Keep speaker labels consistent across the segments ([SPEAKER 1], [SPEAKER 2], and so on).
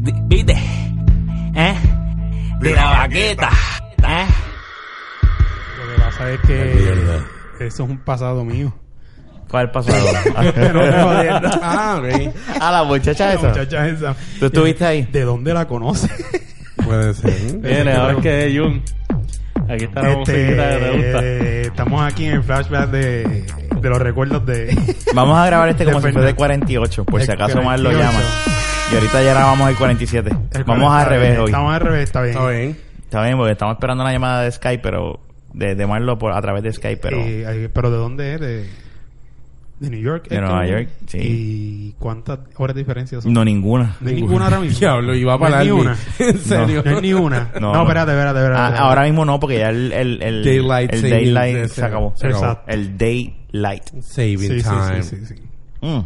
[SPEAKER 1] di- ¿viste? ¿Eh? De la baqueta. ¿Eh?
[SPEAKER 2] Lo que pasa es que eso es un pasado mío.
[SPEAKER 3] ¿Cuál pasado?
[SPEAKER 2] ah, ok.
[SPEAKER 3] A la muchacha
[SPEAKER 2] La
[SPEAKER 3] esa.
[SPEAKER 2] muchacha esa.
[SPEAKER 3] ¿Tú estuviste ahí?
[SPEAKER 2] ¿De dónde la conoces?
[SPEAKER 4] Puede ser.
[SPEAKER 3] Viene, ahora es que es Jun. Aquí está la musiquita que te gusta.
[SPEAKER 2] Este, estamos aquí en el flashback de, de los recuerdos de...
[SPEAKER 3] Vamos a grabar este como
[SPEAKER 2] De
[SPEAKER 3] si fuese de
[SPEAKER 2] Fernan-
[SPEAKER 3] 48, por si
[SPEAKER 2] de
[SPEAKER 3] acaso más lo
[SPEAKER 2] 48.
[SPEAKER 3] llama. Y ahorita ya grabamos el 47.
[SPEAKER 2] el
[SPEAKER 3] Vamos al
[SPEAKER 2] cual-
[SPEAKER 3] revés hoy.
[SPEAKER 2] Estamos al revés, está bien.
[SPEAKER 4] Está bien.
[SPEAKER 3] Está bien, porque estamos esperando una llamada de Skype, pero. De, de Marlo por, a través de Skype, pero.
[SPEAKER 2] Eh, ay, pero ¿de dónde es? De, de New York.
[SPEAKER 3] De
[SPEAKER 2] ¿es que
[SPEAKER 3] Nueva
[SPEAKER 2] no?
[SPEAKER 3] York, sí.
[SPEAKER 2] ¿Y cuántas horas de diferencia son?
[SPEAKER 3] No, ninguna.
[SPEAKER 2] No hay ninguna ahora mismo.
[SPEAKER 4] Diablo, iba a
[SPEAKER 2] No hay
[SPEAKER 4] parar.
[SPEAKER 2] ni una.
[SPEAKER 4] En serio.
[SPEAKER 2] No hay ni una.
[SPEAKER 3] No,
[SPEAKER 2] No,
[SPEAKER 3] no.
[SPEAKER 2] espérate, espérate, espérate.
[SPEAKER 3] Ah,
[SPEAKER 2] espérate.
[SPEAKER 3] ahora mismo no, porque ya el. el, el
[SPEAKER 4] Daylight
[SPEAKER 3] el
[SPEAKER 4] saving,
[SPEAKER 3] daylight
[SPEAKER 4] eh,
[SPEAKER 3] se acabó.
[SPEAKER 4] se acabó.
[SPEAKER 2] Exacto.
[SPEAKER 3] El daylight.
[SPEAKER 4] Saving
[SPEAKER 2] Sí, sí,
[SPEAKER 4] time.
[SPEAKER 2] sí, sí, sí.
[SPEAKER 3] Mm.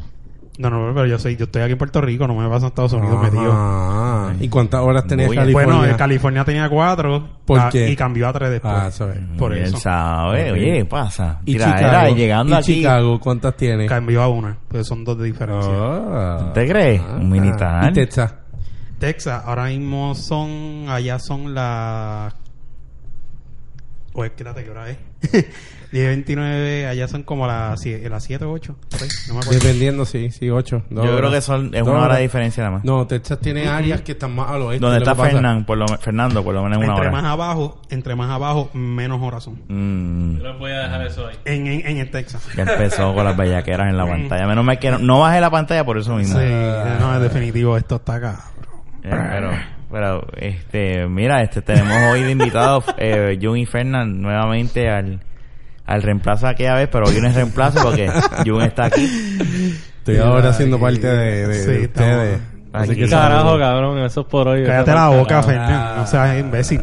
[SPEAKER 2] No, no, pero yo soy, yo estoy aquí en Puerto Rico, no me pasa en Estados Unidos metido.
[SPEAKER 4] Ajá. ¿Y cuántas horas tenía
[SPEAKER 3] Muy bien.
[SPEAKER 4] California?
[SPEAKER 2] Bueno, eh, California tenía cuatro
[SPEAKER 4] ¿Por
[SPEAKER 2] ah,
[SPEAKER 4] qué?
[SPEAKER 2] y cambió a tres después.
[SPEAKER 4] Ah, eso es.
[SPEAKER 2] Por
[SPEAKER 3] Él
[SPEAKER 2] eso.
[SPEAKER 3] sabe, oye, ¿qué pasa?
[SPEAKER 4] ¿Y
[SPEAKER 3] Tira, era,
[SPEAKER 4] Chicago?
[SPEAKER 3] llegando
[SPEAKER 4] ¿Y
[SPEAKER 3] aquí.
[SPEAKER 4] Chicago cuántas tiene?
[SPEAKER 2] Cambió a una, pues son dos de diferencia.
[SPEAKER 4] Ah.
[SPEAKER 3] ¿Te crees?
[SPEAKER 4] Ah.
[SPEAKER 3] Un militar.
[SPEAKER 4] ¿Y Texas?
[SPEAKER 2] Texas, ahora mismo son, allá son las... Oye, quédate, ¿qué hora es? 10.29, allá son como las 7 las 7 o 8, por ahí, no me acuerdo.
[SPEAKER 4] Dependiendo, sí, sí, ocho. dos
[SPEAKER 3] Yo creo
[SPEAKER 4] horas.
[SPEAKER 3] que son, es
[SPEAKER 4] Dos
[SPEAKER 3] una hora
[SPEAKER 4] horas.
[SPEAKER 3] de diferencia nada más.
[SPEAKER 4] No, Texas tiene áreas que están más al oeste.
[SPEAKER 3] Donde
[SPEAKER 4] es lo
[SPEAKER 3] está
[SPEAKER 4] que pasa.
[SPEAKER 3] Fernando, por lo, me- Fernando, por lo menos una
[SPEAKER 2] Entre
[SPEAKER 3] hora.
[SPEAKER 2] más abajo, entre más abajo, menos horas son.
[SPEAKER 3] Mm,
[SPEAKER 5] Yo les voy a dejar eso ahí.
[SPEAKER 2] En, en, en el Texas.
[SPEAKER 3] ya empezó con las bellaqueras en la pantalla. Menos mal que no, no bajé la pantalla por eso mismo.
[SPEAKER 2] Sí, no, es definitivo, esto está acá.
[SPEAKER 3] Eh, Pero, pero, este, mira, este, tenemos hoy de invitado eh, Jun y Fernan nuevamente al, al reemplazo de aquella vez, pero hoy no es reemplazo porque Jun está aquí.
[SPEAKER 4] Estoy ahora siendo
[SPEAKER 2] Ay,
[SPEAKER 4] parte de, de-
[SPEAKER 2] sí,
[SPEAKER 4] de
[SPEAKER 2] estamos-
[SPEAKER 4] ustedes.
[SPEAKER 3] Aquí.
[SPEAKER 4] que
[SPEAKER 5] Carajo,
[SPEAKER 4] saludos.
[SPEAKER 5] cabrón, eso es por hoy.
[SPEAKER 2] Cállate la boca,
[SPEAKER 5] Fernández.
[SPEAKER 2] Fernan, no seas imbécil.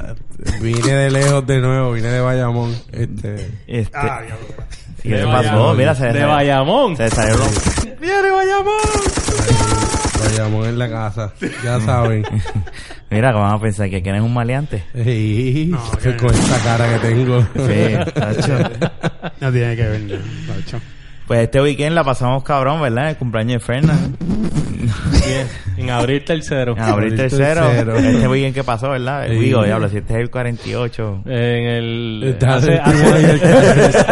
[SPEAKER 4] Vine de lejos de nuevo, vine de Bayamón. Este,
[SPEAKER 3] Este,
[SPEAKER 2] Ah, diablo.
[SPEAKER 3] ¿y ¿Qué le pasó? Mira, se,
[SPEAKER 5] De
[SPEAKER 3] se-
[SPEAKER 5] Bayamón.
[SPEAKER 3] se salió lo-
[SPEAKER 5] ¡Viene Bayamón!
[SPEAKER 4] Bayamón en la casa, ya saben.
[SPEAKER 3] Mira, que van a pensar que quién es un maleante.
[SPEAKER 4] Ey,
[SPEAKER 2] No, que-
[SPEAKER 4] con esta cara que tengo.
[SPEAKER 3] Sí, tacho.
[SPEAKER 2] No tiene que ver nada, macho.
[SPEAKER 3] Pues este weekend la pasamos cabrón, ¿verdad? El cumpleaños de Fernan.
[SPEAKER 5] Bien, en abril tercero.
[SPEAKER 3] En abril
[SPEAKER 4] Abril
[SPEAKER 3] tercero.
[SPEAKER 4] tercero.
[SPEAKER 3] Este weekend que pasó, ¿verdad?
[SPEAKER 4] Sí.
[SPEAKER 3] Digo, diablo, si este es el 48.
[SPEAKER 5] En el...
[SPEAKER 4] Está
[SPEAKER 5] hace,
[SPEAKER 4] sentido ahí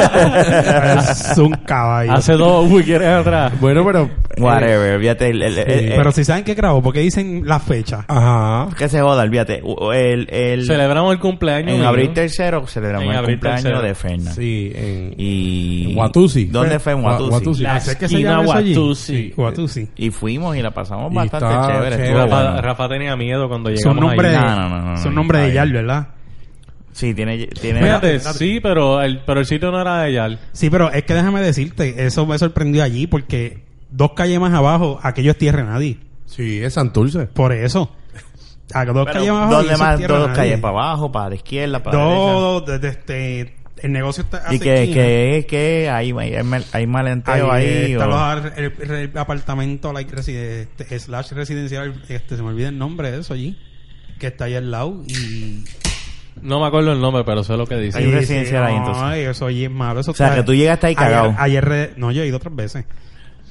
[SPEAKER 5] hace,
[SPEAKER 2] es un caballo.
[SPEAKER 5] hace dos weekends atrás.
[SPEAKER 4] Bueno, pero... eh,
[SPEAKER 3] Whatever, olvídate. El, el- el- el-
[SPEAKER 2] Pero si saben qué grabo, porque dicen la fecha.
[SPEAKER 4] Ajá.
[SPEAKER 3] que se joda, olvídate. U- El, el,
[SPEAKER 5] Celebramos el cumpleaños.
[SPEAKER 3] en
[SPEAKER 5] mío.
[SPEAKER 3] abril tercero celebramos
[SPEAKER 5] En
[SPEAKER 3] el
[SPEAKER 5] abril
[SPEAKER 3] cumpleaños
[SPEAKER 5] tercero.
[SPEAKER 3] de Fernan.
[SPEAKER 4] Sí, en...
[SPEAKER 3] Y...
[SPEAKER 4] En Watusi.
[SPEAKER 3] ¿Dónde fue? En
[SPEAKER 4] Wa-
[SPEAKER 3] Watusi.
[SPEAKER 4] Watusi.
[SPEAKER 5] La
[SPEAKER 2] Ah, ¿Sé que se
[SPEAKER 5] esquina
[SPEAKER 2] llama eso allí?
[SPEAKER 5] Watusi.
[SPEAKER 2] Watusi.
[SPEAKER 3] Y fuimos y la pasamos
[SPEAKER 4] Y
[SPEAKER 3] bastante
[SPEAKER 4] está
[SPEAKER 3] chévere.
[SPEAKER 4] chévere.
[SPEAKER 3] estuvo
[SPEAKER 5] Eh, Rafa,
[SPEAKER 3] bueno.
[SPEAKER 5] Rafa tenía miedo cuando
[SPEAKER 2] Son
[SPEAKER 5] llegamos
[SPEAKER 2] nombre,
[SPEAKER 5] ahí.
[SPEAKER 2] de,
[SPEAKER 3] No, no, no, no,
[SPEAKER 2] son
[SPEAKER 3] no,
[SPEAKER 2] nombre de
[SPEAKER 3] está
[SPEAKER 2] Yal,
[SPEAKER 3] bien.
[SPEAKER 2] ¿verdad?
[SPEAKER 3] Sí, tiene... tiene
[SPEAKER 5] Fíjate, sí, pero el, pero el sitio no era de Yal.
[SPEAKER 2] Sí, pero es que déjame decirte, eso me sorprendió allí porque dos calles más abajo, aquello es tierra de nadie.
[SPEAKER 4] Sí, es Santurce.
[SPEAKER 2] Por eso. A
[SPEAKER 3] Pero,
[SPEAKER 2] dos calles más abajo. y
[SPEAKER 3] ¿Dónde
[SPEAKER 2] eso es
[SPEAKER 3] más?
[SPEAKER 2] tierra de
[SPEAKER 3] Dos
[SPEAKER 2] nadie.
[SPEAKER 3] calles para abajo, para la izquierda, para la derecha.
[SPEAKER 2] Dos, de- de- este, el negocio está.
[SPEAKER 3] Y
[SPEAKER 2] hace
[SPEAKER 3] que,
[SPEAKER 2] esquina.
[SPEAKER 3] que, que hay, hay, mal- hay malenteo ahí.
[SPEAKER 2] Ahí está
[SPEAKER 3] o-
[SPEAKER 2] los ar- el, el apartamento like, reside- este, slash residencial, este, se me olvida el nombre de eso allí, que está ahí al lado y...
[SPEAKER 5] No me acuerdo el nombre, pero sé lo que
[SPEAKER 3] Hay
[SPEAKER 5] dice.
[SPEAKER 3] un
[SPEAKER 2] y-
[SPEAKER 3] residencial ahí, entonces.
[SPEAKER 2] Ay, eso allí es malo. Eso
[SPEAKER 3] O sea,
[SPEAKER 2] está-
[SPEAKER 3] que tú llegaste ahí
[SPEAKER 2] ayer-
[SPEAKER 3] cagao.
[SPEAKER 2] Ayer, re- no, yo he ido otras veces.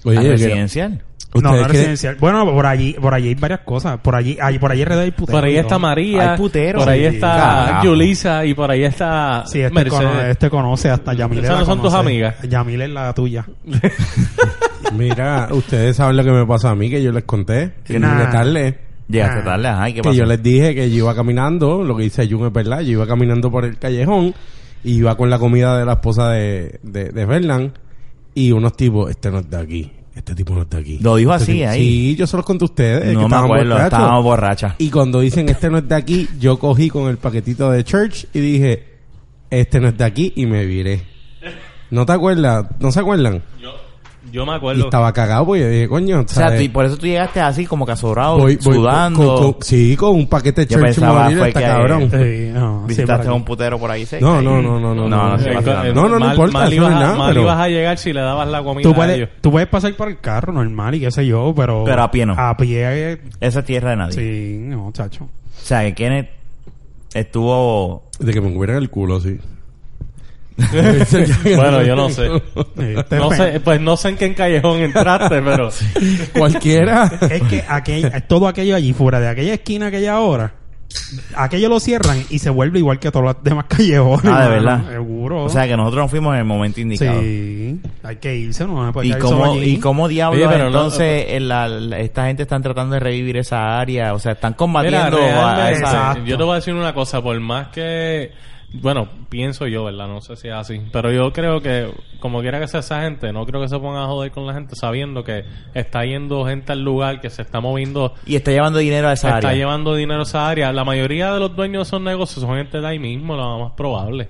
[SPEAKER 3] ¿La
[SPEAKER 4] que-
[SPEAKER 3] residencial?
[SPEAKER 4] ¿ustedes
[SPEAKER 2] No, no
[SPEAKER 4] creen-
[SPEAKER 2] residencial. Bueno, por allí, por allí hay varias cosas. Por allí, ahí- por allí alrededor hay putero,
[SPEAKER 5] Por ahí
[SPEAKER 2] ¿no?
[SPEAKER 5] está María.
[SPEAKER 3] Hay puteros.
[SPEAKER 5] por ahí
[SPEAKER 2] Sí.
[SPEAKER 5] está
[SPEAKER 3] Carajo.
[SPEAKER 5] Yulisa y por ahí está
[SPEAKER 2] Sí, este,
[SPEAKER 5] Mercedes.
[SPEAKER 2] cono- este conoce hasta Yamile.
[SPEAKER 5] Esas
[SPEAKER 2] la
[SPEAKER 5] no son tus
[SPEAKER 2] conoce.
[SPEAKER 5] amigas.
[SPEAKER 2] Yamile es la tuya.
[SPEAKER 4] Mira, ustedes saben lo que me pasó a mí, que yo les conté. Que
[SPEAKER 2] Nah.
[SPEAKER 4] me tarde.
[SPEAKER 3] Llegaste
[SPEAKER 2] Ah,
[SPEAKER 3] tarde, ajá, ¿y qué
[SPEAKER 4] Que
[SPEAKER 3] pasó?
[SPEAKER 4] yo les dije que yo iba caminando, lo que dice Jun es verdad, yo iba caminando por el callejón y iba con la comida de la esposa de, de, de Fernan y unos tipos, este no es de aquí, este tipo no es de aquí.
[SPEAKER 3] Lo dijo
[SPEAKER 4] Este
[SPEAKER 3] así,
[SPEAKER 4] tipo-
[SPEAKER 3] ahí.
[SPEAKER 4] Sí, yo se los conté a ustedes. que
[SPEAKER 3] no me
[SPEAKER 4] estaban
[SPEAKER 3] acuerdo,
[SPEAKER 4] borrachos.
[SPEAKER 3] estábamos borrachas.
[SPEAKER 4] Y cuando dicen este no es de aquí, yo cogí con el paquetito de church y dije, este no es de aquí y me viré. ¿No te acuerdas? ¿No se acuerdan?
[SPEAKER 5] Yo me
[SPEAKER 4] Y
[SPEAKER 5] acuerdo.
[SPEAKER 4] estaba cagado porque yo dije, coño,
[SPEAKER 3] O sea, tú-
[SPEAKER 4] ¿sabes?
[SPEAKER 3] y por eso tú llegaste así como que azorado,
[SPEAKER 4] Voy- voy-
[SPEAKER 3] sudando.
[SPEAKER 4] con- con- sí, con un paquete de
[SPEAKER 3] Yo
[SPEAKER 4] church
[SPEAKER 3] pensaba
[SPEAKER 4] moreno,
[SPEAKER 3] fue
[SPEAKER 4] está
[SPEAKER 3] que-
[SPEAKER 4] cabrón.
[SPEAKER 2] Sí, no, sí,
[SPEAKER 3] Visitaste
[SPEAKER 2] por
[SPEAKER 3] a
[SPEAKER 2] aquí.
[SPEAKER 3] un putero por ahí cerca
[SPEAKER 4] No,
[SPEAKER 3] y-
[SPEAKER 4] no, no, no, no.
[SPEAKER 3] No, no, sí,
[SPEAKER 5] Eh,
[SPEAKER 3] vacilando.
[SPEAKER 5] eh,
[SPEAKER 4] No, no, no
[SPEAKER 5] mal-
[SPEAKER 4] importa,
[SPEAKER 5] Mal
[SPEAKER 4] eso no
[SPEAKER 5] ibas
[SPEAKER 4] es
[SPEAKER 5] a-
[SPEAKER 4] nada,
[SPEAKER 5] mal
[SPEAKER 4] pero-
[SPEAKER 5] ibas a llegar si le dabas la comida
[SPEAKER 2] Tú
[SPEAKER 5] a
[SPEAKER 2] puedes,
[SPEAKER 5] ellos.
[SPEAKER 2] tú puedes pasar por el carro normal y qué sé yo, pero...
[SPEAKER 3] Pero a pie no.
[SPEAKER 2] A pie... eh,
[SPEAKER 3] Esa es tierra de nadie.
[SPEAKER 2] Sí, no, chacho.
[SPEAKER 3] O sea, que Kenneth estuvo...
[SPEAKER 4] De que me hubieran el culo, sí.
[SPEAKER 5] Bueno, yo no sé.
[SPEAKER 2] Este,
[SPEAKER 5] No
[SPEAKER 2] pues,
[SPEAKER 5] sé, pues no sé en qué callejón entraste, pero
[SPEAKER 4] Cualquiera.
[SPEAKER 2] Es que aquel- todo aquello allí fuera de aquella esquina, aquella hora, aquello lo cierran y se vuelve igual que todas las demás callejones.
[SPEAKER 3] Ah, de
[SPEAKER 2] mano.
[SPEAKER 3] verdad.
[SPEAKER 2] Seguro.
[SPEAKER 3] O sea que nosotros nos fuimos en el momento indicado.
[SPEAKER 2] sí, hay que irse, no van a
[SPEAKER 3] ¿Y
[SPEAKER 2] quedar
[SPEAKER 3] cómo,
[SPEAKER 2] solo allí.
[SPEAKER 3] ¿Y cómo diablos
[SPEAKER 5] Oye, pero no-
[SPEAKER 3] entonces en la- la- esta gente están tratando de revivir esa área? O sea, están
[SPEAKER 5] Mira,
[SPEAKER 3] combatiendo a
[SPEAKER 5] realmente,
[SPEAKER 3] esa...
[SPEAKER 2] exacto.
[SPEAKER 5] yo te voy a decir una cosa, por más que, bueno, pienso yo, ¿verdad? No sé si es así, pero yo creo que, como quiera que sea esa gente, no creo que se ponga a joder con la gente sabiendo que está yendo gente al lugar, que se está moviendo,
[SPEAKER 3] Y está llevando dinero a
[SPEAKER 5] se
[SPEAKER 3] esa
[SPEAKER 5] está
[SPEAKER 3] área.
[SPEAKER 5] llevando dinero a esa área. La mayoría de los dueños de esos negocios son gente de ahí mismo, lo más probable.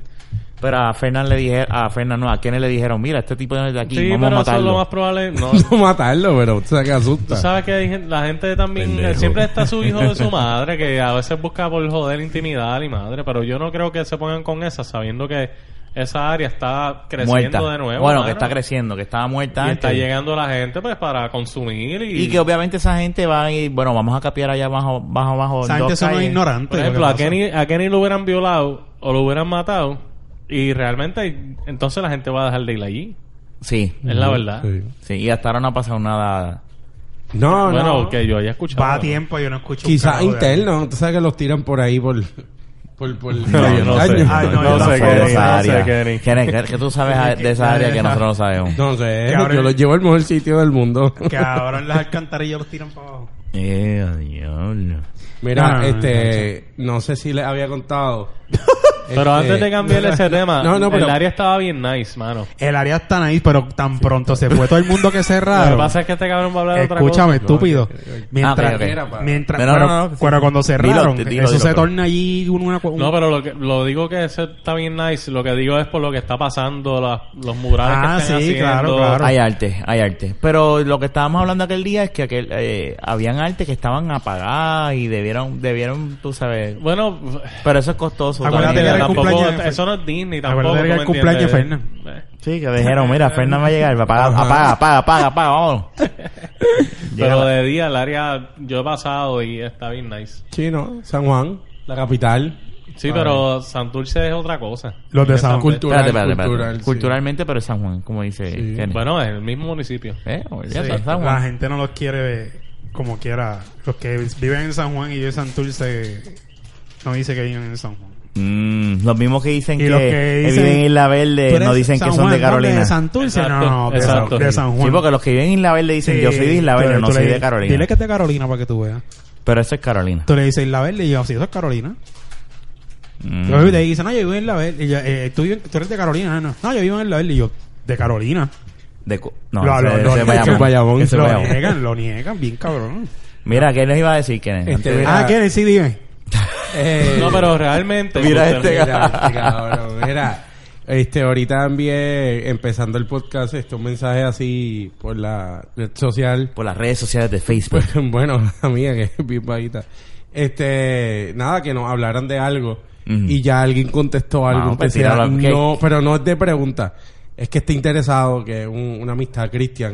[SPEAKER 3] Pero a Fernan le dijeron... A Fernan no, a Kenneth le dijeron, mira, este tipo es de aquí,
[SPEAKER 5] sí,
[SPEAKER 3] vamos a
[SPEAKER 5] pero eso es lo
[SPEAKER 3] matarlo.
[SPEAKER 5] más probable. No,
[SPEAKER 4] No matarlo, pero o sea, que asusta.
[SPEAKER 5] Tú sabes que hay gen- la gente también
[SPEAKER 4] Pendejo.
[SPEAKER 5] eh, siempre está su hijo de su madre que a veces busca por joder intimidad a mi madre, pero yo no creo que se pongan con esa sabiendo que esa área está creciendo
[SPEAKER 3] Muerta.
[SPEAKER 5] de nuevo.
[SPEAKER 3] bueno,
[SPEAKER 5] mano,
[SPEAKER 3] que está creciendo, que estaba muerta
[SPEAKER 5] Y
[SPEAKER 3] antes.
[SPEAKER 5] está llegando la gente pues para consumir y,
[SPEAKER 3] Y que obviamente esa gente va a ir, bueno, vamos a capear allá bajo, bajo, bajo.
[SPEAKER 2] Esa gente
[SPEAKER 3] dos
[SPEAKER 2] son unos
[SPEAKER 3] calles.
[SPEAKER 2] ignorantes. lo
[SPEAKER 5] por
[SPEAKER 2] que
[SPEAKER 5] ejemplo a
[SPEAKER 2] pasa.
[SPEAKER 5] Kenny, a Kenny lo hubieran violado o lo hubieran matado y realmente entonces la gente va a dejar de ir allí.
[SPEAKER 3] Sí,
[SPEAKER 5] Es la verdad.
[SPEAKER 4] Sí.
[SPEAKER 3] sí, y hasta ahora no ha pasado nada.
[SPEAKER 4] No,
[SPEAKER 5] Bueno,
[SPEAKER 4] no.
[SPEAKER 5] que yo haya escuchado.
[SPEAKER 2] Va a tiempo, yo no escucho. un
[SPEAKER 4] Quizás
[SPEAKER 2] carajo de-
[SPEAKER 4] interno. Tú sabes que los tiran por ahí por... Por, por
[SPEAKER 5] No, yo no sé.
[SPEAKER 2] Ay, no, yo
[SPEAKER 3] yo
[SPEAKER 2] sé,
[SPEAKER 3] sé
[SPEAKER 2] Kenny,
[SPEAKER 3] de
[SPEAKER 2] no sé,
[SPEAKER 3] esa área.
[SPEAKER 5] Kenny.
[SPEAKER 3] Kenny, ¿qué- ¿Qué tú sabes de esa área que nosotros no sabemos?
[SPEAKER 4] No sé,
[SPEAKER 2] Que ahora-
[SPEAKER 4] yo los llevo al mejor sitio del mundo.
[SPEAKER 2] Que ahora en las alcantarillas los tiran para abajo.
[SPEAKER 3] Eh, diablo.
[SPEAKER 4] Mira,
[SPEAKER 2] No,
[SPEAKER 5] Ah,
[SPEAKER 2] no, no,
[SPEAKER 4] este, no sé si les había contado. Este,
[SPEAKER 5] Pero antes de cambiar ese tema,
[SPEAKER 4] No, no, pero-
[SPEAKER 5] el área estaba bien nice, mano.
[SPEAKER 2] El área está ahí, pero tan pronto se fue todo el mundo que
[SPEAKER 5] Lo que
[SPEAKER 2] cerraron.
[SPEAKER 5] pasa es que este cabrón va a hablar de otra cosa.
[SPEAKER 2] Escúchame, estúpido. Mientras,
[SPEAKER 3] Ah, ok,
[SPEAKER 4] ok.
[SPEAKER 2] mientras
[SPEAKER 3] No, no,
[SPEAKER 2] pero,
[SPEAKER 3] no, no, sí.
[SPEAKER 2] pero cuando cerraron,
[SPEAKER 3] Dilo, dilo,
[SPEAKER 2] eso
[SPEAKER 3] dilo,
[SPEAKER 2] se
[SPEAKER 3] pero-
[SPEAKER 2] torna allí un- una, un-
[SPEAKER 5] No, pero lo, que, lo digo que eso está bien nice. Lo que digo es por lo que está pasando, las- los murales
[SPEAKER 2] Ah,
[SPEAKER 5] que están
[SPEAKER 2] sí,
[SPEAKER 5] haciendo.
[SPEAKER 2] claro, claro.
[SPEAKER 3] Hay arte, hay arte. Pero lo que estábamos hablando aquel día es que aquel, eh, habían arte que estaban apagadas y debieron, debieron, tú sabes.
[SPEAKER 5] Bueno,
[SPEAKER 3] Pero eso es costoso.
[SPEAKER 2] Acuérdate
[SPEAKER 3] también.
[SPEAKER 2] que era el
[SPEAKER 5] tampoco,
[SPEAKER 2] cumpleaños de-
[SPEAKER 5] eso no es Disney tampoco.
[SPEAKER 2] Acuérdate que era el
[SPEAKER 5] ¿tú me
[SPEAKER 2] cumpleaños de
[SPEAKER 5] entiendes? Eh,
[SPEAKER 3] Sí, que dijeron, mira, Fernan va a llegar, va a apagar, apaga, apaga, apaga, apaga, vamos. Llega
[SPEAKER 5] Pero
[SPEAKER 3] la-
[SPEAKER 5] de día el área yo he pasado y está bien nice.
[SPEAKER 4] Chino, San Juan, la capital.
[SPEAKER 5] Sí, pero Santurce es otra cosa.
[SPEAKER 2] Ah, los de
[SPEAKER 5] Esa
[SPEAKER 2] San Juan.
[SPEAKER 4] Cultural,
[SPEAKER 3] Espérate, espérate, espérate.
[SPEAKER 4] cultural, sí.
[SPEAKER 3] Culturalmente, pero es San Juan, como dice
[SPEAKER 4] Sí.
[SPEAKER 3] Kenneth.
[SPEAKER 5] Bueno, es el mismo municipio.
[SPEAKER 3] Eh, oye,
[SPEAKER 2] Sí,
[SPEAKER 3] San Juan.
[SPEAKER 2] La gente no los quiere ver como quiera. Los que viven en San Juan y yo en Santurce no dice que viven en San Juan.
[SPEAKER 3] Mm, los mismos que dicen
[SPEAKER 2] Y
[SPEAKER 3] que, eh,
[SPEAKER 2] los que dicen-
[SPEAKER 3] viven en Isla
[SPEAKER 2] Tú
[SPEAKER 3] Verde
[SPEAKER 2] eres
[SPEAKER 3] no dicen
[SPEAKER 2] San
[SPEAKER 3] que son
[SPEAKER 2] Juan,
[SPEAKER 3] de
[SPEAKER 2] ¿no?
[SPEAKER 3] Carolina.
[SPEAKER 2] De Santurce, no,
[SPEAKER 5] Exacto,
[SPEAKER 2] no, de,
[SPEAKER 5] exacto.
[SPEAKER 2] San- de San Juan.
[SPEAKER 3] Sí, porque los que viven en Isla Verde dicen
[SPEAKER 2] Sí,
[SPEAKER 3] yo soy de Isla
[SPEAKER 2] tú
[SPEAKER 3] Verde,
[SPEAKER 2] le-
[SPEAKER 3] no
[SPEAKER 2] tú
[SPEAKER 3] soy
[SPEAKER 2] le-
[SPEAKER 3] de Carolina.
[SPEAKER 2] Dile que es de Carolina para que tú veas.
[SPEAKER 3] Pero eso es Carolina.
[SPEAKER 2] Tú le dices Isla Verde y yo, sí, eso es Carolina.
[SPEAKER 3] Mm.
[SPEAKER 2] Luego te dicen, no, yo vivo en Isla Verde. Y yo, eh, tú, vives- tú eres de Carolina, no, no. No, yo vivo en Isla Verde. Y yo, de Carolina.
[SPEAKER 3] De co- no,
[SPEAKER 2] Lo-
[SPEAKER 3] ese-
[SPEAKER 2] lo-
[SPEAKER 3] ese
[SPEAKER 2] lo-
[SPEAKER 3] es Bayamón.
[SPEAKER 4] ese Bayamón.
[SPEAKER 3] Ese es
[SPEAKER 2] lo
[SPEAKER 3] Bayamón.
[SPEAKER 2] niegan, lo niegan, bien cabrón.
[SPEAKER 3] Mira, ¿qué les iba a decir, Kenneth?
[SPEAKER 4] Este,
[SPEAKER 3] Antes-
[SPEAKER 4] Mira.
[SPEAKER 2] Ah, ¿quién? Sí, dime.
[SPEAKER 4] Eh,
[SPEAKER 5] No, pero realmente.
[SPEAKER 3] Mira este
[SPEAKER 5] Mira,
[SPEAKER 4] Mira, este cabrón, mira. Este, ahorita envié, empezando el podcast, este, un mensaje así por la red social. Pues,
[SPEAKER 3] Por las redes sociales de Facebook.
[SPEAKER 4] bueno, amiga, que es bien bajita. Este, nada, que nos hablaran de algo.
[SPEAKER 3] Ujú.
[SPEAKER 4] Y ya alguien contestó algo.
[SPEAKER 3] Vamos,
[SPEAKER 4] que
[SPEAKER 3] pues,
[SPEAKER 4] sea-
[SPEAKER 3] tíralo, ¿qué?
[SPEAKER 4] no, pero no es de pregunta. Es que está interesado, que es un- una amistad, Cristian.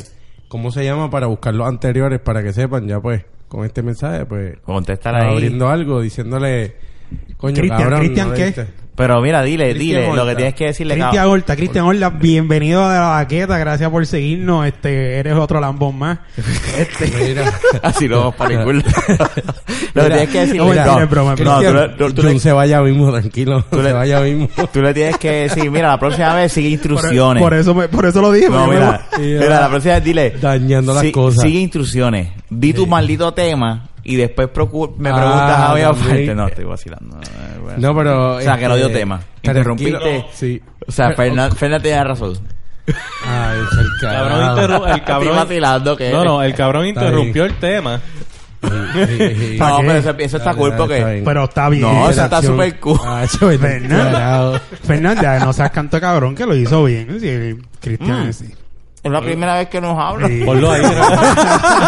[SPEAKER 4] ¿Cómo se llama? Para buscar los anteriores, para que sepan, ya pues, con este mensaje, pues,
[SPEAKER 3] Contestar ahí.
[SPEAKER 4] abriendo algo, diciéndole, coño,
[SPEAKER 2] Cristian,
[SPEAKER 4] cabrón,
[SPEAKER 2] Cristian,
[SPEAKER 4] no
[SPEAKER 2] ¿qué?
[SPEAKER 4] diste.
[SPEAKER 3] Pero mira, dile,
[SPEAKER 4] Cristian
[SPEAKER 3] dile. eh, Lo
[SPEAKER 4] Horta.
[SPEAKER 3] que tienes que decirle,
[SPEAKER 2] Cristian
[SPEAKER 3] cabrón.
[SPEAKER 2] Horta, Cristian Horta, bienvenido a la baqueta, gracias por seguirnos, este, eres otro lambón más. Este,
[SPEAKER 4] Mira,
[SPEAKER 3] Así no vamos para ningún lado. Lo que tienes que decirle.
[SPEAKER 2] no, mentira, es broma,
[SPEAKER 3] no,
[SPEAKER 2] es
[SPEAKER 3] tú
[SPEAKER 2] broma.
[SPEAKER 3] le-
[SPEAKER 4] Cristian,
[SPEAKER 3] tú le- tú
[SPEAKER 4] Jun
[SPEAKER 3] le-
[SPEAKER 4] se vaya mismo, tranquilo,
[SPEAKER 3] Tú le-
[SPEAKER 4] se vaya mismo.
[SPEAKER 3] tú le tienes que decir, mira, la próxima vez sigue
[SPEAKER 2] por,
[SPEAKER 3] instrucciones.
[SPEAKER 2] por eso me- por eso lo dije.
[SPEAKER 3] No,
[SPEAKER 2] porque me-
[SPEAKER 3] mira,
[SPEAKER 4] me-
[SPEAKER 3] mira, la próxima vez dile.
[SPEAKER 4] Dañando las
[SPEAKER 3] si-
[SPEAKER 4] cosas.
[SPEAKER 3] Sigue instrucciones. Di tu maldito tema y después procu- me
[SPEAKER 4] Ah,
[SPEAKER 3] preguntas a Javier
[SPEAKER 4] también.
[SPEAKER 3] aparte. No, estoy vacilando. Ay, bueno.
[SPEAKER 4] No, pero... este,
[SPEAKER 3] O sea, que no dio tema.
[SPEAKER 4] tranquilo.
[SPEAKER 3] Interrumpiste.
[SPEAKER 4] Sí.
[SPEAKER 3] O sea, Fernan, Fernan tenía razón.
[SPEAKER 4] Ay, es el
[SPEAKER 5] El cabrón, interru- el
[SPEAKER 3] Ah. Estoy
[SPEAKER 5] cabrón,
[SPEAKER 3] vacilando que...
[SPEAKER 5] no, no, el cabrón
[SPEAKER 4] Está bien.
[SPEAKER 5] interrumpió el tema.
[SPEAKER 4] cabrón.
[SPEAKER 3] No,
[SPEAKER 2] ¿Para qué?
[SPEAKER 3] pero eso, eso está
[SPEAKER 4] Dale,
[SPEAKER 3] cool
[SPEAKER 4] dale, está
[SPEAKER 3] porque...
[SPEAKER 4] bien.
[SPEAKER 2] Pero está bien.
[SPEAKER 3] No, eso está súper cool.
[SPEAKER 4] Ah, yo me
[SPEAKER 2] Fernan.
[SPEAKER 4] enterado.
[SPEAKER 2] Fernanda, no seas canto de cabrón que lo hizo bien. sí, Cristian,
[SPEAKER 3] Mm.
[SPEAKER 2] sí.
[SPEAKER 3] Es la primera vez que nos habla.
[SPEAKER 2] Sí.
[SPEAKER 5] Ponlo ahí.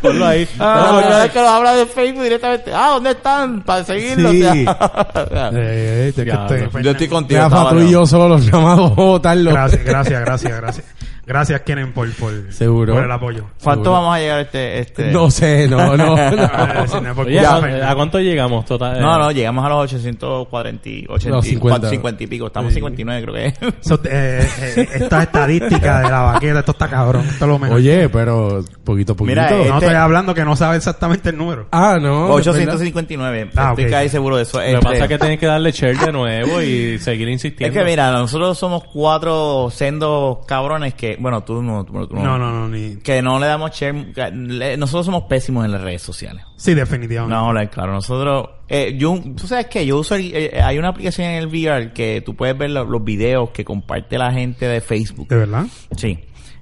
[SPEAKER 5] Ponlo ahí.
[SPEAKER 4] Ah,
[SPEAKER 3] la
[SPEAKER 5] No,
[SPEAKER 3] primera vez que nos habla de Facebook directamente. Ah, ¿dónde están? Para seguirlo.
[SPEAKER 4] Sí.
[SPEAKER 3] o sea.
[SPEAKER 2] Eh, es que
[SPEAKER 5] Ya,
[SPEAKER 2] estoy-
[SPEAKER 5] no.
[SPEAKER 2] Fernan,
[SPEAKER 3] yo estoy contigo.
[SPEAKER 4] Ah. Ya,
[SPEAKER 3] estaba,
[SPEAKER 4] Fatu y
[SPEAKER 3] ¿no?
[SPEAKER 4] yo solos, nada más votarlo.
[SPEAKER 2] Gracias, gracias, gracias, gracias. Gracias, Kenen, por, por,
[SPEAKER 4] Seguro.
[SPEAKER 2] por el apoyo.
[SPEAKER 3] ¿Cuánto
[SPEAKER 4] Seguro.
[SPEAKER 3] vamos a llegar este...? este?
[SPEAKER 4] No sé, no, no.
[SPEAKER 2] Ah,
[SPEAKER 4] no.
[SPEAKER 2] ese no es por
[SPEAKER 5] Oye,
[SPEAKER 2] culpa
[SPEAKER 5] ¿a,
[SPEAKER 2] de-
[SPEAKER 5] cuánto- a cuánto llegamos total?
[SPEAKER 3] No, no, llegamos a los 840 y 80,
[SPEAKER 4] No, 50.
[SPEAKER 3] 50 y pico. Estamos
[SPEAKER 2] Sí.
[SPEAKER 3] 59, creo que es.
[SPEAKER 2] Eso, eh, eh, estas estadísticas de la vaqueta, esto está cabrón. Esto es lo mejor.
[SPEAKER 4] Oye, pero poquito a poquito.
[SPEAKER 3] Mira, eh,
[SPEAKER 2] no
[SPEAKER 3] este-
[SPEAKER 2] estoy hablando que no sabe exactamente el número.
[SPEAKER 4] ah, no. ¿verdad?
[SPEAKER 3] 859.
[SPEAKER 2] Ah,
[SPEAKER 3] Estoy
[SPEAKER 2] ok.
[SPEAKER 3] casi seguro de eso.
[SPEAKER 5] Lo que
[SPEAKER 3] Este,
[SPEAKER 5] pasa es que tienes que darle share de nuevo y seguir
[SPEAKER 3] Es
[SPEAKER 5] insistiendo.
[SPEAKER 3] que mira, nosotros somos cuatro sendos cabrones que, bueno, tú no, tú no- tú
[SPEAKER 2] No, no, no, ni.
[SPEAKER 3] que no le damos share, que le- nosotros somos pésimos en las redes sociales.
[SPEAKER 2] Sí, definitivamente.
[SPEAKER 3] No, la- claro, nosotros, eh, yo, tú sabes que yo uso, el- eh, hay una aplicación en el VR que tú puedes ver lo- los videos que comparte la gente de Facebook.
[SPEAKER 2] ¿De verdad?
[SPEAKER 3] Sí.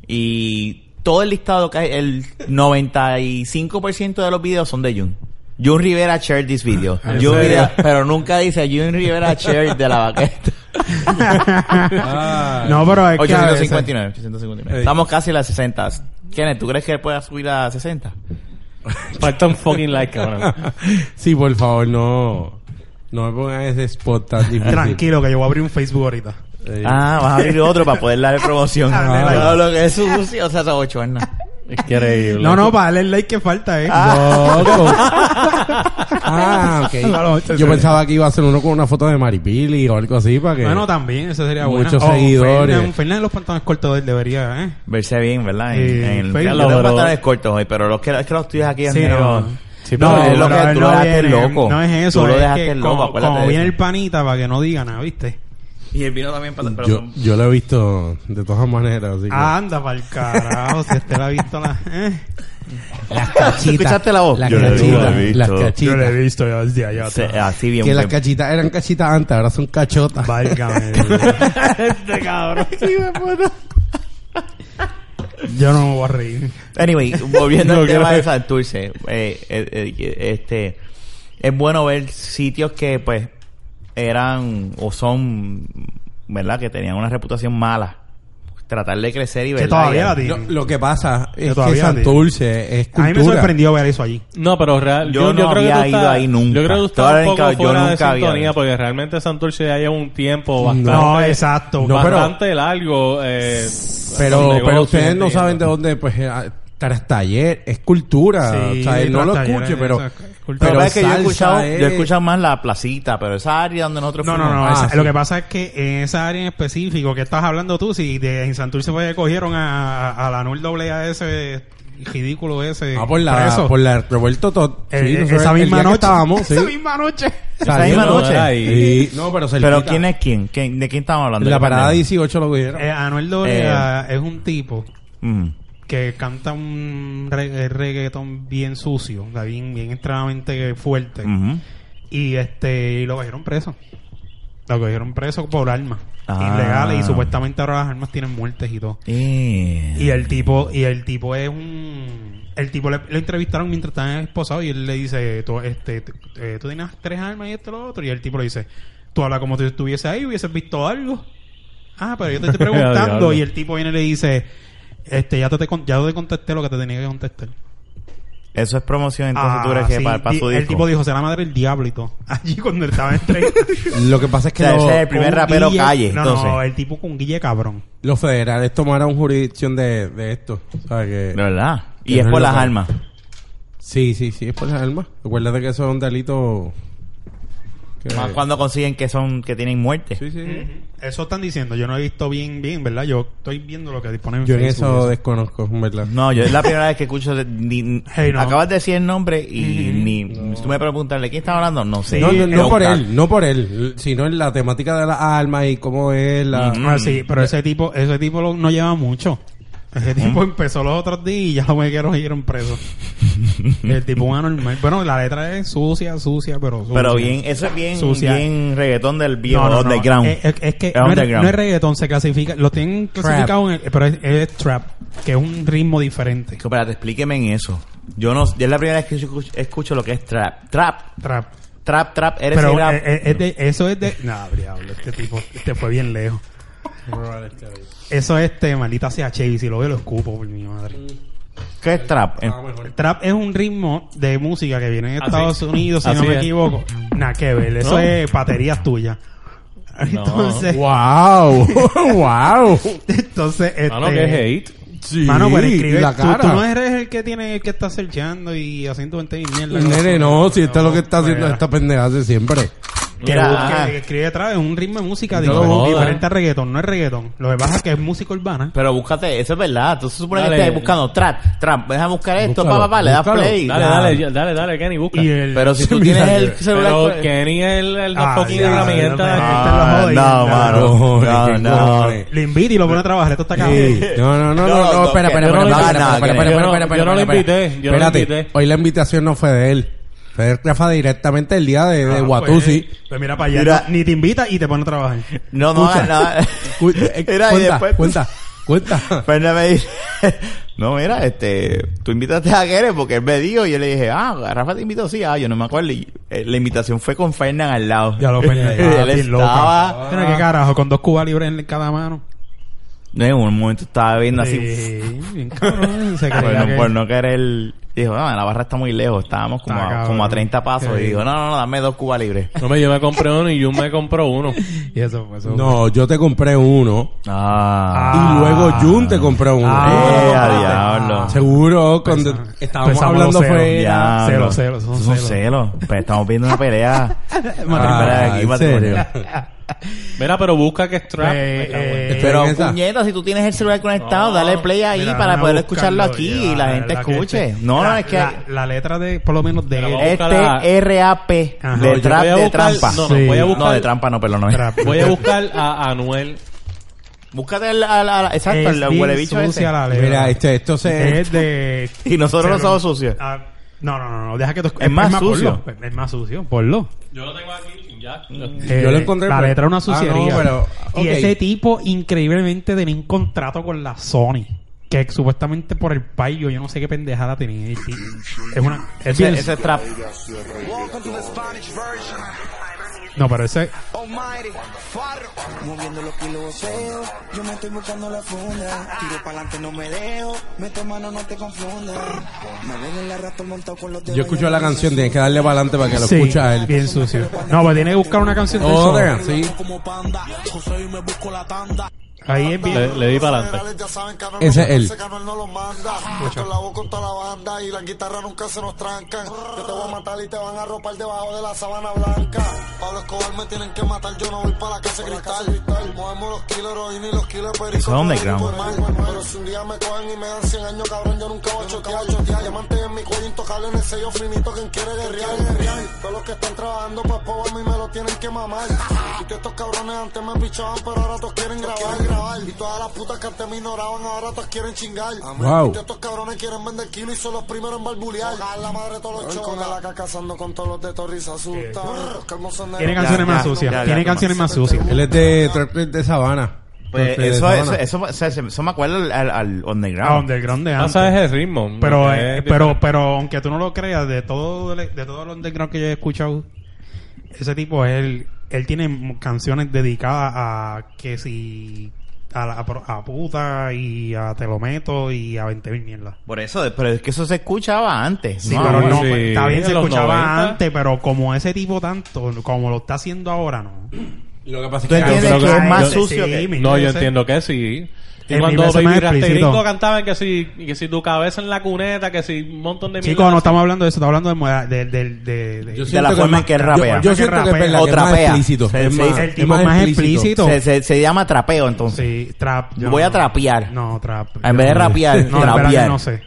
[SPEAKER 3] Y todo el listado, que hay, el 95% de los videos son de Jun. Jun Rivera shared this video. Jun Rivera- pero nunca dice Jun Rivera shared de la baqueta.
[SPEAKER 4] Ah,
[SPEAKER 2] No, pero es que. a veces-
[SPEAKER 3] 859, 859. Estamos casi a las 60. Kenneth, ¿tú crees que pueda subir a 60?
[SPEAKER 5] Falta un fucking like, cabrón.
[SPEAKER 4] Sí, por favor, no. No me pongan ese spot tan difícil.
[SPEAKER 2] Tranquilo, que yo voy a abrir un Facebook ahorita.
[SPEAKER 4] Eh,
[SPEAKER 3] Ah, vas a abrir otro para poder darle promoción.
[SPEAKER 2] Ah,
[SPEAKER 3] no, lo que es sucio, o sea, esa bochorna.
[SPEAKER 5] Increíble.
[SPEAKER 2] No, no, para darle el like que falta, eh.
[SPEAKER 4] Loco. ah, ok.
[SPEAKER 2] No, no, este
[SPEAKER 4] Yo
[SPEAKER 2] se-
[SPEAKER 4] pensaba que iba a hacer uno con una foto de Maripili o algo así para que.
[SPEAKER 2] Bueno, también, eso sería bueno. Oh,
[SPEAKER 4] Muchos seguidores.
[SPEAKER 2] Un Fernández de los pantalones cortos de él debería, ¿eh?
[SPEAKER 3] Verse bien, ¿verdad?
[SPEAKER 2] Sí,
[SPEAKER 3] En- en-
[SPEAKER 2] Facebook.
[SPEAKER 3] ya los
[SPEAKER 5] Pero-
[SPEAKER 3] pantalones cortos hoy, pero los que, es que los tuyos aquí
[SPEAKER 2] Sí,
[SPEAKER 3] negro.
[SPEAKER 2] no.
[SPEAKER 5] Sí,
[SPEAKER 3] No,
[SPEAKER 5] pero-
[SPEAKER 3] es lo
[SPEAKER 2] pero
[SPEAKER 3] que
[SPEAKER 2] él
[SPEAKER 3] tú lo dejaste
[SPEAKER 2] viene,
[SPEAKER 3] loco.
[SPEAKER 2] No es eso,
[SPEAKER 3] Tú lo
[SPEAKER 2] es
[SPEAKER 3] dejaste
[SPEAKER 2] que
[SPEAKER 3] loco,
[SPEAKER 2] como,
[SPEAKER 3] acuérdate
[SPEAKER 2] como
[SPEAKER 3] de
[SPEAKER 2] viene
[SPEAKER 3] eso.
[SPEAKER 2] el panita para que no digan nada, ¿viste?
[SPEAKER 3] Y el vino también para pero
[SPEAKER 4] yo,
[SPEAKER 3] son-
[SPEAKER 4] yo lo he visto de todas maneras. Así que...
[SPEAKER 2] Anda para el carajo, si este la ha visto la... ¿eh?
[SPEAKER 4] las cachitas.
[SPEAKER 3] ¿Escuchaste la voz?
[SPEAKER 4] Las
[SPEAKER 3] Yo lo he
[SPEAKER 4] cachitas.
[SPEAKER 3] visto.
[SPEAKER 4] Las cachitas.
[SPEAKER 2] visto ya desde allá
[SPEAKER 3] se- así bien.
[SPEAKER 4] Que las
[SPEAKER 3] bien.
[SPEAKER 4] cachitas eran cachitas antes, ahora son cachotas.
[SPEAKER 2] Válgame. este cabrón. Yo no me voy a reír.
[SPEAKER 3] Anyway, volviendo
[SPEAKER 5] No
[SPEAKER 3] al tema
[SPEAKER 5] quiero-
[SPEAKER 3] de Santurce, eh, eh, eh, este, es bueno ver sitios que pues eran o son, ¿verdad? Que tenían una reputación mala. Tratar de crecer y ver.
[SPEAKER 2] Que todavía la
[SPEAKER 4] Lo,
[SPEAKER 2] tienen.
[SPEAKER 4] lo que pasa es que
[SPEAKER 2] todavía
[SPEAKER 4] Santurce es
[SPEAKER 2] A
[SPEAKER 4] cultura.
[SPEAKER 2] mí me sorprendió ver eso allí.
[SPEAKER 5] No, pero real,
[SPEAKER 3] Yo no había ido ahí nunca.
[SPEAKER 5] Yo creo que tú estás
[SPEAKER 3] Todavía
[SPEAKER 5] un poco
[SPEAKER 3] nunca- yo
[SPEAKER 5] fuera de
[SPEAKER 3] nunca había
[SPEAKER 5] sintonía
[SPEAKER 3] ido.
[SPEAKER 5] porque realmente Santurce ya lleva un tiempo bastante,
[SPEAKER 2] No, exacto.
[SPEAKER 4] No, pero-
[SPEAKER 5] bastante largo. Eh,
[SPEAKER 4] Pero,
[SPEAKER 5] negocio,
[SPEAKER 4] pero ustedes no
[SPEAKER 5] entiendo.
[SPEAKER 4] saben de dónde, pues, eh, ah, tras taller, es cultura.
[SPEAKER 2] Sí,
[SPEAKER 4] o sea, él no lo
[SPEAKER 2] tras taller,
[SPEAKER 4] escuche, pero.
[SPEAKER 2] eso es cultura.
[SPEAKER 3] Pero,
[SPEAKER 4] Pero
[SPEAKER 3] es que yo he
[SPEAKER 4] salsa
[SPEAKER 3] escuchado,
[SPEAKER 4] es-
[SPEAKER 3] yo he escuchado más la placita, pero esa área donde nosotros
[SPEAKER 2] No, no,
[SPEAKER 3] fuimos-
[SPEAKER 2] no.
[SPEAKER 4] Ah,
[SPEAKER 2] esa-
[SPEAKER 4] sí.
[SPEAKER 2] Lo que pasa es que en esa área en específico que estás hablando tú, si de, en Santurce fue, cogieron a, a, a la Anuel doble A ese ridículo ese.
[SPEAKER 4] Ah, por la,
[SPEAKER 2] preso.
[SPEAKER 4] por la Roberto Tot.
[SPEAKER 2] El-
[SPEAKER 4] Sí, nosotros-
[SPEAKER 2] Eh, esa
[SPEAKER 4] el
[SPEAKER 2] misma
[SPEAKER 4] día que
[SPEAKER 2] noche.
[SPEAKER 4] Estábamos, sí.
[SPEAKER 2] Esa misma noche.
[SPEAKER 3] Esa misma
[SPEAKER 4] Saliendo
[SPEAKER 3] noche.
[SPEAKER 4] de ahí. No,
[SPEAKER 3] Pero
[SPEAKER 4] pero cerquita.
[SPEAKER 3] ¿quién es quién? ¿Quién- ¿De quién estamos hablando?
[SPEAKER 4] En la
[SPEAKER 3] ¿Qué
[SPEAKER 4] parada
[SPEAKER 3] pendejo?
[SPEAKER 4] 18 lo cogieron.
[SPEAKER 2] Eh, Anuel doble A
[SPEAKER 4] Eh.
[SPEAKER 2] es un tipo
[SPEAKER 3] Mm.
[SPEAKER 2] que canta un regga- reggaetón bien sucio, o sea, bien, bien extremadamente fuerte.
[SPEAKER 3] Ujú.
[SPEAKER 2] Y este y lo cogieron preso. Lo cogieron preso por armas
[SPEAKER 3] Ah.
[SPEAKER 2] ilegales y supuestamente ahora las armas tienen muertes y todo.
[SPEAKER 3] Eh.
[SPEAKER 2] Y el tipo, y el tipo es un el tipo le, lo entrevistaron mientras estaban esposados y él le dice, tú, este, t- eh, tú tienes tres armas y esto y lo otro y el tipo le dice, tú hablas como si estuviese ahí, hubieses visto algo. Ah, pero yo te estoy preguntando
[SPEAKER 5] Diablo.
[SPEAKER 2] y el tipo viene y le dice, este, ya te, te con- ya te contesté lo que te tenía que contestar.
[SPEAKER 3] Eso es promoción, entonces
[SPEAKER 2] Ah,
[SPEAKER 3] tú crees que
[SPEAKER 2] sí.
[SPEAKER 3] para, para
[SPEAKER 2] Di-
[SPEAKER 3] su disco.
[SPEAKER 2] El tipo dijo, será madre el diablo y todo. Allí cuando él estaba en tren.
[SPEAKER 4] Lo que pasa es que
[SPEAKER 3] O sea,
[SPEAKER 4] los,
[SPEAKER 3] ese es el primer
[SPEAKER 2] Con
[SPEAKER 3] rapero
[SPEAKER 2] guille-
[SPEAKER 3] calle,
[SPEAKER 2] No,
[SPEAKER 3] entonces.
[SPEAKER 2] no, el tipo con guille cabrón.
[SPEAKER 4] los federales tomaron jurisdicción de, de esto. ¿sabes
[SPEAKER 3] De
[SPEAKER 4] que
[SPEAKER 3] verdad.
[SPEAKER 4] Que
[SPEAKER 3] Y es
[SPEAKER 4] no
[SPEAKER 3] por
[SPEAKER 4] es
[SPEAKER 3] las
[SPEAKER 4] local.
[SPEAKER 3] armas.
[SPEAKER 2] Eh.
[SPEAKER 4] Sí, sí, sí, es por las armas. Acuérdate que eso es un delito. que-
[SPEAKER 3] Más cuando consiguen que son que tienen muerte.
[SPEAKER 4] Sí, sí.
[SPEAKER 2] Eso están diciendo. Yo no he visto bien, bien, ¿verdad? Yo estoy viendo lo que dispone en
[SPEAKER 4] Yo en
[SPEAKER 2] Facebook
[SPEAKER 4] eso
[SPEAKER 2] y
[SPEAKER 4] desconozco, en ¿verdad?
[SPEAKER 3] No, yo es la primera vez que escucho. de- ni-
[SPEAKER 2] Hey, no.
[SPEAKER 3] Acabas de decir el nombre y ni tú me preguntarle quién está hablando, no sé.
[SPEAKER 4] no, no, no
[SPEAKER 3] Local.
[SPEAKER 4] por él, no por él, sino en la temática de las armas y cómo es la...
[SPEAKER 3] Ujú.
[SPEAKER 2] Ah, sí, pero ese tipo, ese tipo lo- no lleva mucho. Ese tipo empezó los otros días y ya me quiero ir en preso. el tipo es anormal. Bueno, la letra es sucia, sucia, pero sucia.
[SPEAKER 3] Pero bien, eso es bien,
[SPEAKER 2] Sucia.
[SPEAKER 3] bien reggaetón del viejo
[SPEAKER 2] No, Eh, no, no.
[SPEAKER 3] underground.
[SPEAKER 2] Es, es- es que
[SPEAKER 3] Es
[SPEAKER 2] no es,
[SPEAKER 3] underground.
[SPEAKER 2] no es reggaetón, se clasifica, lo tienen clasificado, en el- pero es, es trap, que es un ritmo diferente.
[SPEAKER 3] Que, espérate, explíqueme en eso. Yo no, ya es la primera vez que yo escucho, escucho lo que es trap. Trap,
[SPEAKER 2] Trap.
[SPEAKER 3] trap, trap, eres
[SPEAKER 2] Pero
[SPEAKER 3] rap.
[SPEAKER 2] eh, eh, es de- eso es de... No, diablo, este tipo este fue bien lejos. Eso es este, maldita sea Chevy, si lo veo lo escupo, por mi madre.
[SPEAKER 3] ¿Qué es trap? Eh,
[SPEAKER 2] El trap es un ritmo de música que viene de
[SPEAKER 5] Así.
[SPEAKER 2] Estados Unidos, si
[SPEAKER 5] Así
[SPEAKER 2] no me
[SPEAKER 5] es.
[SPEAKER 2] equivoco. Nada que ver, eso
[SPEAKER 5] No.
[SPEAKER 2] es paterías tuyas.
[SPEAKER 5] No.
[SPEAKER 2] Entonces,
[SPEAKER 4] ¡Wow! ¡Wow!
[SPEAKER 2] entonces este,
[SPEAKER 5] Mano, que hate.
[SPEAKER 4] Sí,
[SPEAKER 2] Mano, pero escribe,
[SPEAKER 4] la
[SPEAKER 2] tú-
[SPEAKER 4] cara.
[SPEAKER 2] Tú, no eres el que tiene el que está searchando y haciendo 20 mil mierda.
[SPEAKER 4] Nene, no, si esto es lo que está haciendo
[SPEAKER 2] Mira.
[SPEAKER 4] esta pendeja hace siempre.
[SPEAKER 2] Que,
[SPEAKER 3] Mira.
[SPEAKER 2] busque- que escribe atrás es un ritmo de música
[SPEAKER 5] No
[SPEAKER 2] diferente-
[SPEAKER 5] jodas.
[SPEAKER 2] diferente a reggaetón, no es reggaetón. Lo que pasa es que es música urbana.
[SPEAKER 3] Pero búscate, eso es verdad. Tú se supone
[SPEAKER 5] Dale.
[SPEAKER 3] que estás buscando trap, trap. Deja buscar esto,
[SPEAKER 4] Búscalo,
[SPEAKER 3] pa, pa, pa, le das
[SPEAKER 4] búscalo.
[SPEAKER 3] play.
[SPEAKER 5] Dale,
[SPEAKER 3] Ya.
[SPEAKER 5] dale, ya- dale, dale, Kenny, busca.
[SPEAKER 2] Y el-
[SPEAKER 3] Pero si tú
[SPEAKER 4] Mira,
[SPEAKER 3] tienes el celular. pues,
[SPEAKER 5] Pero
[SPEAKER 3] con-
[SPEAKER 5] Kenny es el, el
[SPEAKER 2] Ah,
[SPEAKER 5] fucking
[SPEAKER 2] ya,
[SPEAKER 5] herramienta.
[SPEAKER 2] ya,
[SPEAKER 3] Ah,
[SPEAKER 2] Te lo
[SPEAKER 3] no,
[SPEAKER 2] jodí.
[SPEAKER 3] mano. No,
[SPEAKER 4] Cojones,
[SPEAKER 3] no.
[SPEAKER 4] cojones.
[SPEAKER 2] Le invita y lo pone a trabajar. Esto está cabrón.
[SPEAKER 4] eh, Sí. No, no, no, no, no,
[SPEAKER 3] No,
[SPEAKER 4] espera,
[SPEAKER 3] no, yo
[SPEAKER 4] espera,
[SPEAKER 3] no
[SPEAKER 4] espera,
[SPEAKER 3] lo
[SPEAKER 4] espera,
[SPEAKER 3] invité.
[SPEAKER 4] espera, espera,
[SPEAKER 5] Yo no-
[SPEAKER 4] espera, espera,
[SPEAKER 5] yo no lo
[SPEAKER 4] espera,
[SPEAKER 5] invité,
[SPEAKER 4] espera.
[SPEAKER 5] yo no lo
[SPEAKER 4] Espérate,
[SPEAKER 5] invité.
[SPEAKER 4] hoy la invitación no fue de él. Fue Rafa directamente el día de, de
[SPEAKER 2] Ah,
[SPEAKER 4] Watusi.
[SPEAKER 2] Pues, pues mira para allá.
[SPEAKER 3] Mira.
[SPEAKER 2] no, Ni te invita y te pone a trabajar.
[SPEAKER 3] No, no,
[SPEAKER 4] Escucha.
[SPEAKER 3] no.
[SPEAKER 4] Cu- eh,
[SPEAKER 3] Mira, y después-
[SPEAKER 4] Cuenta, cuenta, cuenta.
[SPEAKER 3] Fernández me dice, no, mira, este, tú invitaste a Kere porque él me dijo y yo le dije, ah, Rafa te invitó, sí, ah, yo no me acuerdo. Y eh, la invitación fue con Fernan al lado.
[SPEAKER 2] Ya lo Fernan, ah,
[SPEAKER 3] él
[SPEAKER 2] bien Ah. loca.
[SPEAKER 3] estaba,
[SPEAKER 2] Mira, qué carajo, con dos cubas libres en cada mano.
[SPEAKER 3] en un momento estaba viendo así,
[SPEAKER 2] Sí, bien cabrón. Se
[SPEAKER 3] por,
[SPEAKER 2] creía
[SPEAKER 3] no,
[SPEAKER 2] que-
[SPEAKER 3] por no querer, dijo, no, la barra está muy lejos, estábamos como,
[SPEAKER 2] Ah,
[SPEAKER 3] a,
[SPEAKER 2] cabrón.
[SPEAKER 3] como a 30 pasos
[SPEAKER 2] Sí.
[SPEAKER 3] y dijo, no, no, no, dame dos cubas libres.
[SPEAKER 5] No, me, yo me compré uno y yo me compró uno.
[SPEAKER 2] Y eso fue eso. fue.
[SPEAKER 4] No, yo te compré uno.
[SPEAKER 3] Ah,
[SPEAKER 4] Y luego Jun te compró uno.
[SPEAKER 2] Ah.
[SPEAKER 3] eh, a diablo.
[SPEAKER 4] Seguro, cuando estábamos
[SPEAKER 2] Pensamos
[SPEAKER 4] hablando Ah,
[SPEAKER 2] los ceros.
[SPEAKER 4] fue...
[SPEAKER 3] Diablo.
[SPEAKER 2] Celo, celo, son
[SPEAKER 3] Son
[SPEAKER 2] celos.
[SPEAKER 3] celos. Pero Pues, estamos viendo una pelea.
[SPEAKER 4] Ah,
[SPEAKER 3] Espera, aquí,
[SPEAKER 4] ¿en
[SPEAKER 3] matrimonio.
[SPEAKER 4] serio?
[SPEAKER 5] Mira, pero busca que es trap.
[SPEAKER 2] Eh,
[SPEAKER 5] Me cago en-
[SPEAKER 2] eh,
[SPEAKER 4] Espera,
[SPEAKER 3] Pero,
[SPEAKER 4] en esa.
[SPEAKER 3] puñeta, si tú tienes el celular conectado, dale play ahí
[SPEAKER 2] Mira,
[SPEAKER 3] para
[SPEAKER 2] anda
[SPEAKER 3] poder escucharlo
[SPEAKER 2] buscando,
[SPEAKER 3] aquí
[SPEAKER 2] ya,
[SPEAKER 3] y la gente
[SPEAKER 2] que
[SPEAKER 3] escuche.
[SPEAKER 2] este-
[SPEAKER 3] no, no,
[SPEAKER 2] la-
[SPEAKER 3] es que
[SPEAKER 2] La, la letra de, por lo menos de
[SPEAKER 5] Pero
[SPEAKER 2] él.
[SPEAKER 5] vamos-
[SPEAKER 3] este
[SPEAKER 5] búscala.
[SPEAKER 3] RAP
[SPEAKER 2] Ajá.
[SPEAKER 3] de,
[SPEAKER 2] No, yo
[SPEAKER 3] trap-
[SPEAKER 5] voy a
[SPEAKER 3] de
[SPEAKER 5] buscar-
[SPEAKER 3] trampa.
[SPEAKER 5] no, no, voy a buscar-
[SPEAKER 3] No, de trampa no, perdón. No. es.
[SPEAKER 2] Trap.
[SPEAKER 5] Voy a buscar a Anuel.
[SPEAKER 3] Búscate el, al- al- exacto,
[SPEAKER 2] Es
[SPEAKER 3] el
[SPEAKER 2] bien
[SPEAKER 3] huele bicho ese.
[SPEAKER 2] sucia la letra.
[SPEAKER 4] Mira, este, esto se...
[SPEAKER 2] Es de...
[SPEAKER 3] Y nosotros los
[SPEAKER 2] Cero.
[SPEAKER 3] ojos sucios.
[SPEAKER 2] Ah, no, no, no, no, deja que tú...
[SPEAKER 3] más sucio.
[SPEAKER 2] ponlo, Es más sucio, ponlo.
[SPEAKER 5] Yo lo tengo aquí, ya.
[SPEAKER 2] Eh,
[SPEAKER 4] Yo lo encontré,
[SPEAKER 2] La
[SPEAKER 4] pero-
[SPEAKER 2] letra es una
[SPEAKER 4] Ah,
[SPEAKER 2] suciedad.
[SPEAKER 4] no, pero-
[SPEAKER 2] Y
[SPEAKER 4] ok.
[SPEAKER 2] ese tipo, increíblemente, tenía un contrato con la Sony. Que supuestamente por el payo, yo no sé qué pendejada tenía. Y- Es una. Es
[SPEAKER 3] Ese,
[SPEAKER 2] bien-
[SPEAKER 3] ese es trap.
[SPEAKER 6] Welcome to the Spanish version.
[SPEAKER 2] No, pero ese.
[SPEAKER 6] Almighty. Farro.
[SPEAKER 7] Moviendo los kilos voceo, yo me estoy buscando la funda. Tiro para adelante, no me dejo. Mete mano, no te confundas. Me ven en la rata montado con los dedos.
[SPEAKER 4] Yo escucho la canción, tienes que darle para adelante para que lo
[SPEAKER 2] sí,
[SPEAKER 4] escuche a él. Oh,
[SPEAKER 2] Bien sucio. No, pues tiene que buscar una canción de eso.
[SPEAKER 4] Otra, sí.
[SPEAKER 7] Como panda, yo soy y me busco la tanda.
[SPEAKER 2] Ahí es bien.
[SPEAKER 5] Le, le di para adelante.
[SPEAKER 7] Ya saben que
[SPEAKER 4] Ese es él.
[SPEAKER 7] Anuel no los manda. Con la voz con toda la banda y la guitarra nunca se nos trancan. Yo te voy a matar y te van a ropar debajo de la sabana blanca. Pablo Escobar me tienen que matar, yo no voy para la casa de cristal. Movemos los kilos de heroína y los kilos de perico.
[SPEAKER 3] Eso es underground.
[SPEAKER 7] Mal, Pero si un día me cogen y me dan 100 años, cabrón, yo nunca voy a chotear. chotear. Diamantes en mi cuello intocable en el sello finito, quien quiere guerrear, guerrear. Todos los que están trabajando pues pobre a mí me lo tienen que mamar. Y que estos cabrones antes me pichaban, pero ahora todos quieren grabar, grabar. Y todas las putas que antes me ignoraban, ahora todos quieren chingar.
[SPEAKER 4] Wow.
[SPEAKER 7] Y que estos cabrones quieren vender kilo y son los primeros en barbulear. A la madre de todos los chocos. Con el AK cazando con todos los de Torres asusta. Los calmos son
[SPEAKER 2] Tiene
[SPEAKER 7] negros.
[SPEAKER 2] canciones
[SPEAKER 3] ya,
[SPEAKER 2] más
[SPEAKER 3] ya,
[SPEAKER 2] sucias.
[SPEAKER 3] ya, ya,
[SPEAKER 2] tiene
[SPEAKER 3] toma.
[SPEAKER 2] canciones más sucias.
[SPEAKER 4] Él es de Trap de Sabana.
[SPEAKER 3] Pues
[SPEAKER 4] Trap de
[SPEAKER 3] eso,
[SPEAKER 4] Sabana.
[SPEAKER 3] eso, eso, eso- eso- eso me acuerda al, al- al
[SPEAKER 2] Ah,
[SPEAKER 3] underground.
[SPEAKER 2] underground de
[SPEAKER 5] No
[SPEAKER 2] antes.
[SPEAKER 5] sabes el ritmo.
[SPEAKER 2] Pero,
[SPEAKER 5] Es
[SPEAKER 2] eh,
[SPEAKER 5] diferente.
[SPEAKER 2] pero, pero aunque tú no lo creas, de todo el- de todo el underground que yo he escuchado, ese tipo él, él tiene m- canciones dedicadas a que si a, la- a pro- a puta y a te lo meto y a 20 mil mierdas.
[SPEAKER 3] Por eso, pero es que eso se escuchaba antes.
[SPEAKER 2] Sí,
[SPEAKER 3] ¿no?
[SPEAKER 2] pero
[SPEAKER 5] Ah, bueno,
[SPEAKER 2] no,
[SPEAKER 5] sí,
[SPEAKER 2] está bien, se
[SPEAKER 5] en los
[SPEAKER 2] escuchaba
[SPEAKER 5] 90.
[SPEAKER 2] antes, pero como ese tipo tanto, como lo está haciendo ahora, no.
[SPEAKER 4] Lo que pasa es
[SPEAKER 3] Tú
[SPEAKER 4] que...
[SPEAKER 3] entiendes
[SPEAKER 5] creo
[SPEAKER 3] que
[SPEAKER 5] que-
[SPEAKER 3] es más
[SPEAKER 5] yo-
[SPEAKER 3] sucio
[SPEAKER 2] sí,
[SPEAKER 3] que...
[SPEAKER 2] mi-
[SPEAKER 5] No, yo
[SPEAKER 2] Ese-
[SPEAKER 5] entiendo que sí. Y
[SPEAKER 2] En
[SPEAKER 5] cuando
[SPEAKER 2] mi verso más
[SPEAKER 5] Baby Rasta
[SPEAKER 2] explícito.
[SPEAKER 5] Gringo cantaban que si, que si tu cabeza en la cuneta, que si un montón de
[SPEAKER 2] Chicos, no
[SPEAKER 5] mierda.
[SPEAKER 2] estamos hablando de eso, estamos hablando de moda- del del- de- de-
[SPEAKER 4] Yo
[SPEAKER 3] De la
[SPEAKER 4] siento que
[SPEAKER 3] forma
[SPEAKER 4] más-
[SPEAKER 3] en que él rapea.
[SPEAKER 4] Yo, yo siento que
[SPEAKER 2] Rapea.
[SPEAKER 4] es la
[SPEAKER 3] O
[SPEAKER 4] que es más
[SPEAKER 3] trapea.
[SPEAKER 4] explícito.
[SPEAKER 3] Se-
[SPEAKER 4] es
[SPEAKER 3] se-
[SPEAKER 4] más-
[SPEAKER 3] el
[SPEAKER 4] es
[SPEAKER 2] tipo
[SPEAKER 4] más
[SPEAKER 2] más explícito.
[SPEAKER 3] Se, se, se llama trapeo entonces.
[SPEAKER 2] Sí, trap. yo
[SPEAKER 3] Voy
[SPEAKER 2] no-
[SPEAKER 3] a trapear.
[SPEAKER 2] No, trap.
[SPEAKER 3] En vez de rapear,
[SPEAKER 2] No, de verdad que
[SPEAKER 3] trapear.
[SPEAKER 2] no sé.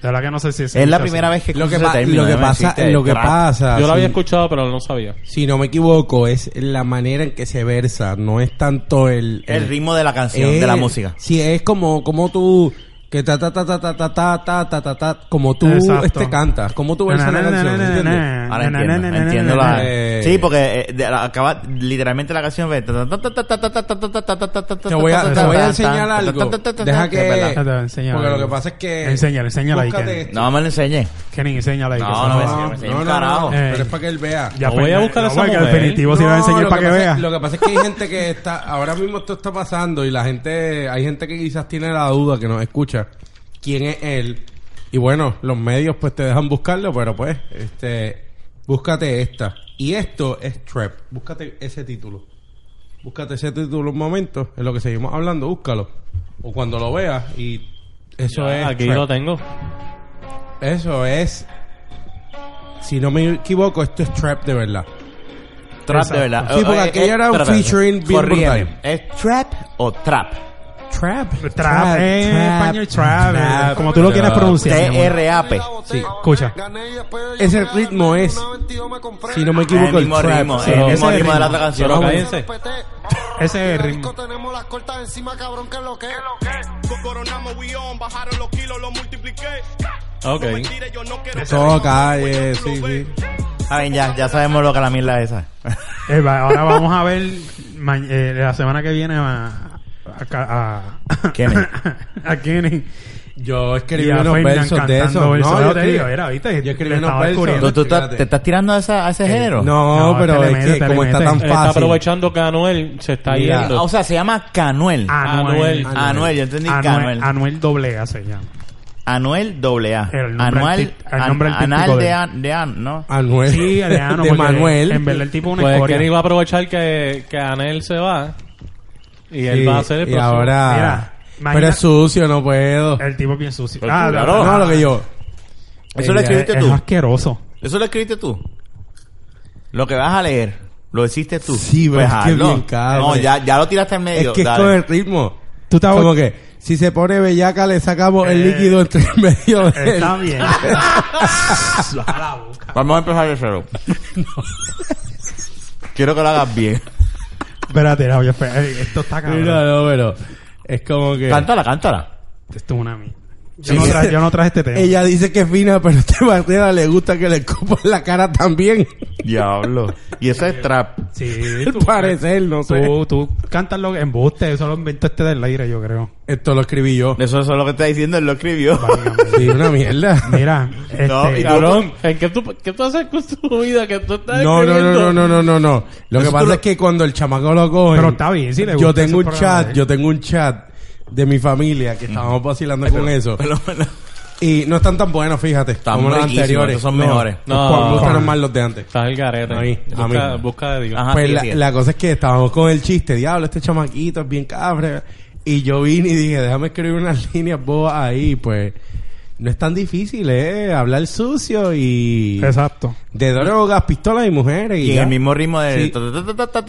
[SPEAKER 2] De verdad que no sé si
[SPEAKER 3] Es la primera vez que
[SPEAKER 4] Lo
[SPEAKER 3] escucho
[SPEAKER 4] que,
[SPEAKER 3] ese
[SPEAKER 4] pa-
[SPEAKER 3] término,
[SPEAKER 4] lo que
[SPEAKER 3] déjame
[SPEAKER 4] pasa,
[SPEAKER 3] decirte,
[SPEAKER 4] lo que
[SPEAKER 3] trap.
[SPEAKER 4] pasa
[SPEAKER 5] Yo lo había
[SPEAKER 4] si-
[SPEAKER 5] escuchado, pero no sabía.
[SPEAKER 4] si no me equivoco, es la manera en que se versa, no es tanto el...
[SPEAKER 3] El ritmo de la canción,
[SPEAKER 4] es-
[SPEAKER 3] de la música.
[SPEAKER 4] Sí, es como, como tú... Que ta ta ta ta ta ta ta ta ta ta ta como tú
[SPEAKER 2] Exacto.
[SPEAKER 4] este cantas, como tú versas la canción, ¿entiendes?
[SPEAKER 3] Ahora entiendo, entiendo la... Sí, porque eh, de- la- acaba literalmente la canción ve... Te
[SPEAKER 4] Te voy a, te voy a enseñar algo. Deja
[SPEAKER 3] Es
[SPEAKER 4] que...
[SPEAKER 3] verdad.
[SPEAKER 4] Porque lo que pasa es que...
[SPEAKER 2] Enséñale, enséñale ahí,
[SPEAKER 4] Búscate
[SPEAKER 2] Kenny.
[SPEAKER 4] esto.
[SPEAKER 3] No me lo enseñé.
[SPEAKER 2] Kenny, enséñala ahí.
[SPEAKER 3] No,
[SPEAKER 2] que
[SPEAKER 3] no
[SPEAKER 2] se
[SPEAKER 3] me
[SPEAKER 2] joda.
[SPEAKER 3] enseña, me enseña un carajo.
[SPEAKER 2] Eh.
[SPEAKER 4] Pero es para que él vea.
[SPEAKER 2] Ya,
[SPEAKER 5] No voy a
[SPEAKER 2] pues,
[SPEAKER 5] buscar
[SPEAKER 2] no,
[SPEAKER 5] esa
[SPEAKER 2] que
[SPEAKER 5] mujer.
[SPEAKER 2] definitivo si la va a enseñar
[SPEAKER 4] lo
[SPEAKER 2] para que,
[SPEAKER 4] pasa-
[SPEAKER 2] vea.
[SPEAKER 4] Lo que pasa es que hay gente que está, ahora mismo esto está pasando y la gente, hay gente que quizás tiene la duda que nos escucha, quién es él. Y bueno, los medios pues te dejan buscarlo, pero pues, este, búscate esta. Y esto es Trap, búscate ese título. Búscate ese título un momento, en lo que seguimos hablando, búscalo. O cuando lo veas y eso
[SPEAKER 5] Ya,
[SPEAKER 4] es...
[SPEAKER 5] Ah, Aquí
[SPEAKER 4] trap.
[SPEAKER 5] lo tengo.
[SPEAKER 4] Eso es... Si no me equivoco, esto es trap de verdad.
[SPEAKER 3] Trap
[SPEAKER 4] Exacto.
[SPEAKER 3] de verdad.
[SPEAKER 4] Sí, porque aquello era un
[SPEAKER 3] espérate,
[SPEAKER 4] featuring bien
[SPEAKER 3] corrígeme.
[SPEAKER 4] brutal.
[SPEAKER 3] ¿Es trap o trap?
[SPEAKER 4] Trap. Eh,
[SPEAKER 2] Trap, en español, trap, eh, como tú lo quieras pronunciar. mi amor.
[SPEAKER 3] T-R-A-P.
[SPEAKER 4] Sí.
[SPEAKER 2] Escucha.
[SPEAKER 4] Ese ritmo es- Si no me
[SPEAKER 3] El
[SPEAKER 4] equivoco, el,
[SPEAKER 3] mismo
[SPEAKER 4] trap.
[SPEAKER 3] ritmo,
[SPEAKER 4] Sí.
[SPEAKER 3] el
[SPEAKER 2] ese
[SPEAKER 3] mismo
[SPEAKER 2] es
[SPEAKER 3] ritmo de la
[SPEAKER 2] ritmo.
[SPEAKER 3] otra canción.
[SPEAKER 5] Pero
[SPEAKER 3] Vamos.
[SPEAKER 5] cállense.
[SPEAKER 2] Ese es el ritmo.
[SPEAKER 7] Tenemos las cortas encima, cabrón, que lo que.
[SPEAKER 8] Coronamos we on, bajaron los kilos, los multipliqué.
[SPEAKER 5] Ok.
[SPEAKER 8] No me tires, yo no quiero Pues
[SPEAKER 4] Todo calle, eh, sí, sí.
[SPEAKER 3] A ver, ya, ya sabemos lo que la mierda es esa.
[SPEAKER 2] Eh, va- ahora vamos a ver ma- eh, la semana que viene a a, a, a
[SPEAKER 3] Kenny.
[SPEAKER 2] a Kenny.
[SPEAKER 4] Yo escribí
[SPEAKER 2] Y a
[SPEAKER 4] unos
[SPEAKER 2] Fernan
[SPEAKER 4] versos de
[SPEAKER 2] cantando
[SPEAKER 4] eso.
[SPEAKER 2] versos.
[SPEAKER 4] No,
[SPEAKER 2] Yo
[SPEAKER 4] yo
[SPEAKER 2] te
[SPEAKER 4] escribí,
[SPEAKER 2] digo, era, ¿viste?
[SPEAKER 4] yo escribí
[SPEAKER 2] Te
[SPEAKER 4] unos
[SPEAKER 2] estaba
[SPEAKER 4] versos.
[SPEAKER 2] descubriendo.
[SPEAKER 3] ¿Tú, tú estás-
[SPEAKER 4] fíjate.
[SPEAKER 3] te estás tirando a, esa- a ese género?
[SPEAKER 4] No,
[SPEAKER 2] No,
[SPEAKER 4] pero
[SPEAKER 2] te le
[SPEAKER 4] es
[SPEAKER 2] metes,
[SPEAKER 4] que
[SPEAKER 2] te le
[SPEAKER 4] como está
[SPEAKER 2] metes.
[SPEAKER 4] tan
[SPEAKER 2] Está
[SPEAKER 5] Está
[SPEAKER 4] fácil.
[SPEAKER 5] aprovechando que Anuel se está
[SPEAKER 4] Mira.
[SPEAKER 5] yendo.
[SPEAKER 3] Ah, O sea, se llama Canuel.
[SPEAKER 2] Ah, Anuel.
[SPEAKER 5] Anuel.
[SPEAKER 3] Anuel, yo entendí
[SPEAKER 2] Anuel,
[SPEAKER 3] Canuel.
[SPEAKER 2] Anuel doble A se llama.
[SPEAKER 3] Anuel doble A.
[SPEAKER 2] El nombre
[SPEAKER 3] Anuel,
[SPEAKER 2] arti- el nombre
[SPEAKER 3] an-
[SPEAKER 2] artístico
[SPEAKER 3] anal
[SPEAKER 2] de
[SPEAKER 3] de
[SPEAKER 2] él.
[SPEAKER 3] An, de An, ¿no?
[SPEAKER 4] Anuel.
[SPEAKER 2] Sí, Aleano,
[SPEAKER 4] de
[SPEAKER 2] porque
[SPEAKER 4] Manuel.
[SPEAKER 2] En verdad el tipo es una
[SPEAKER 5] Pues
[SPEAKER 2] escoria.
[SPEAKER 5] Kenny va a aprovechar que, que Anel se va. Y
[SPEAKER 4] Sí,
[SPEAKER 5] él va a ser el
[SPEAKER 4] y
[SPEAKER 5] próximo.
[SPEAKER 4] ahora...
[SPEAKER 2] Mira, imagina-
[SPEAKER 4] pero es sucio, no puedo.
[SPEAKER 2] El tipo es bien sucio.
[SPEAKER 3] Pero
[SPEAKER 2] Ah,
[SPEAKER 3] tú,
[SPEAKER 2] la-
[SPEAKER 3] Pues claro.
[SPEAKER 2] la-
[SPEAKER 4] No, lo que yo...
[SPEAKER 3] Eso lo
[SPEAKER 2] Ella
[SPEAKER 3] escribiste
[SPEAKER 2] es-
[SPEAKER 3] tú.
[SPEAKER 2] Es asqueroso.
[SPEAKER 3] Eso lo escribiste tú. Lo que vas a leer, lo hiciste tú. Pues
[SPEAKER 4] Sí, pero es que
[SPEAKER 3] hazlo.
[SPEAKER 4] bien cabrón.
[SPEAKER 3] No, ya, ya lo tiraste en medio.
[SPEAKER 4] Es que
[SPEAKER 3] dale.
[SPEAKER 4] es con el ritmo.
[SPEAKER 2] Tú estás- Eh,
[SPEAKER 4] Como que si se pone bellaca le sacamos el líquido entre el medio de él.
[SPEAKER 2] Está bien.
[SPEAKER 3] Vamos a empezar de cero. Quiero que lo hagas bien.
[SPEAKER 2] Espérate, no, yo, espera, eh, esto está cabrón.
[SPEAKER 4] Mira, no, pero es como que
[SPEAKER 3] Cántala, cántala.
[SPEAKER 2] Esto es una mierda. Yo, no traje, yo no traje este tema.
[SPEAKER 4] ella dice que es fina, pero a este Barrera le gusta que le escupan la cara también.
[SPEAKER 3] Diablo. Y eso es trap.
[SPEAKER 2] Sí,
[SPEAKER 4] Al
[SPEAKER 2] tú,
[SPEAKER 4] parecer, no sé.
[SPEAKER 2] tú, tú cantas lo que embuste, eso lo inventó este del aire, yo creo.
[SPEAKER 4] Esto lo escribí yo.
[SPEAKER 3] Eso, eso es lo que está diciendo, él lo escribió.
[SPEAKER 4] Sí, una mierda.
[SPEAKER 2] Mira, este,
[SPEAKER 3] No, y tú-
[SPEAKER 5] Cabrón, ¿en qué tú, qué tú haces con tu vida? Que tú estás
[SPEAKER 4] No, no, no,
[SPEAKER 5] escribiendo?
[SPEAKER 4] no, no, no, no, no. Lo que
[SPEAKER 3] Eso tú
[SPEAKER 4] pasa
[SPEAKER 3] lo-
[SPEAKER 4] es que cuando el chamaco lo coge,
[SPEAKER 2] Pero está bien, sí le gusta
[SPEAKER 4] yo tengo
[SPEAKER 2] ese
[SPEAKER 4] un
[SPEAKER 2] programa de
[SPEAKER 4] chat,
[SPEAKER 2] él.
[SPEAKER 4] yo tengo un chat de mi familia que estábamos vacilando con eso.
[SPEAKER 3] Pero-
[SPEAKER 4] Y no están tan buenos, fíjate.
[SPEAKER 3] Están
[SPEAKER 4] como los
[SPEAKER 3] riquísimos,
[SPEAKER 4] anteriores.
[SPEAKER 3] estos son
[SPEAKER 4] No,
[SPEAKER 3] mejores.
[SPEAKER 4] Me
[SPEAKER 5] No.
[SPEAKER 4] gustaron más los de antes.
[SPEAKER 5] Estás el garete.
[SPEAKER 4] A mí, a
[SPEAKER 5] busca,
[SPEAKER 4] mí.
[SPEAKER 5] busca de Dios.
[SPEAKER 3] Ajá.
[SPEAKER 4] pues
[SPEAKER 3] sí,
[SPEAKER 4] la,
[SPEAKER 3] sí.
[SPEAKER 4] la cosa es que estábamos con el chiste, diablo, este chamaquito es bien cabra. Y yo vine y dije, déjame escribir unas líneas bobas ahí, pues. No es tan difícil, ¿eh? Hablar sucio y...
[SPEAKER 2] Exacto.
[SPEAKER 4] De drogas, pistolas y mujeres.
[SPEAKER 3] Y en
[SPEAKER 4] ya.
[SPEAKER 3] el mismo ritmo de...
[SPEAKER 4] Sí.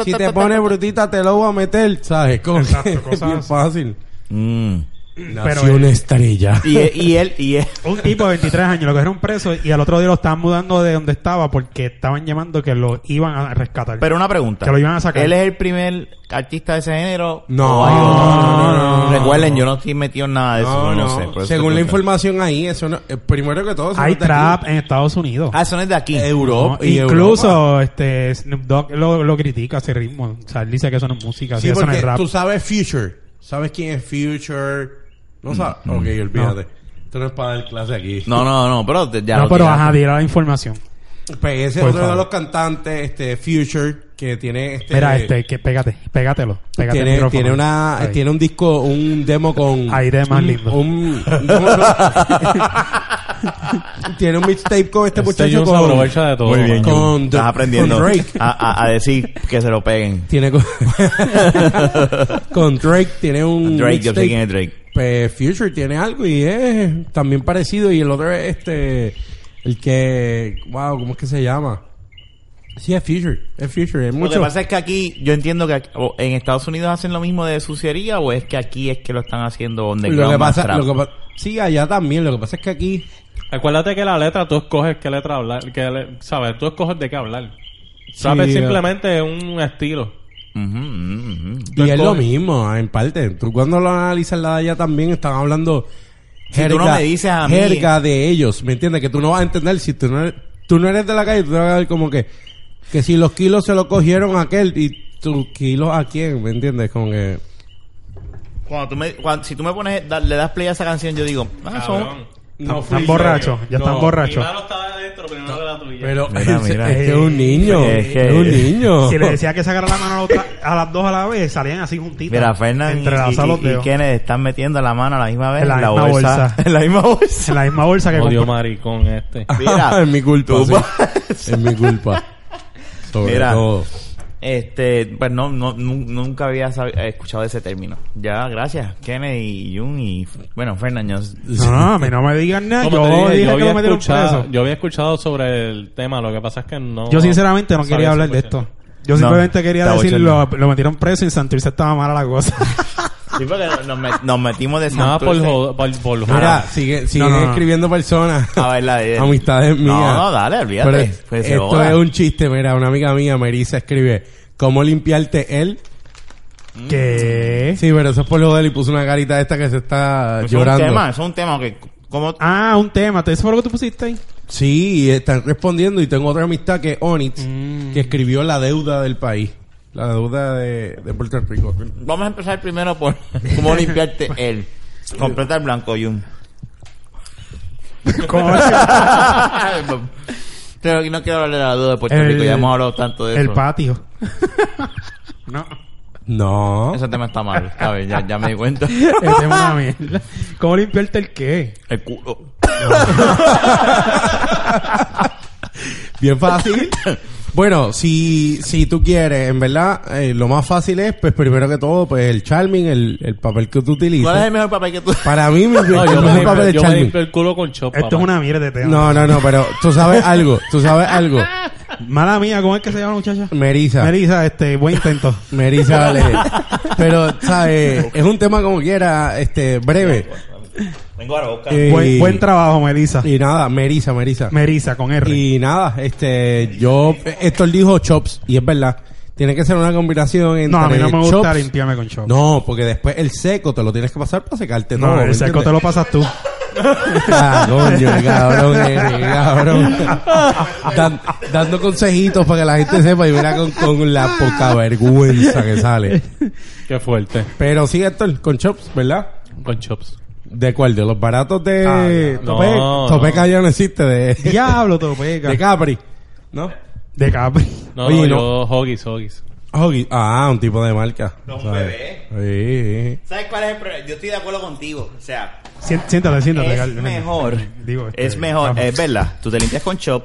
[SPEAKER 4] Si te pones brutita, te lo voy a meter, ¿sabes? Como
[SPEAKER 2] Exacto,
[SPEAKER 4] que es
[SPEAKER 2] cosas
[SPEAKER 4] bien
[SPEAKER 2] así.
[SPEAKER 4] fácil.
[SPEAKER 3] Mm.
[SPEAKER 4] Nació
[SPEAKER 2] Pero,
[SPEAKER 4] una
[SPEAKER 2] eh,
[SPEAKER 4] estrella.
[SPEAKER 3] Y, él- y él... Y él
[SPEAKER 2] Un tipo de 23 años lo cogieron preso y al otro día lo estaban mudando de donde estaba porque estaban llamando que lo iban a rescatar.
[SPEAKER 3] pero una pregunta.
[SPEAKER 2] Que lo iban a sacar.
[SPEAKER 3] ¿Él es el primer artista de ese género?
[SPEAKER 4] No,
[SPEAKER 3] ¿O hay otro?
[SPEAKER 4] no, no, no.
[SPEAKER 3] Recuerden, yo no estoy metido en nada de eso. No, sé. por eso
[SPEAKER 4] Según la
[SPEAKER 3] te pregunto.
[SPEAKER 4] información ahí, eso no... eh, primero que todo... eso
[SPEAKER 2] Hay
[SPEAKER 4] no está aquí.
[SPEAKER 2] trap en Estados Unidos.
[SPEAKER 3] Ah, eso no es de aquí.
[SPEAKER 4] Europa.
[SPEAKER 2] No,
[SPEAKER 4] y
[SPEAKER 2] Incluso
[SPEAKER 4] Europa.
[SPEAKER 2] este Snoop Dogg lo, lo critica ese ritmo. O sea, él dice que eso no es música,
[SPEAKER 4] Sí,
[SPEAKER 2] que eso no
[SPEAKER 4] porque
[SPEAKER 2] es rap.
[SPEAKER 4] tú sabes Future. ¿Sabes quién es Future? No sabes. ok, olvídate. Esto no es para dar clase aquí.
[SPEAKER 3] No, no, no, pero te- ya
[SPEAKER 2] no,
[SPEAKER 3] lo
[SPEAKER 2] pero
[SPEAKER 3] tiraste.
[SPEAKER 2] ajá, dirá la información.
[SPEAKER 4] Pues ese es
[SPEAKER 2] Por
[SPEAKER 4] otro de
[SPEAKER 2] favor.
[SPEAKER 4] los cantantes, este, Future, que tiene este.
[SPEAKER 2] Mira, este, que pégate, pégatelo. Pégate el
[SPEAKER 4] Tiene,
[SPEAKER 2] micrófono.
[SPEAKER 4] tiene una
[SPEAKER 2] Ahí.
[SPEAKER 4] tiene un disco un demo con
[SPEAKER 2] Ahí de más
[SPEAKER 4] un-
[SPEAKER 2] lindo.
[SPEAKER 4] un- ¿cómo se llama? tiene un mixtape con este
[SPEAKER 5] Este
[SPEAKER 4] muchacho
[SPEAKER 5] Jun se aprovecha
[SPEAKER 4] con
[SPEAKER 5] de todo.
[SPEAKER 3] Muy bien,
[SPEAKER 5] mano.
[SPEAKER 4] con
[SPEAKER 3] Jun.
[SPEAKER 4] The-
[SPEAKER 3] Estás aprendiendo Ah.
[SPEAKER 4] con Drake.
[SPEAKER 3] a, a- a decir que se lo peguen.
[SPEAKER 4] tiene con, con Drake tiene un
[SPEAKER 3] Drake, yo sé
[SPEAKER 4] mixtape.
[SPEAKER 3] quién es Drake.
[SPEAKER 4] Pues Future tiene algo y es también parecido. Y el otro es este. El que. Wow, ¿cómo es que se llama? Sí, es Future. Es Future. Es
[SPEAKER 3] Lo que
[SPEAKER 4] mucho.
[SPEAKER 3] pasa es que aquí, yo entiendo que aquí- o en Estados Unidos hacen lo mismo de suciería o es que aquí es que lo están haciendo donde
[SPEAKER 4] Lo que pasa. Lo que pa- sí, allá también. Lo que pasa es que aquí.
[SPEAKER 5] Acuérdate que la letra tú escoges qué letra hablar. Qué le- ¿Sabes? Tú escoges de qué hablar. ¿Sabes?
[SPEAKER 4] Sí,
[SPEAKER 5] Simplemente un estilo.
[SPEAKER 4] Y es
[SPEAKER 5] escoges-
[SPEAKER 4] lo mismo, ah, en parte. Tú cuando lo analizas la de allá también están hablando.
[SPEAKER 3] Si tú no me dices a mí-
[SPEAKER 4] jerga de ellos, ¿me entiendes? Que tú no vas a entender si tú no eres, tú no eres de la calle, tú te vas a ver como que, que si los kilos se lo cogieron a aquel y tus kilos a quién, ¿me entiendes? Como que...
[SPEAKER 3] Cuando tú me, cuando- si tú me pones, da- le das play a esa canción, yo digo, ah, son-
[SPEAKER 4] No
[SPEAKER 2] Están borrachos, ya están borrachos.
[SPEAKER 5] estaba adentro primero de la tuya.
[SPEAKER 4] Pero
[SPEAKER 3] Mira,
[SPEAKER 4] es,
[SPEAKER 3] mira.
[SPEAKER 4] es que es un niño.
[SPEAKER 3] Es
[SPEAKER 4] Es,
[SPEAKER 3] que-
[SPEAKER 4] un niño.
[SPEAKER 2] Si le decía que sacara la mano a, la otra- a las dos a la vez, salían así juntitas.
[SPEAKER 3] Mira, Fernan y,
[SPEAKER 2] Entrelazadas los
[SPEAKER 3] y, y- y
[SPEAKER 2] dedos.
[SPEAKER 3] Kenneth están metiendo la mano a la misma vez
[SPEAKER 2] En la misma bolsa.
[SPEAKER 3] En la misma bolsa.
[SPEAKER 2] En la misma bolsa que
[SPEAKER 5] Odio
[SPEAKER 2] compró.
[SPEAKER 5] maricón este.
[SPEAKER 3] Mira,
[SPEAKER 4] Ah, es mi culpa.
[SPEAKER 3] tú
[SPEAKER 4] sí.
[SPEAKER 3] vas-
[SPEAKER 4] Es mi culpa. Sobre
[SPEAKER 3] Mira.
[SPEAKER 4] todo.
[SPEAKER 3] Este, pues no, no, nu- nunca había sabi- eh, escuchado ese término. Ya, gracias, Kennedy, Jun y, bueno, Fernández.
[SPEAKER 2] No, no, a mí no me digan nada.
[SPEAKER 5] Como te
[SPEAKER 2] Ah, Yo
[SPEAKER 5] dije,
[SPEAKER 2] dije
[SPEAKER 5] yo
[SPEAKER 2] que
[SPEAKER 5] había
[SPEAKER 2] lo metieron
[SPEAKER 5] escuchado-
[SPEAKER 2] preso.
[SPEAKER 5] Yo había escuchado sobre el tema, lo que pasa es que no.
[SPEAKER 2] Yo sinceramente no quería
[SPEAKER 5] sabía
[SPEAKER 2] hablar de
[SPEAKER 5] 100%.
[SPEAKER 2] esto. Yo simplemente quería
[SPEAKER 3] está
[SPEAKER 2] decir, lo,
[SPEAKER 3] bochorno.
[SPEAKER 2] lo metieron preso y en Santurce estaba mala la cosa.
[SPEAKER 3] Sí, porque nos, met- nos metimos de
[SPEAKER 5] Nada por
[SPEAKER 3] Santurce.
[SPEAKER 5] joder. Por, por joder.
[SPEAKER 4] Mira, sigue, sigue
[SPEAKER 2] no, no.
[SPEAKER 4] escribiendo personas.
[SPEAKER 3] A ver, la de-
[SPEAKER 4] Amistades mías.
[SPEAKER 3] No, no, dale, olvídate.
[SPEAKER 4] Pero
[SPEAKER 3] Pues se
[SPEAKER 4] esto
[SPEAKER 3] joda.
[SPEAKER 4] es un chiste, mira, una amiga mía, Merisa, escribe, ¿cómo limpiarte él?
[SPEAKER 2] ¿Qué?
[SPEAKER 4] Sí, pero eso es por lo de él y puso una carita esta que se está
[SPEAKER 3] Pues Es un
[SPEAKER 4] llorando.
[SPEAKER 3] tema, es un tema que, como,
[SPEAKER 2] Ah, un tema. ¿Eso fue lo que tú pusiste ahí?
[SPEAKER 4] Sí, y están respondiendo y tengo otra amistad que es Onitz,
[SPEAKER 3] Mm.
[SPEAKER 4] que escribió la deuda del país. La deuda de, de Puerto Rico.
[SPEAKER 3] vamos a empezar primero por cómo limpiarte él. Completa el blanco, Jun.
[SPEAKER 2] ¿Cómo?
[SPEAKER 3] Pero no quiero hablar de la duda de Puerto
[SPEAKER 2] El-
[SPEAKER 3] Rico, ya hemos hablado tanto de
[SPEAKER 2] El
[SPEAKER 3] eso.
[SPEAKER 2] patio. no.
[SPEAKER 4] No.
[SPEAKER 3] Ese tema está mal, ¿sabes? Ya, ya me di cuenta.
[SPEAKER 2] Ese es una mierda. ¿Cómo limpiarte el qué?
[SPEAKER 3] El culo.
[SPEAKER 4] Bien fácil. Bueno, si, si tú quieres, en verdad, eh, lo más fácil es, pues primero que todo, pues el charming, el, el papel que tú utilizas.
[SPEAKER 3] ¿Cuál es el mejor papel que tú...
[SPEAKER 4] Para mí, mi
[SPEAKER 5] No,
[SPEAKER 4] el
[SPEAKER 5] yo me
[SPEAKER 4] mejor papel
[SPEAKER 5] limpio-
[SPEAKER 4] es
[SPEAKER 5] yo me
[SPEAKER 4] charming.
[SPEAKER 5] limpio el culo con chop.
[SPEAKER 2] Esto es una mierda de tema.
[SPEAKER 4] No, no, no, pero tú sabes algo, tú sabes algo.
[SPEAKER 2] Mala mía, ¿cómo es que se llama la muchacha?
[SPEAKER 4] Merisa.
[SPEAKER 2] Melissa, este, buen intento.
[SPEAKER 4] Merisa vale. Pero, ¿sabes? Es un tema como quiera, este, breve.
[SPEAKER 3] Vengo ahora a buscar.
[SPEAKER 4] Eh,
[SPEAKER 2] Buen, buen trabajo, Melissa.
[SPEAKER 4] Y nada, Merisa, Merisa.
[SPEAKER 2] Melissa, con R.
[SPEAKER 4] Y nada, este, yo, Héctor dijo chops, y es verdad. Tiene que ser una combinación entre
[SPEAKER 2] no, a mí no me gusta
[SPEAKER 4] chops-
[SPEAKER 2] limpiarme con chop.
[SPEAKER 4] No, porque después el seco te lo tienes que pasar para secarte
[SPEAKER 2] No,
[SPEAKER 4] todo. ¿me
[SPEAKER 2] el seco
[SPEAKER 4] entiendes?
[SPEAKER 2] te lo pasas tú.
[SPEAKER 4] Ah, coño, qué cabrón, eres, qué cabrón. Dan- dando consejitos para que la gente sepa y verá con, con la poca vergüenza que sale.
[SPEAKER 5] Qué fuerte.
[SPEAKER 4] Pero sí, Héctor, con chops, ¿verdad?
[SPEAKER 5] Con chops.
[SPEAKER 4] ¿De cuál? ¿De los baratos de
[SPEAKER 2] Ah,
[SPEAKER 5] no.
[SPEAKER 4] Topé?
[SPEAKER 5] No,
[SPEAKER 4] Topé
[SPEAKER 5] no.
[SPEAKER 4] que ya no existe, de,
[SPEAKER 2] Diablo, todo pega.
[SPEAKER 4] de Capri. ¿No?
[SPEAKER 2] De Capri.
[SPEAKER 5] No,
[SPEAKER 4] Oye,
[SPEAKER 5] no,
[SPEAKER 4] no.
[SPEAKER 5] yo hoggies, hoggies.
[SPEAKER 4] Huggies. Ah, un tipo de marca.
[SPEAKER 3] Un
[SPEAKER 4] ¿sabes? Sí, sí.
[SPEAKER 3] ¿Sabes cuál es el problema? Yo estoy de acuerdo contigo. O sea,
[SPEAKER 2] Sien- Siéntate, siéntate.
[SPEAKER 3] es
[SPEAKER 2] Gal-
[SPEAKER 3] mejor.
[SPEAKER 2] Digo, este,
[SPEAKER 3] es mejor.
[SPEAKER 2] vamos.
[SPEAKER 3] Es verdad. Tú te limpias con chop,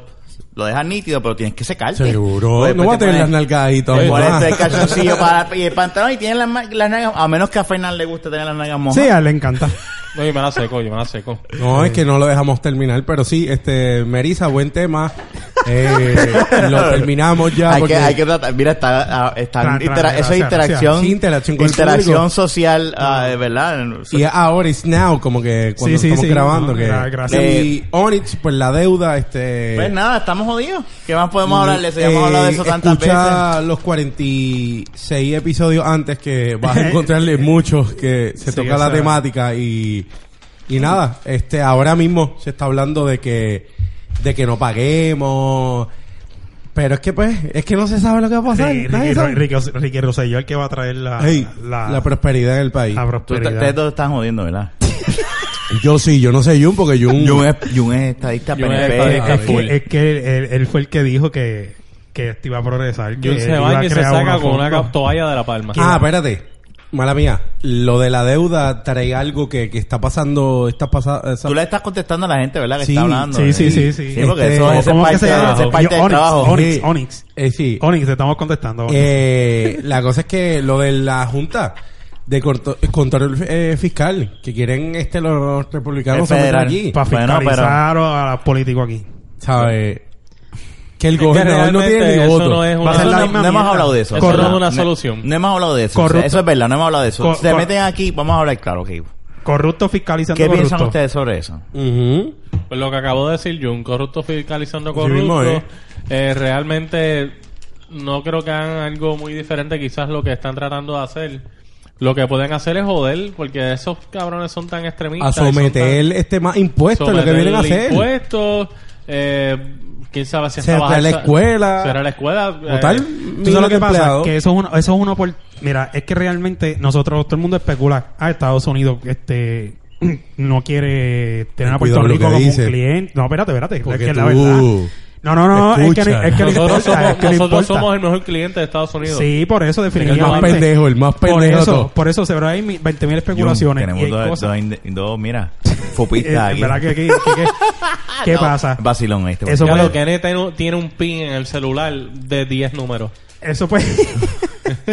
[SPEAKER 3] lo dejas nítido, pero tienes que secarte.
[SPEAKER 4] Seguro.
[SPEAKER 3] Después
[SPEAKER 4] No va
[SPEAKER 3] pues
[SPEAKER 4] a
[SPEAKER 3] te
[SPEAKER 4] tener las Ah.
[SPEAKER 3] pones-
[SPEAKER 4] nalgas ahí
[SPEAKER 3] Te pones
[SPEAKER 4] todavía.
[SPEAKER 3] el calzoncillo para, y el pantalón y tienes las, ma- las nalgas... A menos que a Fernández le guste tener las nalgas mojas.
[SPEAKER 2] Sí, a él le encanta.
[SPEAKER 5] No, yo me la seco, yo me la seco.
[SPEAKER 4] No, es que no lo dejamos terminar, pero sí, este, Merisa, buen tema. Eh, lo terminamos ya.
[SPEAKER 3] hay,
[SPEAKER 4] porque
[SPEAKER 3] que, hay que tratar, mira, está, ah, está
[SPEAKER 2] Tran,
[SPEAKER 3] intera-
[SPEAKER 2] tran,
[SPEAKER 3] eso es
[SPEAKER 2] gracias,
[SPEAKER 3] interacción,
[SPEAKER 4] gracias. Sí, interacción con el público.
[SPEAKER 3] interacción social, ah, de ¿verdad?
[SPEAKER 4] Y ahora es now, como que cuando
[SPEAKER 2] Sí, sí,
[SPEAKER 4] estamos
[SPEAKER 2] sí.
[SPEAKER 4] grabando.
[SPEAKER 2] No,
[SPEAKER 4] que,
[SPEAKER 2] gra- gracias.
[SPEAKER 4] Y Onyx, pues la deuda, este.
[SPEAKER 3] Pues nada, estamos jodidos. ¿Qué más podemos hablar de eso? Ya hemos
[SPEAKER 4] eh,
[SPEAKER 3] hablado de eso tantas
[SPEAKER 4] escucha
[SPEAKER 3] veces.
[SPEAKER 4] los 46 episodios antes que vas a encontrarle muchos que se
[SPEAKER 2] Sí,
[SPEAKER 4] toca
[SPEAKER 2] o
[SPEAKER 4] la
[SPEAKER 2] sea.
[SPEAKER 4] temática y, y nada, este ahora mismo se está hablando de que de que no paguemos pero es que pues, es que no se sabe lo que va a pasar.
[SPEAKER 2] Sí,
[SPEAKER 4] nadie
[SPEAKER 2] Ricky,
[SPEAKER 4] sabe.
[SPEAKER 2] Ricky, Ricky Rosselló, el que va a traer la,
[SPEAKER 4] Ey,
[SPEAKER 2] la,
[SPEAKER 4] la, prosperidad en el país.
[SPEAKER 2] la
[SPEAKER 3] Tú- Ustedes
[SPEAKER 2] prosperidad.
[SPEAKER 3] dos están jodiendo, ¿verdad?
[SPEAKER 4] Yo sí, yo no sé Jun porque Jun...
[SPEAKER 3] Jun es, Jun es estadista
[SPEAKER 5] Jun es
[SPEAKER 3] PNP.
[SPEAKER 5] estadista
[SPEAKER 2] Es
[SPEAKER 5] full.
[SPEAKER 2] que, es que él, él fue el que dijo que, que esto iba a progresar. que
[SPEAKER 5] Yo
[SPEAKER 2] él
[SPEAKER 5] se
[SPEAKER 2] iba
[SPEAKER 5] va
[SPEAKER 2] a
[SPEAKER 5] y se
[SPEAKER 2] crear
[SPEAKER 5] saca con una
[SPEAKER 2] foto.
[SPEAKER 5] cap- toalla de la palma.
[SPEAKER 4] Ah, espérate. Mala mía. Lo de la deuda trae algo que, que está pasando... Está pasando
[SPEAKER 3] Tú le estás contestando a la gente, ¿verdad? Que
[SPEAKER 4] Sí,
[SPEAKER 3] está hablando.
[SPEAKER 2] sí,
[SPEAKER 3] ¿eh?
[SPEAKER 2] sí, sí, sí.
[SPEAKER 3] porque
[SPEAKER 4] Este,
[SPEAKER 3] eso, ese es
[SPEAKER 2] ¿Cómo es que
[SPEAKER 3] parte,
[SPEAKER 2] se llama?
[SPEAKER 3] ese es
[SPEAKER 2] Oye,
[SPEAKER 3] parte del
[SPEAKER 2] Onyx,
[SPEAKER 3] trabajo.
[SPEAKER 2] Onyx,
[SPEAKER 4] Sí.
[SPEAKER 2] Onyx.
[SPEAKER 4] Eh, sí.
[SPEAKER 2] Onyx, te estamos
[SPEAKER 5] Oh,
[SPEAKER 2] contestando.
[SPEAKER 4] Eh, la cosa es que lo de la Junta de corto- Control eh, Fiscal, que quieren este los republicanos
[SPEAKER 3] Es
[SPEAKER 4] se metan
[SPEAKER 3] federal.
[SPEAKER 4] aquí,
[SPEAKER 2] para
[SPEAKER 3] bueno,
[SPEAKER 2] fiscalizar a los políticos aquí.
[SPEAKER 4] ¿sabes? Que el
[SPEAKER 5] Es que
[SPEAKER 4] gobernador no tiene ni
[SPEAKER 5] realmente
[SPEAKER 4] voto.
[SPEAKER 5] eso no es
[SPEAKER 2] Va a
[SPEAKER 5] una...
[SPEAKER 2] ser
[SPEAKER 3] Eso
[SPEAKER 2] la
[SPEAKER 3] no,
[SPEAKER 2] misma
[SPEAKER 3] no hemos
[SPEAKER 2] mierda.
[SPEAKER 3] hablado de eso.
[SPEAKER 5] Corrupto.
[SPEAKER 3] ¿verdad?
[SPEAKER 5] una
[SPEAKER 3] No-
[SPEAKER 5] solución.
[SPEAKER 3] No, hemos hablado de eso.
[SPEAKER 2] Corrupto.
[SPEAKER 3] O sea, eso es verdad, no hemos hablado de eso.
[SPEAKER 2] Cor-
[SPEAKER 3] Se
[SPEAKER 2] cor-
[SPEAKER 3] meten aquí, vamos a hablar claro. ok.
[SPEAKER 2] Corrupto fiscalizando
[SPEAKER 3] ¿Qué
[SPEAKER 2] corrupto.
[SPEAKER 3] piensan ustedes sobre eso?
[SPEAKER 4] Ujú.
[SPEAKER 5] Pues lo que acabo de decir yo, un corrupto fiscalizando
[SPEAKER 4] Así mismo
[SPEAKER 5] corrupto,
[SPEAKER 4] es.
[SPEAKER 5] eh, realmente no creo que hagan algo muy diferente quizás lo que están tratando de hacer. Lo que pueden hacer es joder, porque esos cabrones son tan
[SPEAKER 4] A
[SPEAKER 5] extremistas. y son
[SPEAKER 4] someter este más impuestos,
[SPEAKER 5] tan-
[SPEAKER 4] lo que vienen a
[SPEAKER 5] someterle
[SPEAKER 4] hacer.
[SPEAKER 5] Impuestos, eh, quién sabe si hasta
[SPEAKER 4] Cerrar
[SPEAKER 5] bajar
[SPEAKER 4] la
[SPEAKER 5] sa-
[SPEAKER 4] escuela.
[SPEAKER 5] Cerrar la escuela. eh,
[SPEAKER 4] Total,
[SPEAKER 2] ¿Tú
[SPEAKER 4] mira
[SPEAKER 2] sabes lo que pasa? Que eso es uno, eso es uno por... Mira, es que realmente nosotros, todo el mundo especula, ah, Estados Unidos, este... No quiere tener a Puerto
[SPEAKER 4] Cuidado lo
[SPEAKER 2] Rico
[SPEAKER 4] que
[SPEAKER 2] como
[SPEAKER 4] dice.
[SPEAKER 2] un cliente. No, espérate, espérate. Es
[SPEAKER 4] Porque
[SPEAKER 2] que es la
[SPEAKER 4] tú
[SPEAKER 2] verdad. No, no, no. Es que, no-
[SPEAKER 4] escuchas.
[SPEAKER 2] es que no
[SPEAKER 5] Nosotros,
[SPEAKER 2] importa,
[SPEAKER 5] somos,
[SPEAKER 2] es que no
[SPEAKER 5] nosotros
[SPEAKER 2] importa.
[SPEAKER 5] somos el mejor cliente de Estados Unidos.
[SPEAKER 2] Sí, por eso,
[SPEAKER 4] El más
[SPEAKER 2] definitivamente.
[SPEAKER 4] pendejo, el más
[SPEAKER 2] Por
[SPEAKER 4] pendejo. de
[SPEAKER 2] eso,
[SPEAKER 4] todos.
[SPEAKER 2] por eso, se hay mi- 20.000 especulaciones.
[SPEAKER 3] Tenemos
[SPEAKER 2] y hay
[SPEAKER 3] dos,
[SPEAKER 2] cosas.
[SPEAKER 3] dos inde- dos, mira,
[SPEAKER 2] Eh,
[SPEAKER 3] fupistas aquí.
[SPEAKER 2] ¿Verdad que aquí? que- que- ¿Qué
[SPEAKER 3] No,
[SPEAKER 2] pasa?
[SPEAKER 3] Vacilón este.
[SPEAKER 2] Eso
[SPEAKER 5] Ya
[SPEAKER 2] fue-
[SPEAKER 5] lo que tiene, tiene un pin en el celular de 10 números.
[SPEAKER 2] Eso pues.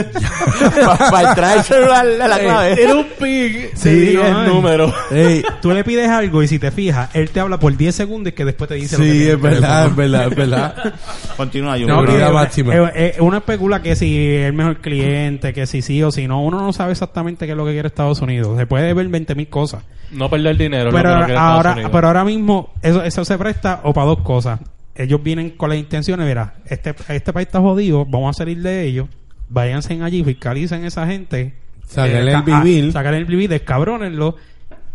[SPEAKER 3] Para entrar el celular a
[SPEAKER 2] Eh,
[SPEAKER 3] la clave.
[SPEAKER 5] Era un pig.
[SPEAKER 2] Sí,
[SPEAKER 5] Sí,
[SPEAKER 2] no,
[SPEAKER 5] el
[SPEAKER 2] eh.
[SPEAKER 5] número.
[SPEAKER 4] Ey,
[SPEAKER 2] Tú le pides algo y si te fijas, él te habla por 10 segundos y que después te dice lo que
[SPEAKER 4] sí,
[SPEAKER 2] tiene.
[SPEAKER 4] es verdad, es verdad, es verdad.
[SPEAKER 3] Eh, Continúa, yo.
[SPEAKER 4] No, Prioridad
[SPEAKER 2] pero,
[SPEAKER 4] máxima.
[SPEAKER 2] eh, eh, uno especula que si es el mejor cliente, que si sí o si no. Uno no sabe exactamente qué es lo que quiere Estados Unidos. Se puede ver 20 mil cosas.
[SPEAKER 5] No perder dinero. es lo
[SPEAKER 2] Pero
[SPEAKER 5] que no quiere Estados
[SPEAKER 2] ahora,
[SPEAKER 5] Unidos.
[SPEAKER 2] pero ahora mismo eso, eso se presta o para dos cosas. Ellos vienen con las intenciones, mira, este, este país está jodido, vamos a salir de ellos, váyanse allí, fiscalicen a esa gente,
[SPEAKER 4] Sáquenle
[SPEAKER 2] ca-
[SPEAKER 4] el
[SPEAKER 2] ah,
[SPEAKER 4] vivir.
[SPEAKER 2] sáquenle el vivir, descabrónenlo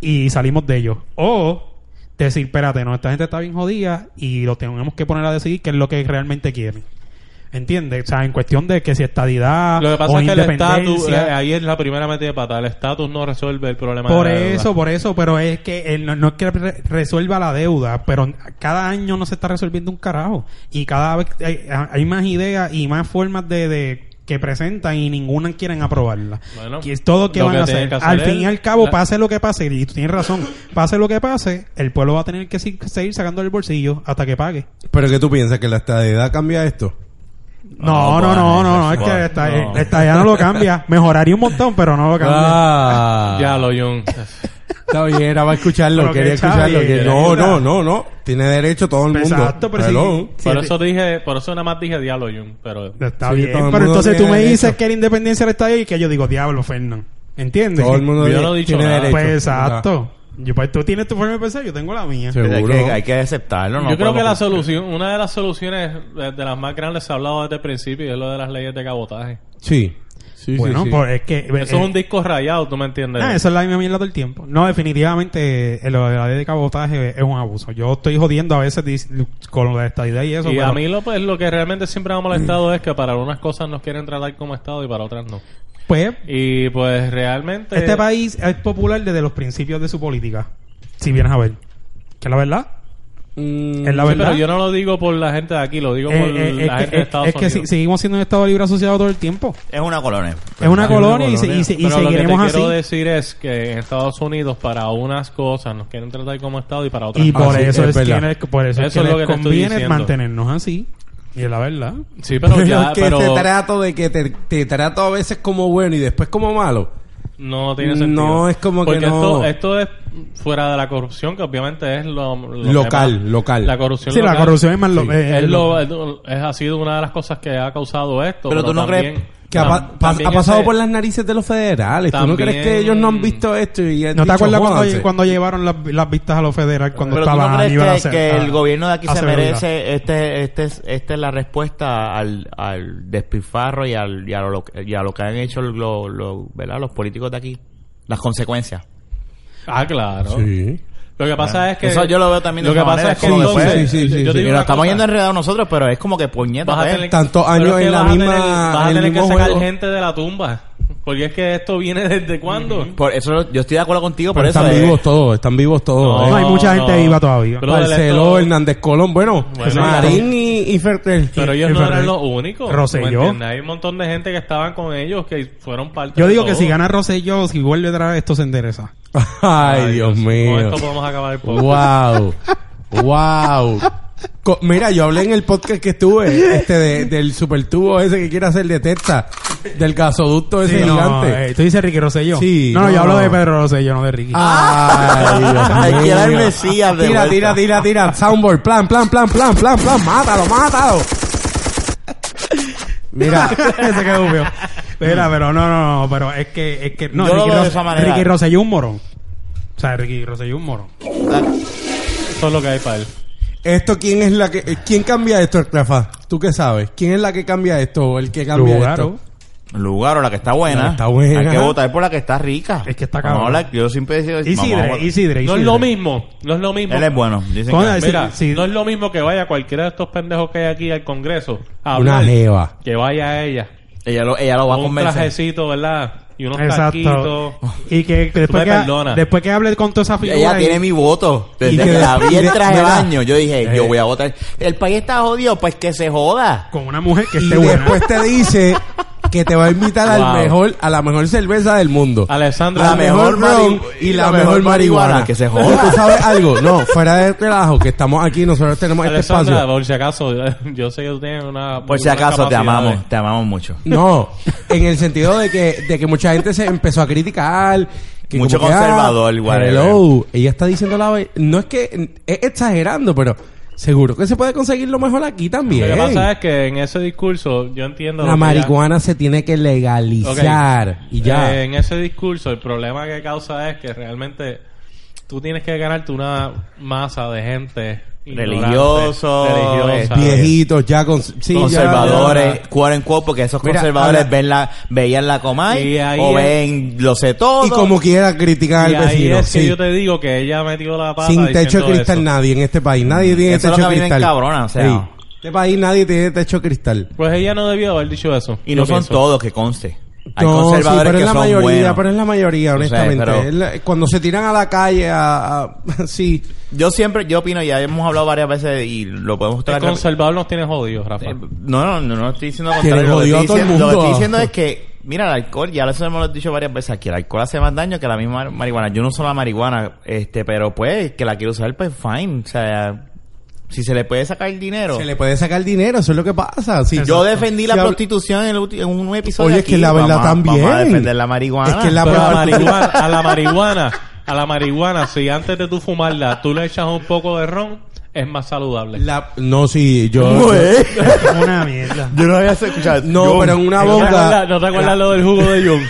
[SPEAKER 2] y salimos de ellos. O decir, espérate, no, esta gente está bien jodida y lo tenemos que poner a decidir qué es lo que realmente quieren. ¿Entiendes? O sea, en cuestión de que si estadidad
[SPEAKER 5] Lo que pasa
[SPEAKER 2] o
[SPEAKER 5] es que el estatus, eh,
[SPEAKER 2] independencia.
[SPEAKER 5] ahí es la primera metida de pata. El estatus no resuelve el problema
[SPEAKER 2] Por
[SPEAKER 5] de la deuda.
[SPEAKER 2] eso, por eso, pero es que eh, no, no es que re- resuelva la deuda, pero cada año no se está resolviendo un carajo. Y cada vez hay, hay más ideas y más formas de, de- que presentan y ninguna quieren aprobarla.
[SPEAKER 5] Bueno,
[SPEAKER 2] que es todo que
[SPEAKER 5] lo
[SPEAKER 2] van
[SPEAKER 5] que
[SPEAKER 2] a
[SPEAKER 5] tienen
[SPEAKER 2] hacer.
[SPEAKER 5] que hacer
[SPEAKER 2] al
[SPEAKER 5] es-
[SPEAKER 2] fin y al cabo,
[SPEAKER 5] la-
[SPEAKER 2] pase lo que pase, y tú tienes razón, pase lo que pase, el pueblo va a tener que si- seguir sacando el bolsillo hasta que pague.
[SPEAKER 4] Pero que tú piensas que la estadidad cambia esto.
[SPEAKER 5] Ah,
[SPEAKER 2] No, no,
[SPEAKER 5] pues,
[SPEAKER 2] no, no, no, es que esta,
[SPEAKER 5] no.
[SPEAKER 2] esta ya no lo cambia. Mejoraría un montón, pero no lo cambia.
[SPEAKER 4] Ah,
[SPEAKER 5] Ya lo, John.
[SPEAKER 4] Está bien, era para escucharlo,
[SPEAKER 2] Pero
[SPEAKER 4] quería
[SPEAKER 2] que
[SPEAKER 4] escucharlo.
[SPEAKER 2] Xavi,
[SPEAKER 4] que-
[SPEAKER 2] eh,
[SPEAKER 4] No,
[SPEAKER 2] mira.
[SPEAKER 4] no, no, no. Tiene derecho todo el mundo.
[SPEAKER 2] Pues Exacto, pero si-
[SPEAKER 4] Hello.
[SPEAKER 2] si
[SPEAKER 5] Por
[SPEAKER 2] el-
[SPEAKER 5] eso dije, por eso nada más dije diablo, John. Pero
[SPEAKER 2] Está
[SPEAKER 4] Sí,
[SPEAKER 2] bien,
[SPEAKER 4] todo el
[SPEAKER 2] pero
[SPEAKER 4] mundo
[SPEAKER 2] entonces tú
[SPEAKER 4] tiene
[SPEAKER 2] me
[SPEAKER 4] derecho.
[SPEAKER 2] dices que la independencia le está ahí y que yo digo, diablo, Fernán. ¿Entiendes?
[SPEAKER 4] Todo el mundo "Ah,
[SPEAKER 5] Yo
[SPEAKER 4] di-
[SPEAKER 5] no he dicho
[SPEAKER 4] tiene
[SPEAKER 5] nada.
[SPEAKER 4] derecho.
[SPEAKER 2] Pues exacto. Yo, pues, tú tienes tu forma de pensar, yo tengo la mía.
[SPEAKER 4] Sí.
[SPEAKER 3] Hay
[SPEAKER 4] Seguro.
[SPEAKER 3] que, hay que aceptarlo. No
[SPEAKER 5] yo creo que la
[SPEAKER 3] podemos-
[SPEAKER 5] solución, una de las soluciones eh, de, de las más grandes se ha hablado desde el principio y es lo de las leyes de cabotaje.
[SPEAKER 4] Sí. Sí, sí,
[SPEAKER 2] bueno,
[SPEAKER 4] sí.
[SPEAKER 2] pues es que...
[SPEAKER 5] Eso
[SPEAKER 2] eh,
[SPEAKER 5] es un disco rayado, tú me entiendes.
[SPEAKER 2] Ah, eso es la misma mierda todo el tiempo. No, definitivamente eh, lo de la ley de cabotaje es un abuso. Yo estoy jodiendo a veces dis- con lo Mm. de estadidad y eso.
[SPEAKER 5] y
[SPEAKER 2] pero-
[SPEAKER 5] a mí lo, pues, lo que realmente siempre me ha molestado es que para unas cosas nos quieren tratar como Estado y para otras no.
[SPEAKER 2] Pues
[SPEAKER 5] Y pues realmente...
[SPEAKER 2] este país es popular desde los principios de su política. Si vienes a ver. Que la verdad.
[SPEAKER 4] Mm,
[SPEAKER 2] Es la
[SPEAKER 5] Sí,
[SPEAKER 2] verdad.
[SPEAKER 5] pero yo no lo digo por la gente de aquí, lo digo
[SPEAKER 2] Eh,
[SPEAKER 5] por
[SPEAKER 2] eh,
[SPEAKER 5] la
[SPEAKER 2] es
[SPEAKER 5] gente
[SPEAKER 2] que,
[SPEAKER 5] de
[SPEAKER 2] es-
[SPEAKER 5] Estados
[SPEAKER 2] es que si-
[SPEAKER 5] Unidos.
[SPEAKER 2] seguimos siendo un Estado libre asociado todo el tiempo.
[SPEAKER 3] Es una colonia.
[SPEAKER 2] Es una
[SPEAKER 4] Es una
[SPEAKER 2] colonia y, se-
[SPEAKER 4] colonia.
[SPEAKER 2] y se- y
[SPEAKER 5] Pero lo que te
[SPEAKER 2] seguiremos así.
[SPEAKER 5] quiero decir es que en Estados Unidos para unas cosas nos quieren tratar como Estado y para otras
[SPEAKER 2] Y
[SPEAKER 5] no.
[SPEAKER 2] por
[SPEAKER 4] sí,
[SPEAKER 2] eso
[SPEAKER 4] es
[SPEAKER 2] es,
[SPEAKER 4] verdad.
[SPEAKER 2] que les- por eso, es
[SPEAKER 5] Eso
[SPEAKER 2] que
[SPEAKER 5] es lo
[SPEAKER 2] les
[SPEAKER 5] que te estoy
[SPEAKER 2] conviene
[SPEAKER 5] diciendo.
[SPEAKER 2] mantenernos así. Y es la verdad.
[SPEAKER 5] Sí, pero ya,
[SPEAKER 4] que
[SPEAKER 5] pero
[SPEAKER 4] este trato de que te, te trato a veces como bueno y después como malo.
[SPEAKER 5] no tiene sentido.
[SPEAKER 4] No, es como que
[SPEAKER 5] Porque
[SPEAKER 4] no.
[SPEAKER 5] Esto, esto es fuera de la corrupción, que obviamente es lo, lo
[SPEAKER 4] Local,
[SPEAKER 5] que más-
[SPEAKER 4] local.
[SPEAKER 5] La corrupción
[SPEAKER 2] Sí, la
[SPEAKER 5] local
[SPEAKER 2] corrupción es más lo-
[SPEAKER 4] Sí.
[SPEAKER 2] eh,
[SPEAKER 5] es
[SPEAKER 2] eh,
[SPEAKER 5] lo, es- ha sido una de las cosas que ha causado esto.
[SPEAKER 3] Pero tú no crees
[SPEAKER 4] Que ha, pa-
[SPEAKER 5] tam-
[SPEAKER 4] pa-
[SPEAKER 5] también
[SPEAKER 4] ha pasado
[SPEAKER 5] ese-
[SPEAKER 4] por las narices de los federales. ¿Tú
[SPEAKER 5] También-
[SPEAKER 4] no crees que ellos no han visto esto? Y han
[SPEAKER 2] ¿No te
[SPEAKER 4] dicho,
[SPEAKER 2] acuerdas
[SPEAKER 4] "Jódanse"?
[SPEAKER 2] cuando, cuando llevaron las, las vistas a lo federal cuando
[SPEAKER 3] Pero tú
[SPEAKER 2] estaba
[SPEAKER 3] no crees
[SPEAKER 2] Aníbal
[SPEAKER 3] que,
[SPEAKER 2] Ace-
[SPEAKER 3] que
[SPEAKER 2] a-
[SPEAKER 3] el gobierno de aquí se
[SPEAKER 2] Acevedo?
[SPEAKER 3] merece este, este, es- esta es la respuesta al, al despilfarro y, al, y, a lo, y a lo que han hecho lo- lo- ¿verdad? los políticos de aquí? Las consecuencias.
[SPEAKER 5] Ah, claro.
[SPEAKER 4] Sí.
[SPEAKER 5] Lo que pasa es que...
[SPEAKER 3] Ah. Eso yo lo veo también de
[SPEAKER 5] Lo que
[SPEAKER 3] esa
[SPEAKER 5] pasa
[SPEAKER 3] manera,
[SPEAKER 5] es que...
[SPEAKER 3] es como
[SPEAKER 5] entonces-
[SPEAKER 4] después- Sí, sí, sí,
[SPEAKER 5] yo te
[SPEAKER 4] sí.
[SPEAKER 5] digo
[SPEAKER 3] Pero
[SPEAKER 5] una
[SPEAKER 3] estamos
[SPEAKER 5] cosa.
[SPEAKER 3] yendo enredados nosotros, pero es como que puñeta.
[SPEAKER 5] Vas a
[SPEAKER 3] pues.
[SPEAKER 5] tener-
[SPEAKER 4] tantos
[SPEAKER 5] pero
[SPEAKER 4] años
[SPEAKER 5] es que
[SPEAKER 4] en la
[SPEAKER 5] vas a
[SPEAKER 4] misma-
[SPEAKER 5] tener- vas a
[SPEAKER 4] en el
[SPEAKER 5] tener que
[SPEAKER 4] mismo
[SPEAKER 5] sacar
[SPEAKER 4] juego.
[SPEAKER 5] gente de la tumba. Porque es que esto viene desde cuándo.
[SPEAKER 3] Por eso lo- yo estoy de acuerdo contigo, por
[SPEAKER 4] Pero
[SPEAKER 3] eso.
[SPEAKER 4] están
[SPEAKER 3] eh.
[SPEAKER 4] vivos todos, están vivos todos.
[SPEAKER 2] No,
[SPEAKER 4] eh.
[SPEAKER 2] hay mucha gente viva todavía.
[SPEAKER 5] Pero
[SPEAKER 4] Barceló,
[SPEAKER 5] esto-
[SPEAKER 4] Hernández Colón, bueno,
[SPEAKER 5] Bueno,
[SPEAKER 4] Marín y, y Fertel.
[SPEAKER 5] Pero
[SPEAKER 2] Y-
[SPEAKER 5] ellos
[SPEAKER 2] y
[SPEAKER 5] no
[SPEAKER 2] Ferrer.
[SPEAKER 5] eran los únicos.
[SPEAKER 2] Rosselló.
[SPEAKER 5] ¿me entiendes? Hay un montón de gente que estaban con ellos que fueron parte
[SPEAKER 2] Yo
[SPEAKER 5] de
[SPEAKER 2] digo que
[SPEAKER 5] todo.
[SPEAKER 2] si gana Rosselló, si vuelve otra vez, esto se endereza.
[SPEAKER 4] Ay, Dios
[SPEAKER 5] Con
[SPEAKER 4] mío.
[SPEAKER 5] esto podemos acabar el podcast.
[SPEAKER 4] Wow. Wow. Co- Mira, yo hablé en el podcast que estuve, este de- del supertubo ese que quiere hacer de testa, del gasoducto ese
[SPEAKER 2] no,
[SPEAKER 4] gigante.
[SPEAKER 2] eh, tú dices Ricky Rosselló.
[SPEAKER 4] Sí,
[SPEAKER 2] no, no,
[SPEAKER 4] no.
[SPEAKER 2] yo hablo de Pedro Rosselló, no de Ricky.
[SPEAKER 4] Ay, Dios
[SPEAKER 3] Hay que
[SPEAKER 4] mío.
[SPEAKER 3] dar Mesías de
[SPEAKER 4] Tira,
[SPEAKER 3] vuelta.
[SPEAKER 4] tira, tira, tira. Soundboard, plan, plan, plan, plan, plan, plan. Mátalo, mátalo. Mira,
[SPEAKER 2] Ese quedó feo. Mira, pero no, no, no, pero es que, es que, no,
[SPEAKER 3] Yo lo
[SPEAKER 2] Ricky,
[SPEAKER 3] veo de
[SPEAKER 2] Ros-
[SPEAKER 3] esa manera.
[SPEAKER 2] Ricky Rosselló es un morón. O sea, Ricky Rosselló es un morón.
[SPEAKER 5] Eso es lo que hay para él.
[SPEAKER 4] esto quién es la que eh, quién cambia esto, Rafa? ¿Tú qué sabes? ¿Quién es la que cambia esto o el que cambia
[SPEAKER 2] Lugaro.
[SPEAKER 4] esto?
[SPEAKER 3] Lugar o la que está buena.
[SPEAKER 4] La que está buena.
[SPEAKER 3] Hay que votar por la que está rica.
[SPEAKER 2] Es que está
[SPEAKER 3] Vamos a
[SPEAKER 2] cabrón.
[SPEAKER 3] hablar- yo siempre he sido- vamos a
[SPEAKER 2] Isidre,
[SPEAKER 3] votar.
[SPEAKER 2] Isidre, Isidre.
[SPEAKER 5] No es lo mismo. No es lo mismo.
[SPEAKER 3] Él es bueno. Dicen
[SPEAKER 2] Con
[SPEAKER 3] que-
[SPEAKER 4] Ah,
[SPEAKER 2] la-
[SPEAKER 5] Mira,
[SPEAKER 2] Sí, sí.
[SPEAKER 5] no es lo mismo que vaya cualquiera de estos pendejos que hay aquí al Congreso. A
[SPEAKER 4] Una
[SPEAKER 5] hablar,
[SPEAKER 4] jeva.
[SPEAKER 5] Que vaya ella.
[SPEAKER 3] ella, lo, ella lo va a
[SPEAKER 5] un
[SPEAKER 3] convencer.
[SPEAKER 5] trajecito, ¿verdad? Y unos taquitos.
[SPEAKER 2] Exacto. Y que después que,
[SPEAKER 5] perdonas.
[SPEAKER 2] después que hable con toda esa figura.
[SPEAKER 3] Ella
[SPEAKER 2] y-
[SPEAKER 3] tiene mi voto.
[SPEAKER 4] Y
[SPEAKER 3] Desde
[SPEAKER 4] que
[SPEAKER 3] que la vi el
[SPEAKER 4] mira,
[SPEAKER 3] traje de
[SPEAKER 4] mira.
[SPEAKER 3] baño, yo dije,
[SPEAKER 4] Eh.
[SPEAKER 3] yo voy a votar. El país está jodido, pues que se joda.
[SPEAKER 2] Con una mujer que
[SPEAKER 4] Y
[SPEAKER 2] esté buena.
[SPEAKER 4] después te dice que te va a invitar
[SPEAKER 5] Wow.
[SPEAKER 4] al mejor, a la mejor cerveza del mundo.
[SPEAKER 5] Alessandra,
[SPEAKER 4] la
[SPEAKER 5] la
[SPEAKER 4] mejor
[SPEAKER 3] mejor
[SPEAKER 4] ron
[SPEAKER 3] mari-
[SPEAKER 4] y la, mejor marihuana.
[SPEAKER 3] que se joda.
[SPEAKER 4] Y tú sabes algo, no, fuera de relajo, que estamos aquí, nosotros tenemos este
[SPEAKER 5] Alessandra,
[SPEAKER 4] espacio.
[SPEAKER 5] por si acaso, yo sé que tú tienes una...
[SPEAKER 3] Por si
[SPEAKER 5] unas
[SPEAKER 3] acaso, te
[SPEAKER 5] capacidades.
[SPEAKER 3] amamos, te amamos mucho.
[SPEAKER 4] No, en el sentido de que, de que mucha gente se empezó a criticar. Que
[SPEAKER 3] Mucho
[SPEAKER 4] como que, ah,
[SPEAKER 3] conservador, whatever.
[SPEAKER 4] Hello, ella está diciendo la... ve- No es que... Es exagerando, pero seguro que se puede conseguir lo mejor aquí también.
[SPEAKER 5] Lo que pasa es que en ese discurso, yo entiendo...
[SPEAKER 4] La
[SPEAKER 5] que ya-
[SPEAKER 4] marihuana se tiene que legalizar.
[SPEAKER 5] Ok.
[SPEAKER 4] Y ya.
[SPEAKER 5] Eh, en ese discurso, el problema que causa es que realmente tú tienes que ganarte una masa de gente... ignorante,
[SPEAKER 3] Religioso,
[SPEAKER 5] religiosa.
[SPEAKER 4] Viejitos, ya con, sí, ya-
[SPEAKER 3] conservadores,
[SPEAKER 5] ya.
[SPEAKER 3] quote en quote, porque esos
[SPEAKER 4] Mira,
[SPEAKER 3] conservadores
[SPEAKER 4] ahora-
[SPEAKER 3] ven la, veían la Comay
[SPEAKER 5] Y ahí
[SPEAKER 3] o
[SPEAKER 5] es-
[SPEAKER 3] ven lo sé todo.
[SPEAKER 4] Y como quiera criticar
[SPEAKER 5] Y
[SPEAKER 4] al
[SPEAKER 5] ahí
[SPEAKER 4] vecino.
[SPEAKER 5] es que
[SPEAKER 4] sí.
[SPEAKER 5] yo te digo que ella metió la pata
[SPEAKER 4] Sin techo de
[SPEAKER 5] diciendo
[SPEAKER 4] cristal
[SPEAKER 5] eso.
[SPEAKER 4] nadie en este país. Nadie tiene
[SPEAKER 3] Eso es lo
[SPEAKER 4] techo
[SPEAKER 3] que a mí
[SPEAKER 4] de
[SPEAKER 3] me
[SPEAKER 4] cristal.
[SPEAKER 3] encabrona, o sea.
[SPEAKER 4] Este país nadie tiene techo de cristal.
[SPEAKER 5] Pues ella no debió haber dicho eso.
[SPEAKER 3] Y no
[SPEAKER 5] yo
[SPEAKER 3] son
[SPEAKER 5] pienso.
[SPEAKER 3] todos que conste. Hay
[SPEAKER 4] No, sí,
[SPEAKER 3] conservadores
[SPEAKER 4] pero
[SPEAKER 3] que
[SPEAKER 4] es la
[SPEAKER 3] son
[SPEAKER 4] mayoría,
[SPEAKER 3] buenos.
[SPEAKER 4] pero es la mayoría,
[SPEAKER 3] O sea,
[SPEAKER 4] honestamente.
[SPEAKER 3] pero-
[SPEAKER 4] Es la- Cuando se tiran a la calle a... a- sí.
[SPEAKER 3] Yo siempre, yo opino, ya hemos hablado varias veces y lo podemos
[SPEAKER 5] El
[SPEAKER 3] traer.
[SPEAKER 5] conservador nos tiene jodidos, Rafa.
[SPEAKER 3] Eh, No, no, no, no estoy diciendo lo
[SPEAKER 4] Que le
[SPEAKER 3] contrario. Lo que
[SPEAKER 4] jodió a
[SPEAKER 3] estoy
[SPEAKER 4] todo el
[SPEAKER 3] diciendo, lo que
[SPEAKER 4] mundo.
[SPEAKER 3] estoy diciendo es que, mira, el alcohol, ya lo hemos lo dicho varias veces aquí, el alcohol hace más daño que la misma mar- marihuana. Yo no uso la marihuana, este, pero pues, que la quiero usar, pues fine. O sea, si se le puede sacar el dinero.
[SPEAKER 4] Se le puede sacar dinero, eso es lo que pasa. Sí,
[SPEAKER 3] Yo defendí la
[SPEAKER 4] Si hab-
[SPEAKER 3] prostitución en, el ulti- en un episodio.
[SPEAKER 4] Oye, es que
[SPEAKER 3] aquí.
[SPEAKER 4] la verdad
[SPEAKER 3] Vamos a-
[SPEAKER 4] también.
[SPEAKER 3] Vamos a defender la marihuana.
[SPEAKER 4] Es que la-
[SPEAKER 5] Pero a la
[SPEAKER 4] prostitución-
[SPEAKER 5] marihuana, a la marihuana, a la marihuana, si antes de tú fumarla, tú le echas un poco de ron, es más saludable.
[SPEAKER 4] La- no, sí, yo...
[SPEAKER 3] eh.
[SPEAKER 2] Una mierda.
[SPEAKER 3] Yo no había escuchado.
[SPEAKER 4] No, pero en una
[SPEAKER 5] ¿No te
[SPEAKER 4] boca...
[SPEAKER 5] acuerdas, no te acuerdas lo del jugo de Jung?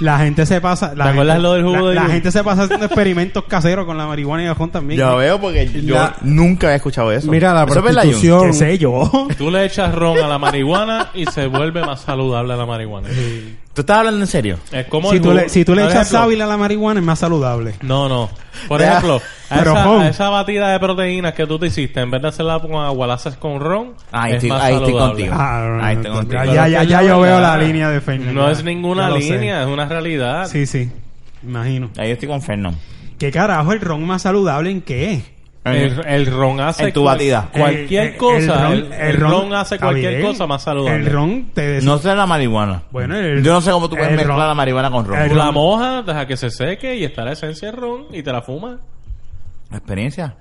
[SPEAKER 2] La gente se pasa. La
[SPEAKER 5] ¿Te acuerdas
[SPEAKER 2] gente-
[SPEAKER 5] lo del jugo
[SPEAKER 2] la-
[SPEAKER 5] de
[SPEAKER 2] La
[SPEAKER 5] Jun?
[SPEAKER 2] gente se pasa haciendo experimentos caseros con la marihuana y el jón también.
[SPEAKER 3] Ya veo porque yo
[SPEAKER 4] La-
[SPEAKER 3] nunca había escuchado eso.
[SPEAKER 4] Mira, la
[SPEAKER 3] ¿Eso es verdad, Jun?
[SPEAKER 4] prostitución...
[SPEAKER 2] ¿Qué sé yo?
[SPEAKER 5] Tú le echas ron a la marihuana y se vuelve más saludable la marihuana.
[SPEAKER 3] ¿Tú estás hablando en serio?
[SPEAKER 5] Es como
[SPEAKER 2] Si
[SPEAKER 5] el
[SPEAKER 2] tú
[SPEAKER 5] jugo-
[SPEAKER 2] le, si tú le
[SPEAKER 5] por
[SPEAKER 2] echas
[SPEAKER 5] ejemplo-
[SPEAKER 2] sábila a la marihuana es más saludable.
[SPEAKER 5] No, no. Por
[SPEAKER 3] Ya.
[SPEAKER 5] ejemplo, a
[SPEAKER 2] Pero,
[SPEAKER 5] esa,
[SPEAKER 2] Juan.
[SPEAKER 5] a esa batida de proteínas que tú te hiciste, en vez de hacerla con agua, la haces con ron.
[SPEAKER 3] Ah, Ahí
[SPEAKER 5] es
[SPEAKER 3] estoy-
[SPEAKER 5] más
[SPEAKER 3] ahí estoy
[SPEAKER 5] saludable.
[SPEAKER 3] contigo.
[SPEAKER 2] Ah,
[SPEAKER 3] Ahí
[SPEAKER 2] no,
[SPEAKER 3] tengo
[SPEAKER 2] no,
[SPEAKER 3] un
[SPEAKER 2] ya,
[SPEAKER 3] tiro.
[SPEAKER 2] ya, ya, ya yo veo la
[SPEAKER 5] Ya.
[SPEAKER 2] línea de Fernández.
[SPEAKER 5] No
[SPEAKER 2] ya,
[SPEAKER 5] es ninguna
[SPEAKER 2] ya lo sé.
[SPEAKER 5] línea, es una realidad.
[SPEAKER 2] Sí, sí. Imagino.
[SPEAKER 3] Ahí estoy con Fernando.
[SPEAKER 2] ¿Qué carajo el ron más saludable en qué?
[SPEAKER 5] El, el ron hace
[SPEAKER 3] En tu
[SPEAKER 5] cual-
[SPEAKER 3] batida.
[SPEAKER 5] cualquier
[SPEAKER 2] Eh, El- el-
[SPEAKER 5] cosa.
[SPEAKER 2] el
[SPEAKER 5] El, el ron, hace
[SPEAKER 2] está
[SPEAKER 5] cualquier
[SPEAKER 2] bien.
[SPEAKER 5] cosa más
[SPEAKER 2] El
[SPEAKER 5] saludable.
[SPEAKER 2] ron te des-
[SPEAKER 3] No sé la marihuana.
[SPEAKER 2] Bueno, el-
[SPEAKER 3] Yo no sé cómo tú puedes
[SPEAKER 2] el
[SPEAKER 3] mezclar
[SPEAKER 2] ron-
[SPEAKER 3] la marihuana con ron.
[SPEAKER 2] el
[SPEAKER 5] Tú la
[SPEAKER 2] ron-
[SPEAKER 5] mojas, deja que se seque y está la esencia del ron y te la fumas.
[SPEAKER 3] Experiencia.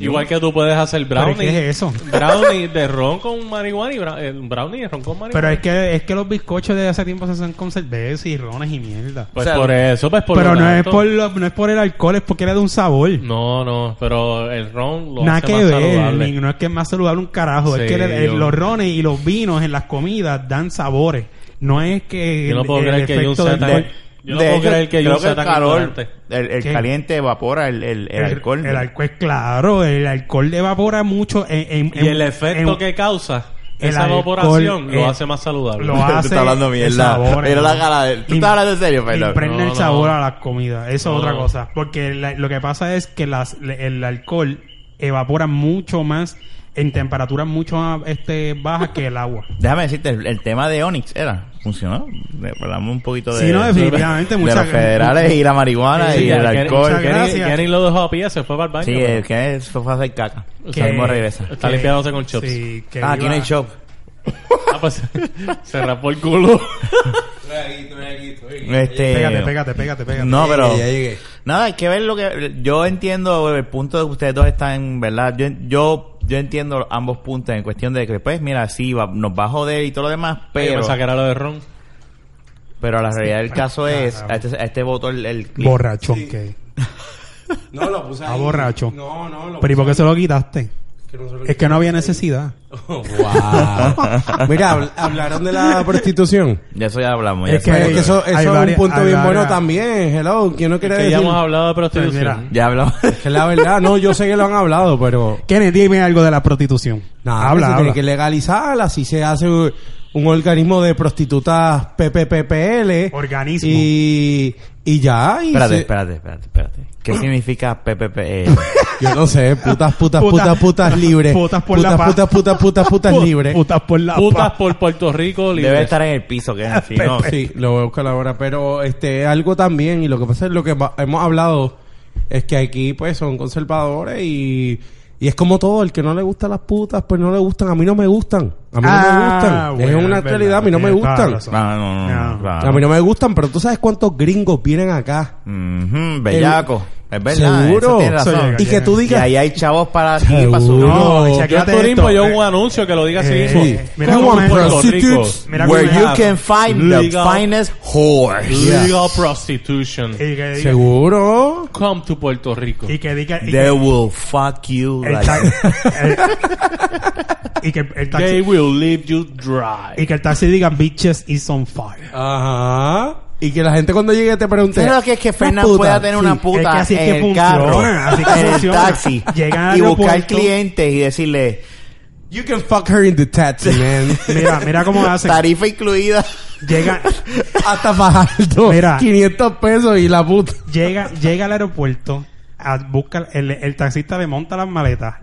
[SPEAKER 5] Igual que tú puedes hacer
[SPEAKER 2] ¿Pero
[SPEAKER 5] brownie.
[SPEAKER 2] qué es eso?
[SPEAKER 5] Brownie de ron con marihuana y bra- eh, brownie de ron con marihuana.
[SPEAKER 2] Pero es que, es que los bizcochos de hace tiempo se hacen con cerveza y rones y mierda.
[SPEAKER 5] Pues
[SPEAKER 3] O sea,
[SPEAKER 5] por eso, pues por
[SPEAKER 2] Pero
[SPEAKER 5] lo
[SPEAKER 2] no es,
[SPEAKER 5] tanto-
[SPEAKER 2] por lo- no es por el alcohol, es porque le da un sabor.
[SPEAKER 5] No, no, pero el ron lo
[SPEAKER 2] Nada
[SPEAKER 5] hace
[SPEAKER 2] que
[SPEAKER 5] más
[SPEAKER 2] ver,
[SPEAKER 5] saludable.
[SPEAKER 2] ni- no es que es más saludable un carajo,
[SPEAKER 5] Sí,
[SPEAKER 2] es que el- el-
[SPEAKER 5] yo-
[SPEAKER 2] los rones y los vinos en las comidas dan sabores. No es que
[SPEAKER 5] Yo no
[SPEAKER 2] el-
[SPEAKER 5] puedo
[SPEAKER 2] el
[SPEAKER 5] creer que
[SPEAKER 2] efecto
[SPEAKER 5] Jun sea
[SPEAKER 2] del
[SPEAKER 5] tan-
[SPEAKER 2] alcohol-
[SPEAKER 5] Yo no puedo creer que yo
[SPEAKER 3] creo
[SPEAKER 5] sea tan
[SPEAKER 3] el calor,
[SPEAKER 5] ignorante.
[SPEAKER 3] el, el
[SPEAKER 2] ¿Qué?
[SPEAKER 3] caliente evapora el, el, el alcohol.
[SPEAKER 2] El alcohol, claro, el alcohol evapora mucho. En, en-
[SPEAKER 5] Y el
[SPEAKER 2] en-
[SPEAKER 5] efecto
[SPEAKER 2] en-
[SPEAKER 5] que causa
[SPEAKER 2] el
[SPEAKER 5] esa
[SPEAKER 2] alcohol,
[SPEAKER 5] evaporación lo
[SPEAKER 2] eh,
[SPEAKER 5] hace más saludable.
[SPEAKER 2] lo
[SPEAKER 3] Tú
[SPEAKER 2] hace.
[SPEAKER 3] estás hablando
[SPEAKER 2] el
[SPEAKER 3] mierda.
[SPEAKER 2] sabor,
[SPEAKER 3] Era la
[SPEAKER 2] hermano.
[SPEAKER 3] cara de- tú
[SPEAKER 2] Im-
[SPEAKER 3] estás hablando en serio, Fernando.
[SPEAKER 2] Impregna
[SPEAKER 5] No,
[SPEAKER 2] el
[SPEAKER 5] no,
[SPEAKER 2] sabor
[SPEAKER 5] no.
[SPEAKER 2] a las comidas. Eso
[SPEAKER 5] No.
[SPEAKER 2] es otra cosa. Porque la- lo que pasa es que las, le- el alcohol evapora mucho más en temperaturas mucho más este, bajas que el agua.
[SPEAKER 3] Déjame decirte, el, el tema de Onyx era, funcionó. Le- Hablamos un poquito de.
[SPEAKER 2] Sí, no, definitivamente,
[SPEAKER 3] de
[SPEAKER 2] muchas
[SPEAKER 3] los federales y la marihuana
[SPEAKER 2] Sí,
[SPEAKER 3] y el
[SPEAKER 2] ya,
[SPEAKER 5] Kenny-
[SPEAKER 3] alcohol.
[SPEAKER 2] muchas
[SPEAKER 5] Kenny,
[SPEAKER 2] gracias.
[SPEAKER 5] Kenny lo dejó a pie, se fue para el baño.
[SPEAKER 3] Sí, eh.
[SPEAKER 5] pero-
[SPEAKER 3] es que eso fue a hacer caca.
[SPEAKER 2] Que-
[SPEAKER 3] Salimos regresa.
[SPEAKER 5] Está limpiándose con chops.
[SPEAKER 2] Sí, que
[SPEAKER 3] Ah, aquí
[SPEAKER 2] viva-
[SPEAKER 3] no hay shop.
[SPEAKER 5] Ah, pues, se rapó el culo.
[SPEAKER 3] Este,
[SPEAKER 2] Pégate, pégate, pégate, pégate.
[SPEAKER 3] No, pero.
[SPEAKER 4] Ya llegué.
[SPEAKER 3] Nada, hay que ver lo que... Yo entiendo el punto de que ustedes dos están, ¿verdad? Yo, yo, yo entiendo ambos puntos en cuestión de que, pues, mira, sí, va- nos va a joder y todo lo demás,
[SPEAKER 5] Yo
[SPEAKER 3] pero...
[SPEAKER 5] pensaba que era lo de ron.
[SPEAKER 3] Pero la realidad del caso es... A este, a este voto el... el clip.
[SPEAKER 2] Borrachón que.
[SPEAKER 4] No, lo puse
[SPEAKER 2] Ah,
[SPEAKER 4] ahí.
[SPEAKER 2] borracho.
[SPEAKER 4] No, no, lo
[SPEAKER 2] Pero ¿y por qué
[SPEAKER 4] puse
[SPEAKER 2] se lo quitaste?
[SPEAKER 4] ahí.
[SPEAKER 2] Es que no había necesidad.
[SPEAKER 4] Wow. Mira, habl- hablaron de la prostitución.
[SPEAKER 3] De eso ya hablamos.
[SPEAKER 2] Es
[SPEAKER 3] ya,
[SPEAKER 4] Pero
[SPEAKER 3] sabemos.
[SPEAKER 4] es que eso,
[SPEAKER 2] hay
[SPEAKER 4] eso es un
[SPEAKER 2] varias-
[SPEAKER 4] punto
[SPEAKER 2] hay
[SPEAKER 4] bien bueno
[SPEAKER 2] varias-
[SPEAKER 4] también. Hello, ¿quién no quiere
[SPEAKER 5] Que
[SPEAKER 4] decir?
[SPEAKER 5] ya hemos hablado de prostitución.
[SPEAKER 2] Pues mira.
[SPEAKER 3] Ya hablamos.
[SPEAKER 4] Que la verdad, no, yo sé que lo han hablado, pero
[SPEAKER 2] Kenneth, dime algo de la prostitución.
[SPEAKER 4] nada,
[SPEAKER 2] habla,
[SPEAKER 4] se
[SPEAKER 2] habla.
[SPEAKER 4] tiene que legalizarla, así se hace u- un organismo de prostitutas PPPPL.
[SPEAKER 2] Organismo.
[SPEAKER 4] Y, y ya. y
[SPEAKER 3] espérate,
[SPEAKER 4] se-
[SPEAKER 3] espérate, espérate, espérate. ¿Qué significa PPP? Eh,
[SPEAKER 4] Yo no sé, putas, putas,
[SPEAKER 2] Putas-
[SPEAKER 4] putas, putas libres.
[SPEAKER 2] putas por la
[SPEAKER 4] putas,
[SPEAKER 2] paz.
[SPEAKER 4] putas, putas, putas, putas
[SPEAKER 2] Pu-
[SPEAKER 4] libres.
[SPEAKER 2] Putas por la
[SPEAKER 5] Putas
[SPEAKER 2] paz.
[SPEAKER 5] por Puerto Rico.
[SPEAKER 3] Debe
[SPEAKER 5] libres.
[SPEAKER 3] estar en el piso, que es así, ¿no?
[SPEAKER 4] Sí, lo voy a buscar ahora, pero este algo también y lo que pasa es lo que va- hemos hablado es que aquí pues son conservadores y y es como todo, el que no le gustan las putas, pues no le gustan, a mí no me gustan. A mí no
[SPEAKER 2] Ah,
[SPEAKER 4] me gustan.
[SPEAKER 2] bueno,
[SPEAKER 4] es una
[SPEAKER 2] es verdad,
[SPEAKER 4] realidad, a mí no me
[SPEAKER 2] tienes toda la razón.
[SPEAKER 4] gustan.
[SPEAKER 3] Ah, No, no, no,
[SPEAKER 2] No.
[SPEAKER 3] claro.
[SPEAKER 4] A mí no me gustan, pero tú sabes cuántos gringos vienen acá.
[SPEAKER 3] Ujú, bellaco. es verdad.
[SPEAKER 4] Seguro.
[SPEAKER 3] eso tiene razón.
[SPEAKER 2] Eso llega,
[SPEAKER 4] Y que tú
[SPEAKER 3] Y
[SPEAKER 4] digas.
[SPEAKER 3] ahí hay chavos para aquí, para subir.
[SPEAKER 4] Seguro.
[SPEAKER 2] No,
[SPEAKER 4] No,
[SPEAKER 5] Yo a
[SPEAKER 2] chequéate
[SPEAKER 5] Turín,
[SPEAKER 2] esto.
[SPEAKER 5] pues yo un anuncio que lo diga así
[SPEAKER 2] Eh,
[SPEAKER 5] mismo.
[SPEAKER 2] sí. Mira
[SPEAKER 5] Come
[SPEAKER 2] cómo
[SPEAKER 5] on,
[SPEAKER 2] es
[SPEAKER 5] Puerto Rico.
[SPEAKER 4] prostitutes.
[SPEAKER 2] Mira
[SPEAKER 3] Where
[SPEAKER 2] cómo
[SPEAKER 3] you
[SPEAKER 2] es.
[SPEAKER 3] can find
[SPEAKER 5] Legal.
[SPEAKER 3] the finest whores.
[SPEAKER 5] Legal prostitution.
[SPEAKER 2] Y que diga-
[SPEAKER 4] Seguro.
[SPEAKER 5] Come to Puerto Rico.
[SPEAKER 2] Eh. Y que diga. Y
[SPEAKER 3] They
[SPEAKER 2] que,
[SPEAKER 3] will fuck you.
[SPEAKER 2] el
[SPEAKER 3] like-
[SPEAKER 2] ta- el- y que el
[SPEAKER 5] They
[SPEAKER 2] taxi.
[SPEAKER 5] will leave you dry.
[SPEAKER 2] Y que el taxi diga bitches is on fire.
[SPEAKER 4] Ajá. Y que la gente cuando llegue te pregunte.
[SPEAKER 3] ¿Sabes lo que es que
[SPEAKER 4] "Una
[SPEAKER 3] Fernan
[SPEAKER 4] puta?"
[SPEAKER 3] pueda tener una
[SPEAKER 4] Sí.
[SPEAKER 3] puta
[SPEAKER 2] es que así es que
[SPEAKER 3] en el
[SPEAKER 2] funciona,
[SPEAKER 3] carro,
[SPEAKER 2] así que
[SPEAKER 3] en el
[SPEAKER 2] funciona.
[SPEAKER 3] taxi
[SPEAKER 2] Llegan al
[SPEAKER 3] y buscar
[SPEAKER 2] aeropuerto.
[SPEAKER 3] clientes y decirle
[SPEAKER 4] You can fuck her in the taxi, man.
[SPEAKER 2] Mira, mira cómo hacen.
[SPEAKER 3] tarifa incluida.
[SPEAKER 2] Llega,
[SPEAKER 4] Hasta Fajardo.
[SPEAKER 2] Mira.
[SPEAKER 4] 500 pesos y la puta.
[SPEAKER 2] llega, llega al aeropuerto, a- busca el, el taxista le monta las maletas,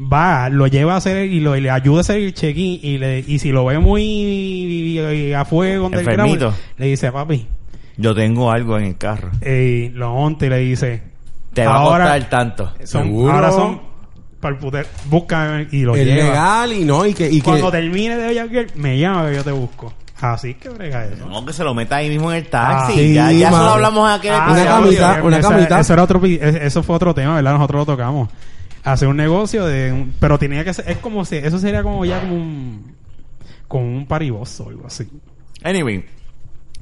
[SPEAKER 2] va, lo lleva a hacer y, lo, y le ayuda a hacer el check-in y, le- y si lo ve muy a fuego, underground,
[SPEAKER 3] Enfermito.
[SPEAKER 2] le dice, papi,
[SPEAKER 3] Yo tengo algo en el carro.
[SPEAKER 2] eh, lo monta y le dice,
[SPEAKER 3] Te va a costar tanto.
[SPEAKER 2] son,
[SPEAKER 4] Seguro.
[SPEAKER 2] ahora son para el puter, busca y lo
[SPEAKER 4] Es
[SPEAKER 2] lleva.
[SPEAKER 4] legal y no. Y que. Y que
[SPEAKER 2] Cuando termine de bellaquear, me llama que yo te busco. Así que brega eso.
[SPEAKER 3] No, que se lo meta ahí mismo en el taxi.
[SPEAKER 2] Ah,
[SPEAKER 4] sí,
[SPEAKER 3] ya ya eso lo
[SPEAKER 4] madre.
[SPEAKER 3] hablamos en aquel
[SPEAKER 2] Ah,
[SPEAKER 4] una
[SPEAKER 2] ya,
[SPEAKER 3] episodio.
[SPEAKER 4] camisa,
[SPEAKER 2] obvio,
[SPEAKER 4] una
[SPEAKER 2] esa-
[SPEAKER 4] camita.
[SPEAKER 2] Eso, era otro, pi- e- eso fue otro tema, ¿verdad? Nosotros lo tocamos. Hacer un negocio de un- pero tenía que ser, es como si, eso sería como ya como un, como un pariboso o algo así.
[SPEAKER 3] Anyway,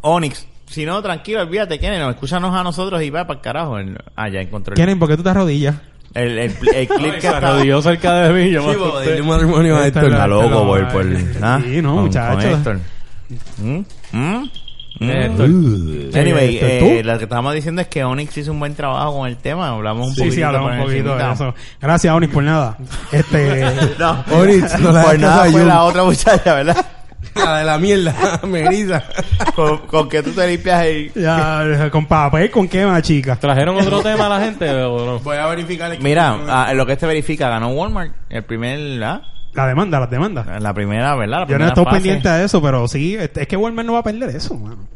[SPEAKER 3] Onyx. Si no, tranquilo, olvídate, Kenen. Escúchanos a nosotros y va para el carajo. El- Ah, ya encontré el,
[SPEAKER 2] Kenen, ¿por qué tú te arrodillas?
[SPEAKER 3] el, el, el clip
[SPEAKER 5] Ay,
[SPEAKER 3] que
[SPEAKER 5] se
[SPEAKER 3] está...
[SPEAKER 5] arrodilló cerca de mí. Yo me
[SPEAKER 3] Sí, bo,
[SPEAKER 5] asusté.
[SPEAKER 4] Dile matrimonio
[SPEAKER 2] Esta
[SPEAKER 4] a Héctor.
[SPEAKER 2] es la-
[SPEAKER 3] Está loco por...
[SPEAKER 2] Ay,
[SPEAKER 3] por ¿ah?
[SPEAKER 2] sí, no,
[SPEAKER 3] Con-
[SPEAKER 2] muchacho. Eh,
[SPEAKER 3] con Héctor. ¿Mm? ¿Mm? ¿Mm?
[SPEAKER 5] Esto.
[SPEAKER 3] Anyway,
[SPEAKER 2] Héctor,
[SPEAKER 3] eh,
[SPEAKER 2] ¿tú?
[SPEAKER 3] lo que estábamos diciendo es que Onyx hizo un buen trabajo con el tema. Hablamos un
[SPEAKER 2] Sí,
[SPEAKER 3] poquito.
[SPEAKER 2] sí, hablamos
[SPEAKER 5] pues,
[SPEAKER 2] un
[SPEAKER 3] por
[SPEAKER 2] poquito de
[SPEAKER 3] encimita.
[SPEAKER 2] eso. Gracias, Onis, por nada. Este,
[SPEAKER 3] No,
[SPEAKER 4] Onyx, no la
[SPEAKER 3] por
[SPEAKER 4] hagas
[SPEAKER 3] nada
[SPEAKER 4] caso a
[SPEAKER 3] fue
[SPEAKER 4] Jun.
[SPEAKER 3] la otra muchacha, ¿verdad?
[SPEAKER 4] La de la mierda. Me eriza.
[SPEAKER 3] con, con que tú te limpias ahí.
[SPEAKER 2] ya, con papel, con qué más chica.
[SPEAKER 5] ¿Trajeron otro tema a la gente o no?
[SPEAKER 4] Voy a verificar. el-
[SPEAKER 3] Mira, ah, lo que este verifica, ganó Walmart. El primer, ¿ah?
[SPEAKER 2] La demanda, las demandas.
[SPEAKER 3] La primera, ¿verdad? La
[SPEAKER 2] Yo
[SPEAKER 3] primera
[SPEAKER 2] no estoy
[SPEAKER 3] fase.
[SPEAKER 2] pendiente de eso, pero sí, este, es que Walmart no va a perder eso, mano.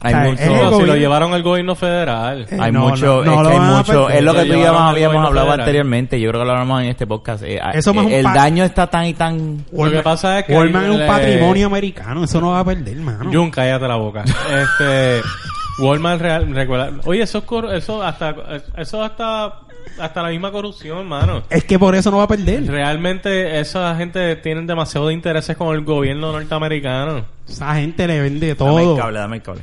[SPEAKER 3] Hay
[SPEAKER 2] O sea,
[SPEAKER 3] mucho,
[SPEAKER 2] es
[SPEAKER 5] No,
[SPEAKER 2] el
[SPEAKER 5] si lo
[SPEAKER 2] gobierno.
[SPEAKER 5] llevaron al gobierno federal.
[SPEAKER 2] Eh,
[SPEAKER 3] hay
[SPEAKER 2] no,
[SPEAKER 3] mucho,
[SPEAKER 2] no, no
[SPEAKER 3] es
[SPEAKER 2] lo
[SPEAKER 3] que hay
[SPEAKER 2] van a
[SPEAKER 3] mucho,
[SPEAKER 2] perder.
[SPEAKER 3] es lo que
[SPEAKER 5] Ya
[SPEAKER 3] tú y yo
[SPEAKER 5] llevaron al
[SPEAKER 3] habíamos
[SPEAKER 5] gobierno
[SPEAKER 3] hablado
[SPEAKER 5] federal.
[SPEAKER 3] anteriormente, yo creo que lo hablamos en este podcast. Eh, ah,
[SPEAKER 2] Eso más
[SPEAKER 3] eh,
[SPEAKER 2] un
[SPEAKER 3] el
[SPEAKER 2] pa-
[SPEAKER 3] daño está tan y tan
[SPEAKER 5] Lo que pasa es que
[SPEAKER 2] Walmart
[SPEAKER 5] ahí
[SPEAKER 2] es un
[SPEAKER 5] le-
[SPEAKER 2] patrimonio americano, eso Ah, no va a perder, mano.
[SPEAKER 5] Jun, cállate la boca. Este. Walmart real, recuerda. Oye, eso es cor- eso hasta, eso hasta, hasta la misma corrupción, hermano.
[SPEAKER 2] Es que por eso no va a perder.
[SPEAKER 5] Realmente esa gente tienen demasiado de intereses con el gobierno norteamericano.
[SPEAKER 2] Esa gente le vende
[SPEAKER 3] Dame el
[SPEAKER 2] todo.
[SPEAKER 3] cable, dame el cable.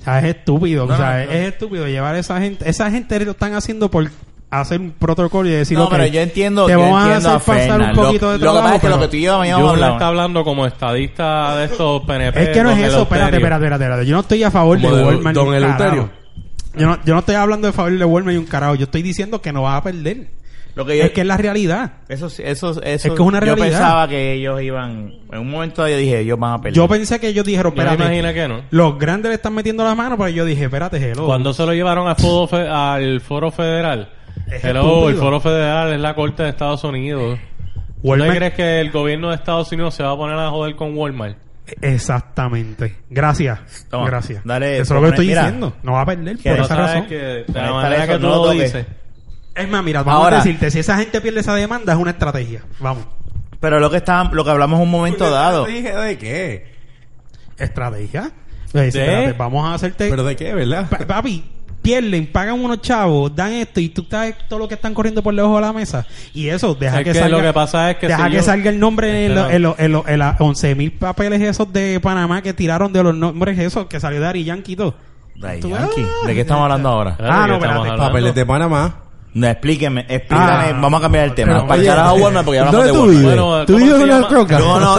[SPEAKER 2] O sea, es estúpido.
[SPEAKER 3] No,
[SPEAKER 2] o sea,
[SPEAKER 3] no,
[SPEAKER 2] es,
[SPEAKER 3] no.
[SPEAKER 2] es estúpido llevar a esa gente. Esa gente lo están haciendo por hacer un protocolo y decir,
[SPEAKER 3] no,
[SPEAKER 2] "Ok,
[SPEAKER 3] pero yo entiendo,
[SPEAKER 2] te
[SPEAKER 3] yo
[SPEAKER 2] vamos
[SPEAKER 3] entiendo
[SPEAKER 2] a
[SPEAKER 3] a,
[SPEAKER 2] hacer pasar
[SPEAKER 3] Fernan.
[SPEAKER 2] un poquito
[SPEAKER 3] lo, lo
[SPEAKER 2] de
[SPEAKER 3] que
[SPEAKER 2] trabajo.
[SPEAKER 3] pasa es que lo
[SPEAKER 2] pero
[SPEAKER 3] que tú y yo habíamos
[SPEAKER 5] Jun
[SPEAKER 3] hablado.
[SPEAKER 5] está hablando como estadista de estos PNP.
[SPEAKER 2] es que no es eso. Espérate,
[SPEAKER 5] don Eleuterio.
[SPEAKER 2] espérate, espérate, espérate. Yo no estoy a favor de
[SPEAKER 4] Como de-
[SPEAKER 2] Walmart.
[SPEAKER 4] don
[SPEAKER 2] ni un carajo.
[SPEAKER 4] Eleuterio.
[SPEAKER 2] Yo no, yo no estoy hablando de favor de Walmart y un carajo. Yo estoy diciendo que no vas a perder.
[SPEAKER 3] Lo que yo-
[SPEAKER 2] Es que es la realidad.
[SPEAKER 3] Eso, sí- eso, eso.
[SPEAKER 2] que es una
[SPEAKER 3] Yo
[SPEAKER 2] realidad.
[SPEAKER 3] pensaba que ellos iban. En un momento yo dije, ellos van a perder.
[SPEAKER 2] Yo pensé que ellos dijeron,
[SPEAKER 5] Yo me
[SPEAKER 2] espérate.
[SPEAKER 5] imagino que no.
[SPEAKER 2] Los grandes le están metiendo las manos, pero yo dije, espérate, hello.
[SPEAKER 5] Cuando se lo llevaron al foro, fe- al foro federal.
[SPEAKER 2] Es
[SPEAKER 5] Hello,
[SPEAKER 2] estúpido.
[SPEAKER 5] el foro federal es la corte de Estados Unidos. ¿Tú te
[SPEAKER 2] Walmart-
[SPEAKER 5] crees que el gobierno de Estados Unidos se va a poner a joder con Walmart?
[SPEAKER 2] Exactamente. Gracias.
[SPEAKER 3] Toma.
[SPEAKER 2] Gracias.
[SPEAKER 3] Dale,
[SPEAKER 2] Eso es lo que
[SPEAKER 3] pone-
[SPEAKER 2] estoy
[SPEAKER 3] mira.
[SPEAKER 2] diciendo. No va a perder
[SPEAKER 3] Que
[SPEAKER 2] por
[SPEAKER 3] no
[SPEAKER 2] esa
[SPEAKER 5] sabes
[SPEAKER 2] razón.
[SPEAKER 5] que de la
[SPEAKER 3] Conectar
[SPEAKER 5] manera
[SPEAKER 3] eso,
[SPEAKER 5] que tú
[SPEAKER 3] no lo
[SPEAKER 5] lo
[SPEAKER 3] toques.
[SPEAKER 5] dices.
[SPEAKER 2] Es más, mira, vamos
[SPEAKER 3] Ahora-
[SPEAKER 2] a decirte, si esa gente pierde esa demanda, es una estrategia. Vamos.
[SPEAKER 3] Pero lo que está, lo que hablamos en un
[SPEAKER 2] Pues
[SPEAKER 3] momento dado.
[SPEAKER 4] Dije, ¿De qué?
[SPEAKER 2] ¿Estrategia? Le dice,
[SPEAKER 5] ¿De?
[SPEAKER 2] espérate, vamos a hacerte...
[SPEAKER 4] Pero de qué, ¿verdad?
[SPEAKER 2] Pa- papi, pierden, pagan unos chavos, dan esto y tú sabes todo lo que están corriendo por debajo de la mesa. Y eso, deja
[SPEAKER 5] Es
[SPEAKER 2] que,
[SPEAKER 5] que
[SPEAKER 2] salga...
[SPEAKER 5] lo que pasa es que
[SPEAKER 2] deja
[SPEAKER 5] si
[SPEAKER 2] que
[SPEAKER 5] yo-
[SPEAKER 2] salga el nombre
[SPEAKER 5] Es
[SPEAKER 2] en
[SPEAKER 5] que
[SPEAKER 2] los
[SPEAKER 5] no.
[SPEAKER 2] en los- en los- en la- 11.000 papeles esos de Panamá que tiraron de los nombres esos que salió de Ari Yankee y todo.
[SPEAKER 3] Ay,
[SPEAKER 2] Tú-
[SPEAKER 3] Yankee, ¿De qué estamos hablando ahora?
[SPEAKER 2] Ah, no,
[SPEAKER 5] ¿De qué estamos
[SPEAKER 2] espérate,
[SPEAKER 5] hablando?
[SPEAKER 4] Papeles de Panamá.
[SPEAKER 3] No, explíqueme, explícame.
[SPEAKER 2] Ah,
[SPEAKER 3] vamos a cambiar el tema.
[SPEAKER 2] pero,
[SPEAKER 3] Para el
[SPEAKER 2] oye,
[SPEAKER 3] carajo Walmart, porque ya hablamos
[SPEAKER 4] ¿Dónde
[SPEAKER 3] de
[SPEAKER 4] tú
[SPEAKER 3] Walmart.
[SPEAKER 4] vives?
[SPEAKER 5] Bueno,
[SPEAKER 4] ¿Tú
[SPEAKER 5] ¿cómo
[SPEAKER 4] vives
[SPEAKER 5] se
[SPEAKER 4] en una
[SPEAKER 5] llama?
[SPEAKER 4] troca?
[SPEAKER 3] No, no.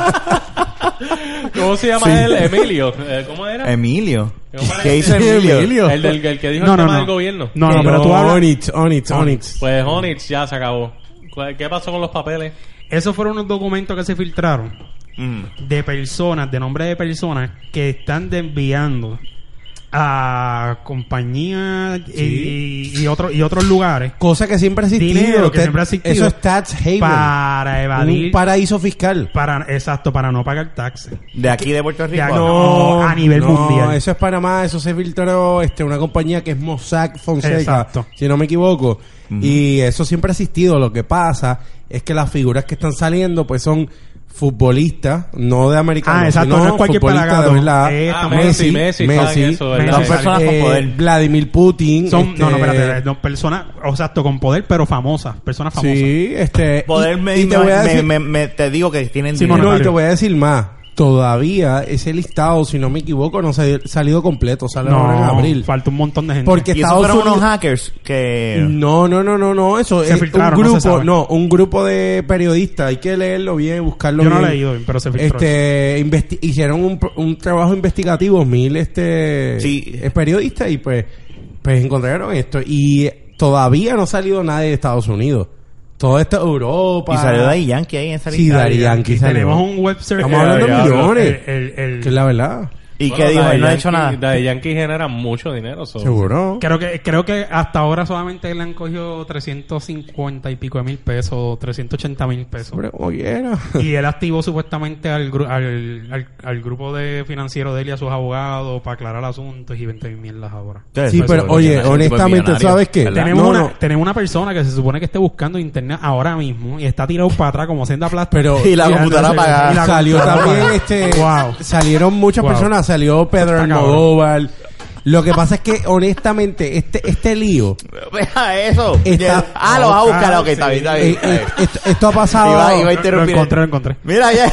[SPEAKER 5] ¿Cómo se llama
[SPEAKER 4] Sí.
[SPEAKER 5] él? Emilio. Eh, ¿Cómo era?
[SPEAKER 3] Emilio.
[SPEAKER 5] ¿Cómo era
[SPEAKER 3] ¿Qué hizo
[SPEAKER 5] ese?
[SPEAKER 3] Emilio?
[SPEAKER 4] Emilio.
[SPEAKER 5] El, del, el que dijo
[SPEAKER 2] No,
[SPEAKER 5] el
[SPEAKER 2] no,
[SPEAKER 5] tema
[SPEAKER 2] no.
[SPEAKER 5] del gobierno.
[SPEAKER 2] No, no, pero tú hablas... Ah,
[SPEAKER 4] Onyx, Onyx, Onyx.
[SPEAKER 5] Pues Onyx ya se acabó. ¿Cuál- ¿Qué pasó con los papeles?
[SPEAKER 2] Esos fueron unos documentos que se filtraron
[SPEAKER 3] Mm.
[SPEAKER 2] de personas, de nombre de personas que están desviando a compañías y- y, y otro- y otros lugares
[SPEAKER 4] Cosa que siempre ha existido.
[SPEAKER 2] Dinero que
[SPEAKER 4] Usted-
[SPEAKER 2] siempre ha existido.
[SPEAKER 4] Eso es tax haven.
[SPEAKER 2] para evadir
[SPEAKER 4] Un paraíso fiscal.
[SPEAKER 2] para exacto para no pagar taxes
[SPEAKER 3] De aquí de Puerto Rico.
[SPEAKER 2] Ya,
[SPEAKER 3] a-
[SPEAKER 2] No, a nivel mundial.
[SPEAKER 4] Eso es Panamá, eso se filtró este, una compañía que es Mossack Fonseca,
[SPEAKER 2] Exacto.
[SPEAKER 4] si no me equivoco. Y eso siempre ha existido. Lo que pasa es que las figuras que están saliendo pues son futbolistas, no de americanos.
[SPEAKER 2] Ah, exacto,
[SPEAKER 4] sino
[SPEAKER 2] no es cualquier
[SPEAKER 4] futbolistas
[SPEAKER 2] pelagato.
[SPEAKER 4] de verdad.
[SPEAKER 2] Eh,
[SPEAKER 5] Ah,
[SPEAKER 2] también-
[SPEAKER 5] Messi, Messi, Messi, eso, ¿verdad?
[SPEAKER 2] Messi.
[SPEAKER 3] Son personas con
[SPEAKER 4] eh,
[SPEAKER 3] poder.
[SPEAKER 4] Vladimir Putin.
[SPEAKER 2] son
[SPEAKER 4] este,
[SPEAKER 2] no no espérate no, personas o exacto con poder pero famosas personas famosas
[SPEAKER 4] Sí, este.
[SPEAKER 3] Poder
[SPEAKER 4] y-
[SPEAKER 3] me,
[SPEAKER 4] y te voy a
[SPEAKER 3] me-
[SPEAKER 4] decir-
[SPEAKER 3] me- me- te digo que tienen
[SPEAKER 2] Sí,
[SPEAKER 4] No,
[SPEAKER 3] dinero.
[SPEAKER 4] y te voy a decir más. Todavía ese listado, si no me equivoco, no se ha salido completo. Sale ahora en
[SPEAKER 2] no
[SPEAKER 4] abril.
[SPEAKER 2] falta un montón de gente
[SPEAKER 4] Porque
[SPEAKER 3] Y esos
[SPEAKER 4] Estados
[SPEAKER 3] fueron unos
[SPEAKER 4] Unidos.
[SPEAKER 3] hackers que...
[SPEAKER 4] No, no, no, no, no. Eso
[SPEAKER 2] Se
[SPEAKER 4] es
[SPEAKER 2] filtraron,
[SPEAKER 4] un
[SPEAKER 2] no se
[SPEAKER 4] grupo,
[SPEAKER 2] sabe.
[SPEAKER 4] un grupo de periodistas. Hay que leerlo bien, buscarlo
[SPEAKER 2] yo no
[SPEAKER 4] bien.
[SPEAKER 2] lo he leído pero se filtró
[SPEAKER 4] Este, investi- hicieron un, pro- un trabajo investigativo, mil este
[SPEAKER 3] Sí.
[SPEAKER 4] eh, periodistas y pues, pues encontraron esto. Y todavía no ha salido nadie de Estados Unidos. Todo esto Europa.
[SPEAKER 3] Y salió de ahí Yankee ahí en esa
[SPEAKER 4] Sí,
[SPEAKER 3] lista.
[SPEAKER 4] Daddy Yankee salió.
[SPEAKER 2] tenemos un web ser-
[SPEAKER 4] Estamos
[SPEAKER 2] eh,
[SPEAKER 4] hablando de
[SPEAKER 2] eh,
[SPEAKER 4] millones.
[SPEAKER 2] el, el-
[SPEAKER 4] Que es la verdad.
[SPEAKER 3] ¿Y
[SPEAKER 5] Bueno,
[SPEAKER 3] qué dijo?
[SPEAKER 5] Daddy
[SPEAKER 3] Él no ha
[SPEAKER 5] Yankee-
[SPEAKER 3] hecho nada.
[SPEAKER 5] Daddy Yankee genera mucho dinero. so.
[SPEAKER 4] Seguro.
[SPEAKER 2] Creo que, creo que hasta ahora solamente le han cogido 350 y pico de mil pesos, 380 mil pesos.
[SPEAKER 4] Sobre como quiera.
[SPEAKER 2] Y él activó supuestamente al, gru- al, al, al grupo de financiero de él y a sus abogados para aclarar asuntos y 20 mil mierdas ahora.
[SPEAKER 4] Sí, pero oye, honestamente, ¿sabes qué?
[SPEAKER 2] Tenemos,
[SPEAKER 4] No,
[SPEAKER 2] una,
[SPEAKER 4] no.
[SPEAKER 2] tenemos una persona que se supone que esté buscando en internet ahora mismo y está tirado para atrás como senda plástica.
[SPEAKER 4] Pero-
[SPEAKER 3] Y la computadora apagada.
[SPEAKER 2] y la
[SPEAKER 4] salió
[SPEAKER 2] computadora
[SPEAKER 4] también
[SPEAKER 2] apagada.
[SPEAKER 4] este
[SPEAKER 2] Wow.
[SPEAKER 4] salieron muchas
[SPEAKER 2] Wow.
[SPEAKER 4] personas salió Pedro
[SPEAKER 2] Está cabrón.
[SPEAKER 4] Almodóvar lo que pasa es que honestamente este este lío
[SPEAKER 3] Vea eso.
[SPEAKER 4] Está-
[SPEAKER 3] Ah, lo vas a buscar.
[SPEAKER 2] Ah,
[SPEAKER 3] ok, está
[SPEAKER 2] sí.
[SPEAKER 3] bien, está
[SPEAKER 4] eh,
[SPEAKER 3] bien.
[SPEAKER 4] eh, esto, esto ha pasado
[SPEAKER 3] Iba- iba a
[SPEAKER 2] Lo- Lo
[SPEAKER 3] interrumpir.
[SPEAKER 2] encontré, lo encontré.
[SPEAKER 3] Mira, ya.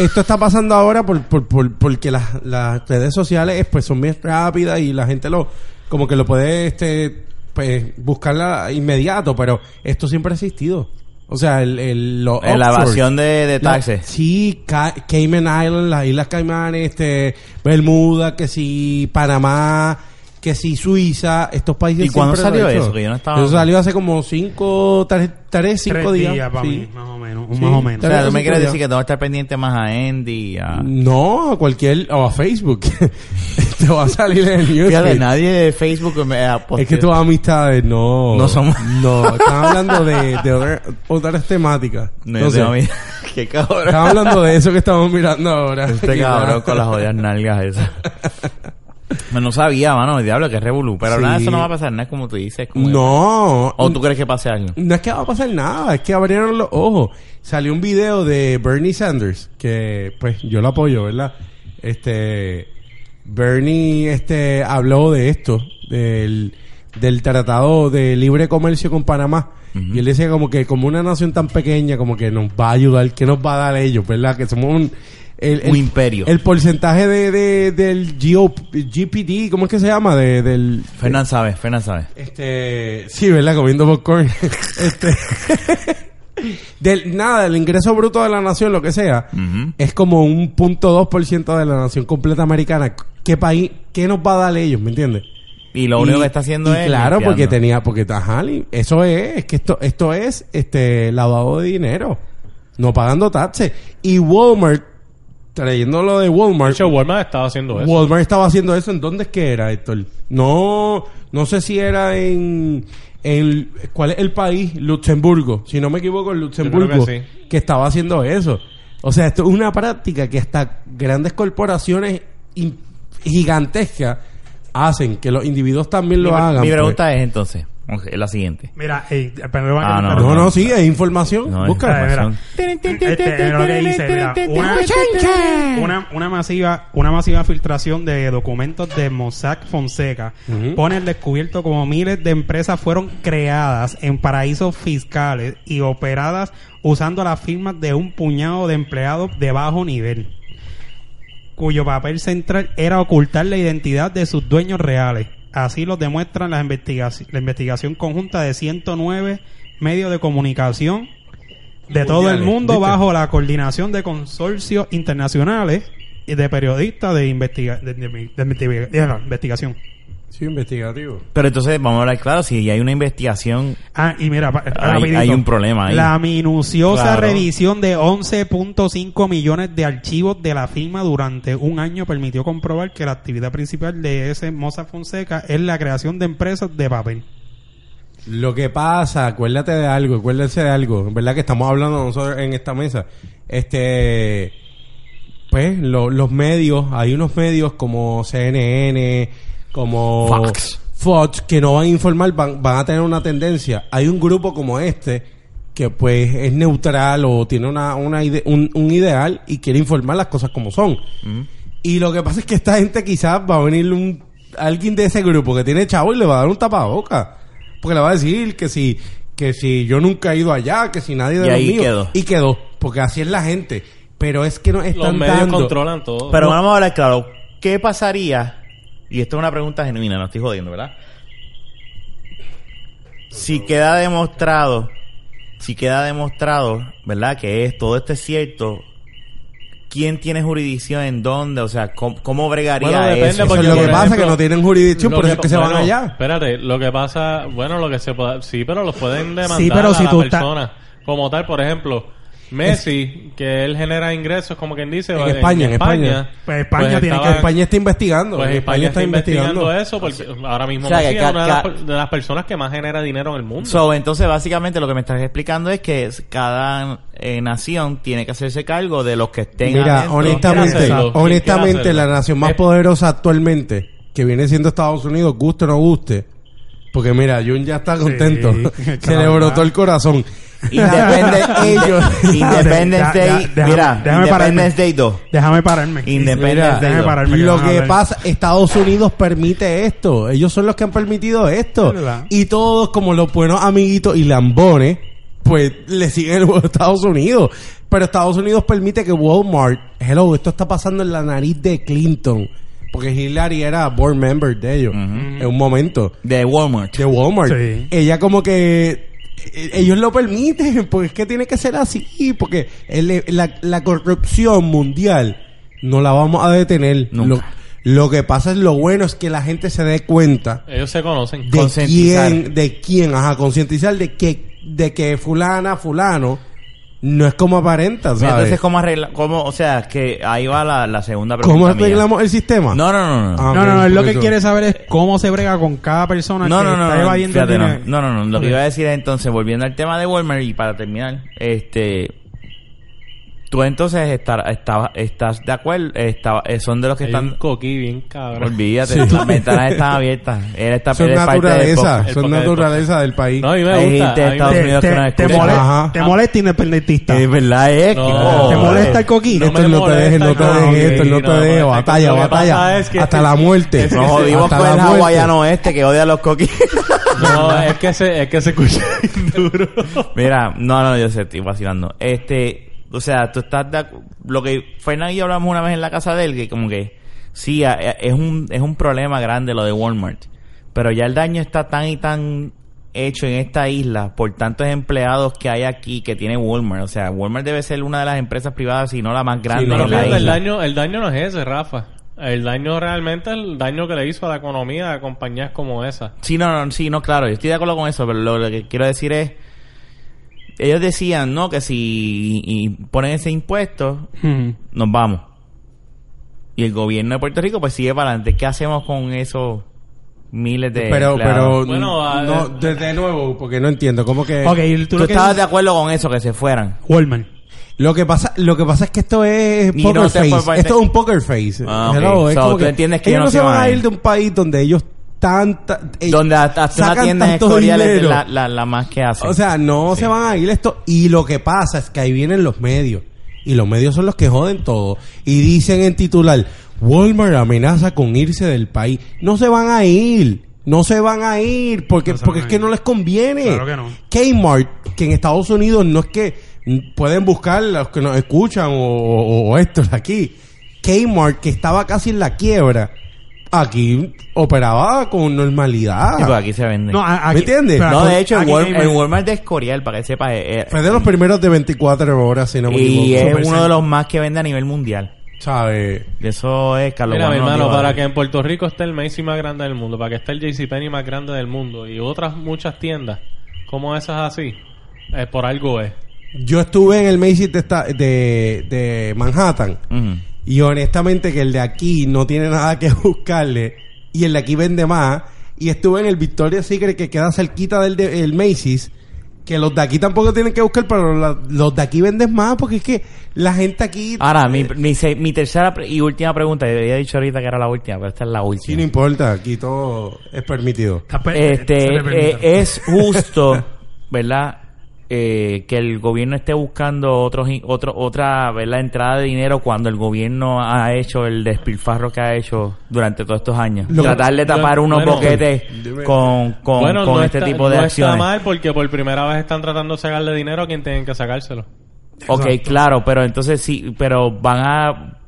[SPEAKER 4] esto está pasando ahora por, por, por- porque las, las redes sociales pues son bien rápidas y la gente lo como que lo puede este pues buscarla inmediato pero esto siempre ha existido o sea el, el lo
[SPEAKER 3] La
[SPEAKER 4] offshore.
[SPEAKER 3] evasión de, de
[SPEAKER 4] La-
[SPEAKER 3] taxes.
[SPEAKER 4] sí, Ca- Cayman Island, las Islas Caimanes, este, Bermuda, que si Panamá, que si Suiza, estos países.
[SPEAKER 3] ¿Y cuándo
[SPEAKER 4] siempre lo
[SPEAKER 3] salió
[SPEAKER 4] han hecho.
[SPEAKER 3] eso? Que yo no estaba-
[SPEAKER 4] Eso salió hace como cinco, tres, tres cinco
[SPEAKER 2] Tres
[SPEAKER 4] días.
[SPEAKER 2] días, para
[SPEAKER 4] sí.
[SPEAKER 2] mí, más o menos.
[SPEAKER 4] Sí.
[SPEAKER 2] Más o menos.
[SPEAKER 3] O sea, tú
[SPEAKER 4] Eso
[SPEAKER 3] me
[SPEAKER 4] sí
[SPEAKER 3] quieres
[SPEAKER 4] podía.
[SPEAKER 3] decir que tengo que estar pendiente más a Andy. A...
[SPEAKER 4] No, a cualquier, o a Facebook. Te va a salir en el news.
[SPEAKER 3] Fíjate, nadie de Facebook me ha
[SPEAKER 4] Es que tus amistades no.
[SPEAKER 3] No somos-
[SPEAKER 4] No, están hablando de, de otra- otras temáticas.
[SPEAKER 3] No,
[SPEAKER 4] No,
[SPEAKER 3] yo
[SPEAKER 4] sé.
[SPEAKER 3] tengo mi- Qué cabrón.
[SPEAKER 4] Están hablando de eso que estamos mirando ahora.
[SPEAKER 3] Este cabrón con las jodidas nalgas esas. Bueno, no sabía, mano, el diablo, que revolú. Pero
[SPEAKER 4] Sí.
[SPEAKER 3] nada, eso no va a pasar, no es como tú dices. como-
[SPEAKER 4] No.
[SPEAKER 3] ¿O tú crees que pase algo?
[SPEAKER 4] No es que va a pasar nada, es que abrieron los ojos. Salió un video de Bernie Sanders, que pues yo lo apoyo, ¿verdad? Este Bernie este habló de esto, del, del tratado de libre comercio con Panamá. Y él decía como que como una nación tan pequeña, como que nos va a ayudar, ¿qué nos va a dar ellos, verdad? Que somos un... el-
[SPEAKER 3] Un imperio.
[SPEAKER 4] El porcentaje de, de- del GO GPD, ¿cómo es que se llama? De, del,
[SPEAKER 3] Fernán sabe, Fernán sabe.
[SPEAKER 4] este, sí, ¿verdad? Comiendo popcorn. este, del, nada, el ingreso bruto de la nación, lo que sea,
[SPEAKER 3] Ujú.
[SPEAKER 4] es como un punto dos por ciento de la nación completa americana. ¿Qué país, qué nos va a dar ellos, me entiendes?
[SPEAKER 3] Y lo único
[SPEAKER 4] Y-
[SPEAKER 3] que está haciendo
[SPEAKER 4] y
[SPEAKER 3] es.
[SPEAKER 4] claro,
[SPEAKER 3] limpiando.
[SPEAKER 4] porque tenía, porque ajá, li- eso es, es que esto, esto es, este, lavado de dinero, no pagando taxes. Y Walmart, trayendo lo de
[SPEAKER 5] De
[SPEAKER 4] Walmart,
[SPEAKER 5] hecho, Walmart estaba haciendo eso.
[SPEAKER 4] Walmart estaba haciendo eso. ¿En dónde es que era, Héctor? No, no sé si era en, en- ¿Cuál es el país? Luxemburgo. Si no me equivoco, en Luxemburgo.
[SPEAKER 5] que
[SPEAKER 4] que,
[SPEAKER 5] sí.
[SPEAKER 4] estaba haciendo eso. O sea, esto es una práctica que hasta grandes corporaciones in- gigantescas hacen. Que los individuos también lo
[SPEAKER 3] mi,
[SPEAKER 4] hagan.
[SPEAKER 3] mi
[SPEAKER 4] pues.
[SPEAKER 3] pregunta es entonces: ok, es la siguiente.
[SPEAKER 2] Mira, eh, perdón,
[SPEAKER 3] Ah, no,
[SPEAKER 4] No, no, sí, es información.
[SPEAKER 3] No, es
[SPEAKER 4] Busca.
[SPEAKER 3] información.
[SPEAKER 2] Este, mira lo que dice, mira, una, una, una masiva una masiva filtración de documentos de Mossack Fonseca pone al descubierto como miles de empresas fueron creadas en paraísos fiscales y operadas usando las firmas de un puñado de empleados de bajo nivel cuyo papel central era ocultar la identidad de sus dueños reales. Así lo demuestran las investigaci- la investigación conjunta de 109 medios de comunicación de todo el
[SPEAKER 4] Mundiales,
[SPEAKER 2] mundo
[SPEAKER 4] ¿viste?
[SPEAKER 2] bajo la coordinación de consorcios internacionales y de periodistas de, investiga- de- de- de investiga- de- no, investigación.
[SPEAKER 4] Sí, investigativo.
[SPEAKER 3] Pero entonces vamos a hablar claro, si hay una investigación,
[SPEAKER 2] Ah, y mira, pa-
[SPEAKER 3] Hay-
[SPEAKER 2] rapidito.
[SPEAKER 3] hay un problema ahí.
[SPEAKER 2] La minuciosa
[SPEAKER 3] Claro.
[SPEAKER 2] revisión de 11.5 millones de archivos de la firma durante un año permitió comprobar que la actividad principal de ese Mossack Fonseca es la creación de empresas de papel.
[SPEAKER 4] Lo que pasa, acuérdate de algo, acuérdense de algo, en verdad que estamos hablando nosotros en esta mesa. Este, pues lo- los medios, hay unos medios como CNN, como
[SPEAKER 3] Fox.
[SPEAKER 4] Fox, que no van a informar, van, van a tener una tendencia. Hay un grupo como este que pues es neutral o tiene una, una ide- un, un ideal y quiere informar las cosas como son. Y lo que pasa es que esta gente quizás va a venir un alguien de ese grupo que tiene chavo y le va a dar un tapaboca. Porque le va a decir que si, que si yo nunca he ido allá, que si nadie de
[SPEAKER 3] Y
[SPEAKER 4] los
[SPEAKER 3] ahí
[SPEAKER 4] míos.
[SPEAKER 3] quedó.
[SPEAKER 4] Y quedó. Porque así es la gente. Pero es que no
[SPEAKER 5] Los
[SPEAKER 4] están
[SPEAKER 5] medios
[SPEAKER 4] dando.
[SPEAKER 5] controlan todo.
[SPEAKER 3] Pero vamos a hablar claro, ¿qué pasaría? Y esto es una pregunta genuina, no estoy jodiendo, ¿verdad? Si queda demostrado, si queda demostrado, ¿verdad? Que es, todo esto es cierto, ¿quién tiene jurisdicción en dónde? O sea, ¿cómo, cómo bregaría
[SPEAKER 5] Bueno, depende,
[SPEAKER 3] eso?
[SPEAKER 4] Eso
[SPEAKER 5] porque,
[SPEAKER 4] es lo que
[SPEAKER 5] por
[SPEAKER 4] pasa,
[SPEAKER 5] ejemplo,
[SPEAKER 4] que no tienen jurisdicción,
[SPEAKER 5] Lo
[SPEAKER 4] por eso es que se van
[SPEAKER 5] bueno,
[SPEAKER 4] allá.
[SPEAKER 5] Espérate, lo que pasa, bueno, lo que se pueda, sí, pero los pueden demandar
[SPEAKER 2] Sí, pero
[SPEAKER 5] a
[SPEAKER 2] si
[SPEAKER 5] la
[SPEAKER 2] tú estás-
[SPEAKER 5] persona. Como tal, por ejemplo, Messi, que él genera ingresos, como quien dice,
[SPEAKER 4] En España, en España.
[SPEAKER 2] Pues España tiene que-
[SPEAKER 5] estaban-
[SPEAKER 4] España está investigando.
[SPEAKER 5] pues España está investigando, eso porque ahora mismo
[SPEAKER 9] o sea, que
[SPEAKER 5] Messi es
[SPEAKER 9] ca-
[SPEAKER 5] una de las,
[SPEAKER 9] ca-
[SPEAKER 5] per- de las personas que más genera dinero en el mundo.
[SPEAKER 3] So, entonces, básicamente lo que me estás explicando es que es- cada eh, nación tiene que hacerse cargo de los que estén
[SPEAKER 4] Mira,
[SPEAKER 3] adentro.
[SPEAKER 5] ¿Quién
[SPEAKER 4] honestamente,
[SPEAKER 5] quiere hacerlo? ¿Quién
[SPEAKER 4] honestamente,
[SPEAKER 5] quiere
[SPEAKER 4] la
[SPEAKER 5] hacerlo?
[SPEAKER 4] nación más
[SPEAKER 5] Es-
[SPEAKER 4] poderosa actualmente, que viene siendo Estados Unidos, guste o no guste, porque mira, Jun ya está contento, se le
[SPEAKER 2] claro.
[SPEAKER 4] brotó el corazón.
[SPEAKER 3] Independence
[SPEAKER 4] ellos.
[SPEAKER 3] Independence
[SPEAKER 2] Ya, ya,
[SPEAKER 3] Day,
[SPEAKER 2] déjame-
[SPEAKER 3] mira,
[SPEAKER 2] déjame pararme.
[SPEAKER 3] Independence Day 2.
[SPEAKER 2] Déjame pararme.
[SPEAKER 3] Independence
[SPEAKER 2] Mira,
[SPEAKER 3] Day
[SPEAKER 2] déjame
[SPEAKER 3] dos.
[SPEAKER 2] pararme.
[SPEAKER 4] Lo
[SPEAKER 2] déjame
[SPEAKER 4] que
[SPEAKER 2] hablar.
[SPEAKER 4] pasa, Estados Unidos permite esto. Ellos son los que han permitido esto.
[SPEAKER 2] Es verdad.
[SPEAKER 4] Y todos, como los buenos amiguitos y lambones, pues le siguen a Estados Unidos. Pero Estados Unidos permite que Walmart, hello, esto está pasando en la nariz de Clinton. Porque Hillary era board member de ellos en un momento.
[SPEAKER 3] De Walmart.
[SPEAKER 4] De Walmart.
[SPEAKER 2] Sí.
[SPEAKER 4] Ella como que... eh, Ellos lo permiten, porque es que tiene que ser así, porque el- la, la corrupción mundial no la vamos a detener. Lo,
[SPEAKER 3] Nunca.
[SPEAKER 4] lo que pasa es lo bueno es que la gente se dé cuenta
[SPEAKER 5] Ellos se conocen.
[SPEAKER 4] de
[SPEAKER 3] Concientizar.
[SPEAKER 4] quién, de quién, ajá, concientizar de que, de que fulana, fulano, no es como aparenta,
[SPEAKER 3] Mira,
[SPEAKER 4] ¿sabes?
[SPEAKER 3] Entonces, ¿cómo arregla, cómo, o sea, que ahí va la, la segunda pregunta.
[SPEAKER 4] ¿Cómo
[SPEAKER 3] mía.
[SPEAKER 4] arreglamos el sistema?
[SPEAKER 3] No, no, no, no.
[SPEAKER 4] Ah,
[SPEAKER 2] No, no, no.
[SPEAKER 4] ok,
[SPEAKER 2] él Lo
[SPEAKER 4] por
[SPEAKER 2] que
[SPEAKER 4] eso.
[SPEAKER 2] quiere saber es cómo se brega con cada persona
[SPEAKER 3] No,
[SPEAKER 2] que
[SPEAKER 3] no, no,
[SPEAKER 2] está
[SPEAKER 3] no,
[SPEAKER 2] evadiendo el
[SPEAKER 3] fíjate, no,
[SPEAKER 2] dinero.
[SPEAKER 3] no, no, no, Lo que
[SPEAKER 2] Ok.
[SPEAKER 3] iba a decir es entonces, volviendo al tema de Walmart y para terminar, este. Tú entonces estar, estaba- estás de acuerdo, estaba- eh, son de los que
[SPEAKER 5] Hay un
[SPEAKER 3] están.
[SPEAKER 5] coquí bien cabrón.
[SPEAKER 3] Olvídate, las ventanas están abiertas. Él está
[SPEAKER 4] Son
[SPEAKER 3] él es parte del
[SPEAKER 4] naturaleza,
[SPEAKER 3] podcast.
[SPEAKER 5] El
[SPEAKER 4] son
[SPEAKER 5] podcast del
[SPEAKER 4] naturaleza del país.
[SPEAKER 5] No, a mí me
[SPEAKER 3] Hay
[SPEAKER 5] gusta,
[SPEAKER 3] gente de
[SPEAKER 5] a mí me
[SPEAKER 3] Estados
[SPEAKER 5] gusta.
[SPEAKER 3] Unidos que nos
[SPEAKER 2] Te, te,
[SPEAKER 3] escucha.
[SPEAKER 2] mole-
[SPEAKER 4] Ajá. Eh,
[SPEAKER 2] te molesta independentista.
[SPEAKER 3] Es verdad, eh, es.
[SPEAKER 5] No. eh,
[SPEAKER 3] equipo.
[SPEAKER 2] ¿Te molesta el coquí?
[SPEAKER 5] No
[SPEAKER 4] esto
[SPEAKER 5] me
[SPEAKER 4] no te
[SPEAKER 5] molesta,
[SPEAKER 4] dejes, no te
[SPEAKER 5] no,
[SPEAKER 4] dejes,
[SPEAKER 5] ok,
[SPEAKER 4] esto no te
[SPEAKER 5] no me
[SPEAKER 4] dejes,
[SPEAKER 5] molesta.
[SPEAKER 4] batalla,
[SPEAKER 5] Lo que pasa
[SPEAKER 4] batalla,
[SPEAKER 5] es que-
[SPEAKER 4] hasta la muerte.
[SPEAKER 3] Nos jodimos
[SPEAKER 4] Hasta
[SPEAKER 3] con el
[SPEAKER 4] la muerte.
[SPEAKER 3] hawaiano este que odia a los coquí.
[SPEAKER 5] No, es que se, es que se escucha bien duro.
[SPEAKER 3] Mira, no, no, yo sé, estoy vacilando. Este, o sea, tú estás de acu- lo que Fernández y yo hablamos una vez en la casa de él, que como que sí, a- a- es un, es un problema grande lo de Walmart. Pero ya el daño está tan y tan hecho en esta isla por tantos empleados que hay aquí que tiene Walmart. O sea, Walmart debe ser una de las empresas privadas, si no la más grande
[SPEAKER 4] no,
[SPEAKER 5] Pero
[SPEAKER 3] en la
[SPEAKER 5] fíjate, el
[SPEAKER 3] isla.
[SPEAKER 5] daño, el daño no es ese, Rafa. El daño realmente es el daño que le hizo a la economía a compañías como esa.
[SPEAKER 3] Sí, no, no, sí, no, claro, yo estoy de acuerdo con eso, pero lo, lo que quiero decir es, ellos decían, ¿no? Que si y ponen ese impuesto,
[SPEAKER 2] Hmm.
[SPEAKER 3] nos vamos. Y el gobierno de Puerto Rico pues sigue para adelante. ¿Qué hacemos con esos miles de
[SPEAKER 4] Pero,
[SPEAKER 3] empleados?
[SPEAKER 4] pero,
[SPEAKER 5] Bueno, a-
[SPEAKER 4] no, de, de nuevo, porque no entiendo, como que...
[SPEAKER 2] Ok, tú,
[SPEAKER 3] ¿Tú,
[SPEAKER 2] lo que
[SPEAKER 3] estabas
[SPEAKER 2] dices-
[SPEAKER 3] de acuerdo con eso, que se fueran?
[SPEAKER 2] Walmart.
[SPEAKER 4] Lo que pasa, lo que pasa es que esto es
[SPEAKER 3] Y no pues,
[SPEAKER 4] poker
[SPEAKER 3] te fue
[SPEAKER 4] face.
[SPEAKER 3] parte-
[SPEAKER 4] Esto es un poker face.
[SPEAKER 3] Ah, ok.
[SPEAKER 4] Hello, es
[SPEAKER 3] So,
[SPEAKER 4] como
[SPEAKER 3] tú entiendes que
[SPEAKER 4] ellos
[SPEAKER 3] no
[SPEAKER 4] no se van a ir
[SPEAKER 3] ir.
[SPEAKER 4] de un país donde ellos tanta eh,
[SPEAKER 3] Donde hasta hasta una
[SPEAKER 4] sacan
[SPEAKER 3] tienda en
[SPEAKER 4] tanto
[SPEAKER 3] Escoriales es
[SPEAKER 4] dinero.
[SPEAKER 3] la, la, la más que hace.
[SPEAKER 4] O sea, no se van a ir esto. Y lo que pasa es que ahí vienen los medios. Y los medios son los que joden todo. Y dicen en titular, Walmart amenaza con irse del país. No se van a ir. No se van a ir porque,
[SPEAKER 2] No se
[SPEAKER 4] porque
[SPEAKER 2] van
[SPEAKER 4] es
[SPEAKER 2] a
[SPEAKER 4] que
[SPEAKER 2] ir.
[SPEAKER 4] no les conviene.
[SPEAKER 2] Claro que no.
[SPEAKER 4] Kmart, que en Estados Unidos no es que mm, pueden buscar los que nos escuchan o, o- o estos aquí. Kmart, que estaba casi en la quiebra, aquí operaba con normalidad.
[SPEAKER 3] Sí, pues aquí se venden.
[SPEAKER 2] No,
[SPEAKER 3] No,
[SPEAKER 2] a- aquí-
[SPEAKER 4] ¿Me entiendes?
[SPEAKER 2] pero aquí-
[SPEAKER 3] de hecho, el,
[SPEAKER 2] aquí
[SPEAKER 3] Wal-
[SPEAKER 2] hay-
[SPEAKER 3] el Walmart de Escorial, para que sepas, es- es-
[SPEAKER 4] Fue de los primeros de 24 horas, si no me
[SPEAKER 3] y
[SPEAKER 4] equivoco.
[SPEAKER 3] es
[SPEAKER 2] Super
[SPEAKER 3] uno
[SPEAKER 2] Sen.
[SPEAKER 3] de los más que vende a nivel mundial.
[SPEAKER 4] ¿sabes?
[SPEAKER 3] Eso es Carlos
[SPEAKER 5] Mira, mi
[SPEAKER 3] Bueno eh. nos
[SPEAKER 5] hermano,
[SPEAKER 3] dijo
[SPEAKER 5] para
[SPEAKER 3] ahí.
[SPEAKER 5] que en Puerto Rico esté el Macy más grande del mundo, para que esté el JCPenney más grande del mundo y otras muchas tiendas como esas así, eh, por algo es.
[SPEAKER 4] Yo estuve en el Macy's de, esta- de, de Manhattan
[SPEAKER 3] Ujú.
[SPEAKER 4] y honestamente que el de aquí no tiene nada que buscarle y el de aquí vende más. Y estuve en el Victoria's Secret que queda cerquita del de- el Macy's que los de aquí tampoco tienen que buscar, pero la- los de aquí venden más porque es que la gente aquí...
[SPEAKER 3] Ahora, mi, mi, se- mi tercera pre- y última pregunta, yo había dicho ahorita que era la última, pero esta es la
[SPEAKER 4] Sí, no
[SPEAKER 3] última.
[SPEAKER 4] importa, aquí todo es permitido.
[SPEAKER 2] Está per- se
[SPEAKER 3] Este,
[SPEAKER 2] le permite.
[SPEAKER 3] eh, es justo, ¿verdad? Eh, que el gobierno esté buscando otros in- otro, otra ¿verdad? entrada de dinero cuando el gobierno ha hecho el despilfarro que ha hecho durante todos estos años.
[SPEAKER 4] Lo-
[SPEAKER 3] Tratar de tapar
[SPEAKER 5] Bueno,
[SPEAKER 3] unos
[SPEAKER 5] bueno.
[SPEAKER 3] boquetes con, con, con
[SPEAKER 5] no
[SPEAKER 3] este
[SPEAKER 5] está-
[SPEAKER 3] tipo de
[SPEAKER 5] no
[SPEAKER 3] acciones.
[SPEAKER 5] está mal porque por primera vez están tratando de sacarle dinero a quien tienen que sacárselo.
[SPEAKER 3] Ok, claro, pero entonces sí, pero van a...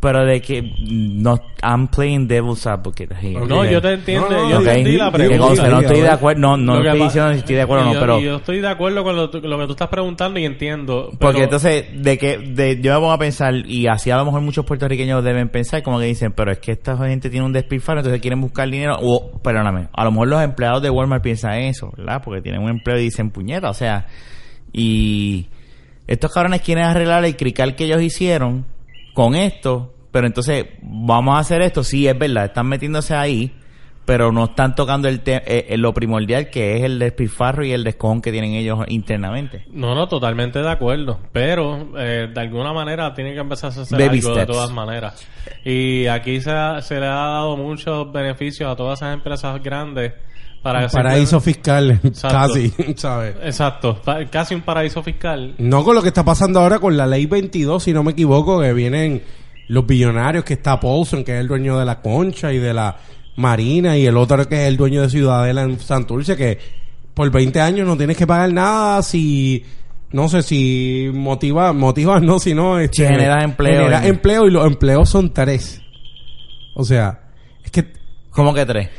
[SPEAKER 3] Pero de que no, I'm playing devil's advocate here.
[SPEAKER 5] No,
[SPEAKER 3] Okay.
[SPEAKER 5] yo te entiendo,
[SPEAKER 4] No, no,
[SPEAKER 5] yo
[SPEAKER 3] Ok.
[SPEAKER 4] no,
[SPEAKER 5] entendí la
[SPEAKER 4] digo,
[SPEAKER 5] pregunta.
[SPEAKER 3] Digo, o sea, no estoy de
[SPEAKER 4] Diga,
[SPEAKER 3] acuerdo, no, no
[SPEAKER 5] Lo que
[SPEAKER 3] estoy
[SPEAKER 5] pa-
[SPEAKER 3] diciendo si estoy de acuerdo o
[SPEAKER 5] y
[SPEAKER 3] no,
[SPEAKER 5] yo-
[SPEAKER 3] pero...
[SPEAKER 5] y yo estoy de acuerdo con lo, tu- lo que tú estás preguntando y entiendo. pero-
[SPEAKER 3] Porque entonces, de que de, yo me pongo a pensar, y así a lo mejor muchos puertorriqueños deben pensar, como que dicen, pero es que esta gente tiene un despilfarro, entonces quieren buscar dinero, o, perdóname, a lo mejor los empleados de Walmart piensan eso, ¿verdad? Porque tienen un empleo y dicen puñeta, o sea, y estos cabrones quieren arreglar el crical que ellos hicieron con esto, pero entonces vamos a hacer esto, sí, es verdad, están metiéndose ahí, pero no están tocando el te- eh, eh, lo primordial que es el despilfarro y el descojón que tienen ellos internamente.
[SPEAKER 5] No, no, totalmente de acuerdo. Pero eh, de alguna manera tiene que empezar a hacer
[SPEAKER 3] Baby
[SPEAKER 5] algo de
[SPEAKER 3] steps.
[SPEAKER 5] todas maneras. Y aquí se, ha- se le ha dado muchos beneficios a todas esas empresas grandes para que se-
[SPEAKER 4] Paraíso fiscal,
[SPEAKER 5] Exacto.
[SPEAKER 4] casi, ¿sabes?
[SPEAKER 5] Exacto, pa- casi un paraíso fiscal.
[SPEAKER 4] No con lo que está pasando ahora con la ley 22, si no me equivoco, que vienen los billonarios, que está Paulson, que es el dueño de la Concha y de la Marina, y el otro que es el dueño de Ciudadela en Santurce, que por 20 años no tienes que pagar nada si, no sé, si motiva, motivas no, sino... Este,
[SPEAKER 3] Si generas empleo.
[SPEAKER 4] generas empleo y los empleos son tres. O sea, es que
[SPEAKER 3] ¿Cómo que tres?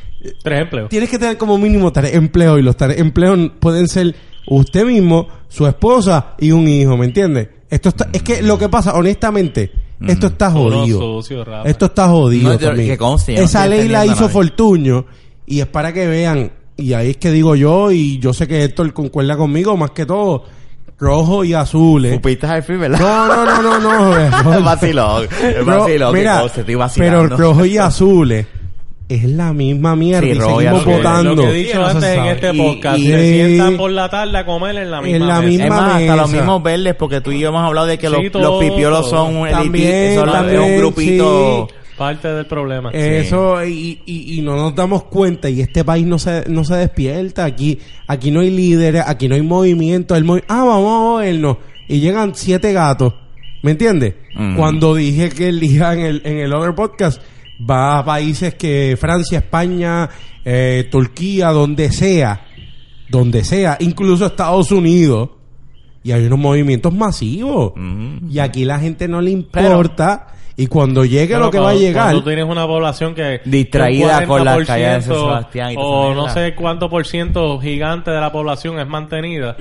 [SPEAKER 5] Tres empleos.
[SPEAKER 4] Tienes que tener como mínimo tres empleos y los tres empleos pueden ser usted mismo, su esposa y un hijo, ¿me entiendes? Esto está, es que lo que pasa, honestamente, esto está
[SPEAKER 5] Puro
[SPEAKER 4] jodido.
[SPEAKER 5] sucio, Rafa.
[SPEAKER 4] Esto está jodido.
[SPEAKER 3] Mm. No, yo-
[SPEAKER 4] también.
[SPEAKER 3] que conste, yo no
[SPEAKER 4] Esa
[SPEAKER 3] estoy
[SPEAKER 4] ley
[SPEAKER 3] defendiendo
[SPEAKER 4] la
[SPEAKER 3] a
[SPEAKER 4] hizo
[SPEAKER 3] nadie.
[SPEAKER 4] Fortuño y es para que vean, y ahí es que digo yo, y yo sé que Héctor concuerda conmigo, más que todo, rojo y azul. ¿eh?
[SPEAKER 3] Pupita al fin, ¿verdad?
[SPEAKER 4] No, no, no, no, no.
[SPEAKER 3] Es vacilón. Es
[SPEAKER 4] Ro-
[SPEAKER 3] vacilón. que
[SPEAKER 4] mira,
[SPEAKER 3] todo se estoy
[SPEAKER 4] pero
[SPEAKER 3] vacilando.
[SPEAKER 4] el rojo y azules es la misma mierda
[SPEAKER 3] Sí,
[SPEAKER 4] y
[SPEAKER 3] rojo y
[SPEAKER 4] seguimos
[SPEAKER 5] Lo que-
[SPEAKER 3] azul.
[SPEAKER 4] votando.
[SPEAKER 5] Lo que he dicho
[SPEAKER 4] Sí, no se
[SPEAKER 5] antes en
[SPEAKER 4] sabe.
[SPEAKER 5] este
[SPEAKER 3] Y-
[SPEAKER 5] podcast,
[SPEAKER 3] y-
[SPEAKER 5] se sientan por la tarde a comer en la misma
[SPEAKER 4] En la
[SPEAKER 5] mesa.
[SPEAKER 4] misma
[SPEAKER 3] es más, hasta
[SPEAKER 4] mesa.
[SPEAKER 3] los mismos verdes, porque tú y yo hemos hablado de que
[SPEAKER 5] Sí,
[SPEAKER 3] los,
[SPEAKER 5] todo.
[SPEAKER 3] los pipiolos son un elitista,
[SPEAKER 4] También,
[SPEAKER 3] son la- es un
[SPEAKER 4] también,
[SPEAKER 3] grupito.
[SPEAKER 4] sí.
[SPEAKER 5] Parte del problema.
[SPEAKER 4] Eso, y, y, y no nos damos cuenta, y este país no se, no se despierta, aquí, aquí no hay líderes, aquí no hay movimiento, el movi- ah, vamos a vernos, y llegan siete gatos, ¿me entiendes?
[SPEAKER 3] Ujú.
[SPEAKER 4] Cuando dije que el día en el, en el other podcast va a países que Francia, España, eh, Turquía, donde sea, donde sea, incluso Estados Unidos, y hay unos movimientos masivos,
[SPEAKER 3] Ujú.
[SPEAKER 4] y aquí la gente no le importa, y cuando llegue
[SPEAKER 5] Pero
[SPEAKER 4] lo que va a
[SPEAKER 5] cuando-
[SPEAKER 4] llegar...
[SPEAKER 5] Cuando tú tienes una población que...
[SPEAKER 3] Distraída
[SPEAKER 5] un
[SPEAKER 3] con las
[SPEAKER 5] 40%
[SPEAKER 3] calles de San Sebastián y toda
[SPEAKER 5] O
[SPEAKER 3] esa
[SPEAKER 5] no
[SPEAKER 3] mierda.
[SPEAKER 5] sé cuánto por ciento gigante de la población es mantenida.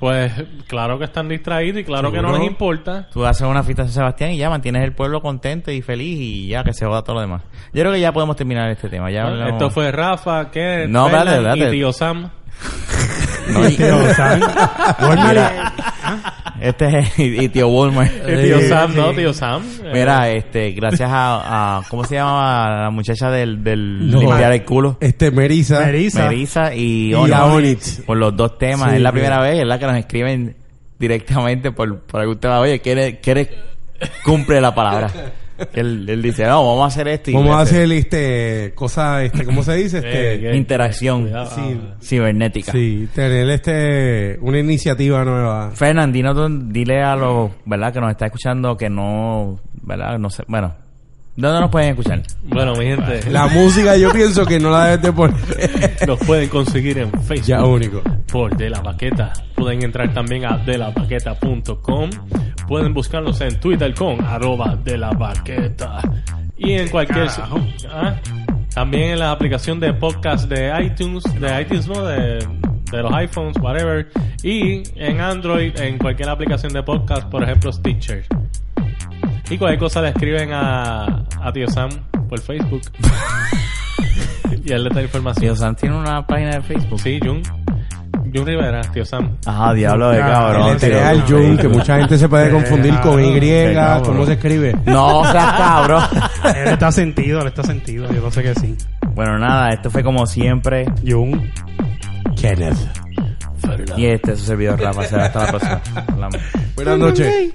[SPEAKER 5] Pues claro que están distraídos y claro que no
[SPEAKER 4] Seguro.
[SPEAKER 5] les importa.
[SPEAKER 3] Tú haces una fiesta en San Sebastián y ya mantienes el pueblo contento y feliz y ya que se joda todo lo demás. Yo creo que ya podemos terminar este tema. Ya
[SPEAKER 5] Bueno,
[SPEAKER 3] hablamos-
[SPEAKER 5] Ah, Esto fue Rafa, que
[SPEAKER 3] No, espérate,
[SPEAKER 5] y
[SPEAKER 3] espérate.
[SPEAKER 5] tío Sam.
[SPEAKER 3] No, y-
[SPEAKER 2] Tío Sam.
[SPEAKER 4] pues
[SPEAKER 3] Mira, este es y, y tío Walmart.
[SPEAKER 5] Eh, tío Sam, no, tío Sam. Eh,
[SPEAKER 3] Mira, este, gracias a, a- ¿cómo se llamaba la muchacha del, del
[SPEAKER 4] No.
[SPEAKER 3] limpiar el culo?
[SPEAKER 4] Este, Merisa.
[SPEAKER 2] Merisa.
[SPEAKER 3] Melissa y,
[SPEAKER 4] Y
[SPEAKER 3] Onyx.
[SPEAKER 4] a Onyx.
[SPEAKER 3] Por los dos temas.
[SPEAKER 4] Sí,
[SPEAKER 3] es la
[SPEAKER 4] sí.
[SPEAKER 3] primera vez, es la que nos escriben directamente por, por algún tema. Oye, que eres, que eres- cumple la palabra. Él, él dice, no, vamos a hacer esto. y
[SPEAKER 4] Vamos a
[SPEAKER 3] voy
[SPEAKER 4] hacer, este, cosa, este, ¿cómo se dice? Este,
[SPEAKER 5] Eh,
[SPEAKER 3] interacción
[SPEAKER 5] Cuidado.
[SPEAKER 4] sí.
[SPEAKER 3] cibernética.
[SPEAKER 4] sí, tener, este, una iniciativa nueva.
[SPEAKER 3] Fernandino, tú dile a los, ¿verdad? Que nos está escuchando que no, ¿verdad? No sé, bueno. ¿Dónde nos pueden escuchar?
[SPEAKER 5] Bueno, mi gente,
[SPEAKER 4] La música yo pienso que no la debes de poner.
[SPEAKER 5] los pueden conseguir en Facebook.
[SPEAKER 4] ya único.
[SPEAKER 5] por De La Paqueta. Pueden entrar también a delapaqueta.com. Pueden buscarlos en Twitter con arroba de la paqueta. Y en cualquier... Ah, También en la aplicación de podcast de iTunes, de iTunes no, de, de los iPhones, whatever. Y en Android, en cualquier aplicación de podcast, por ejemplo Stitcher. Y cualquier cosa le escriben a, a Tío Sam por Facebook. y él les da información.
[SPEAKER 3] Tío Sam tiene una página de Facebook.
[SPEAKER 5] Sí, Jun. Jun Rivera, Tío Sam.
[SPEAKER 3] Ajá, diablo de
[SPEAKER 2] Ah,
[SPEAKER 3] cabrón.
[SPEAKER 2] el
[SPEAKER 3] tío.
[SPEAKER 4] Letra al Jun, que mucha gente se puede confundir con Y,
[SPEAKER 3] Venga,
[SPEAKER 4] ¿cómo
[SPEAKER 3] bro.
[SPEAKER 4] se escribe?
[SPEAKER 3] No seas cabrón.
[SPEAKER 2] Él eh, está sentido, él está sentido. Yo lo sé que sí.
[SPEAKER 3] bueno, nada, esto fue como siempre.
[SPEAKER 2] Jun.
[SPEAKER 4] Kenneth.
[SPEAKER 3] Y este es su servidor Rafa. Será hasta la próxima. Hablamos.
[SPEAKER 4] Buenas noches.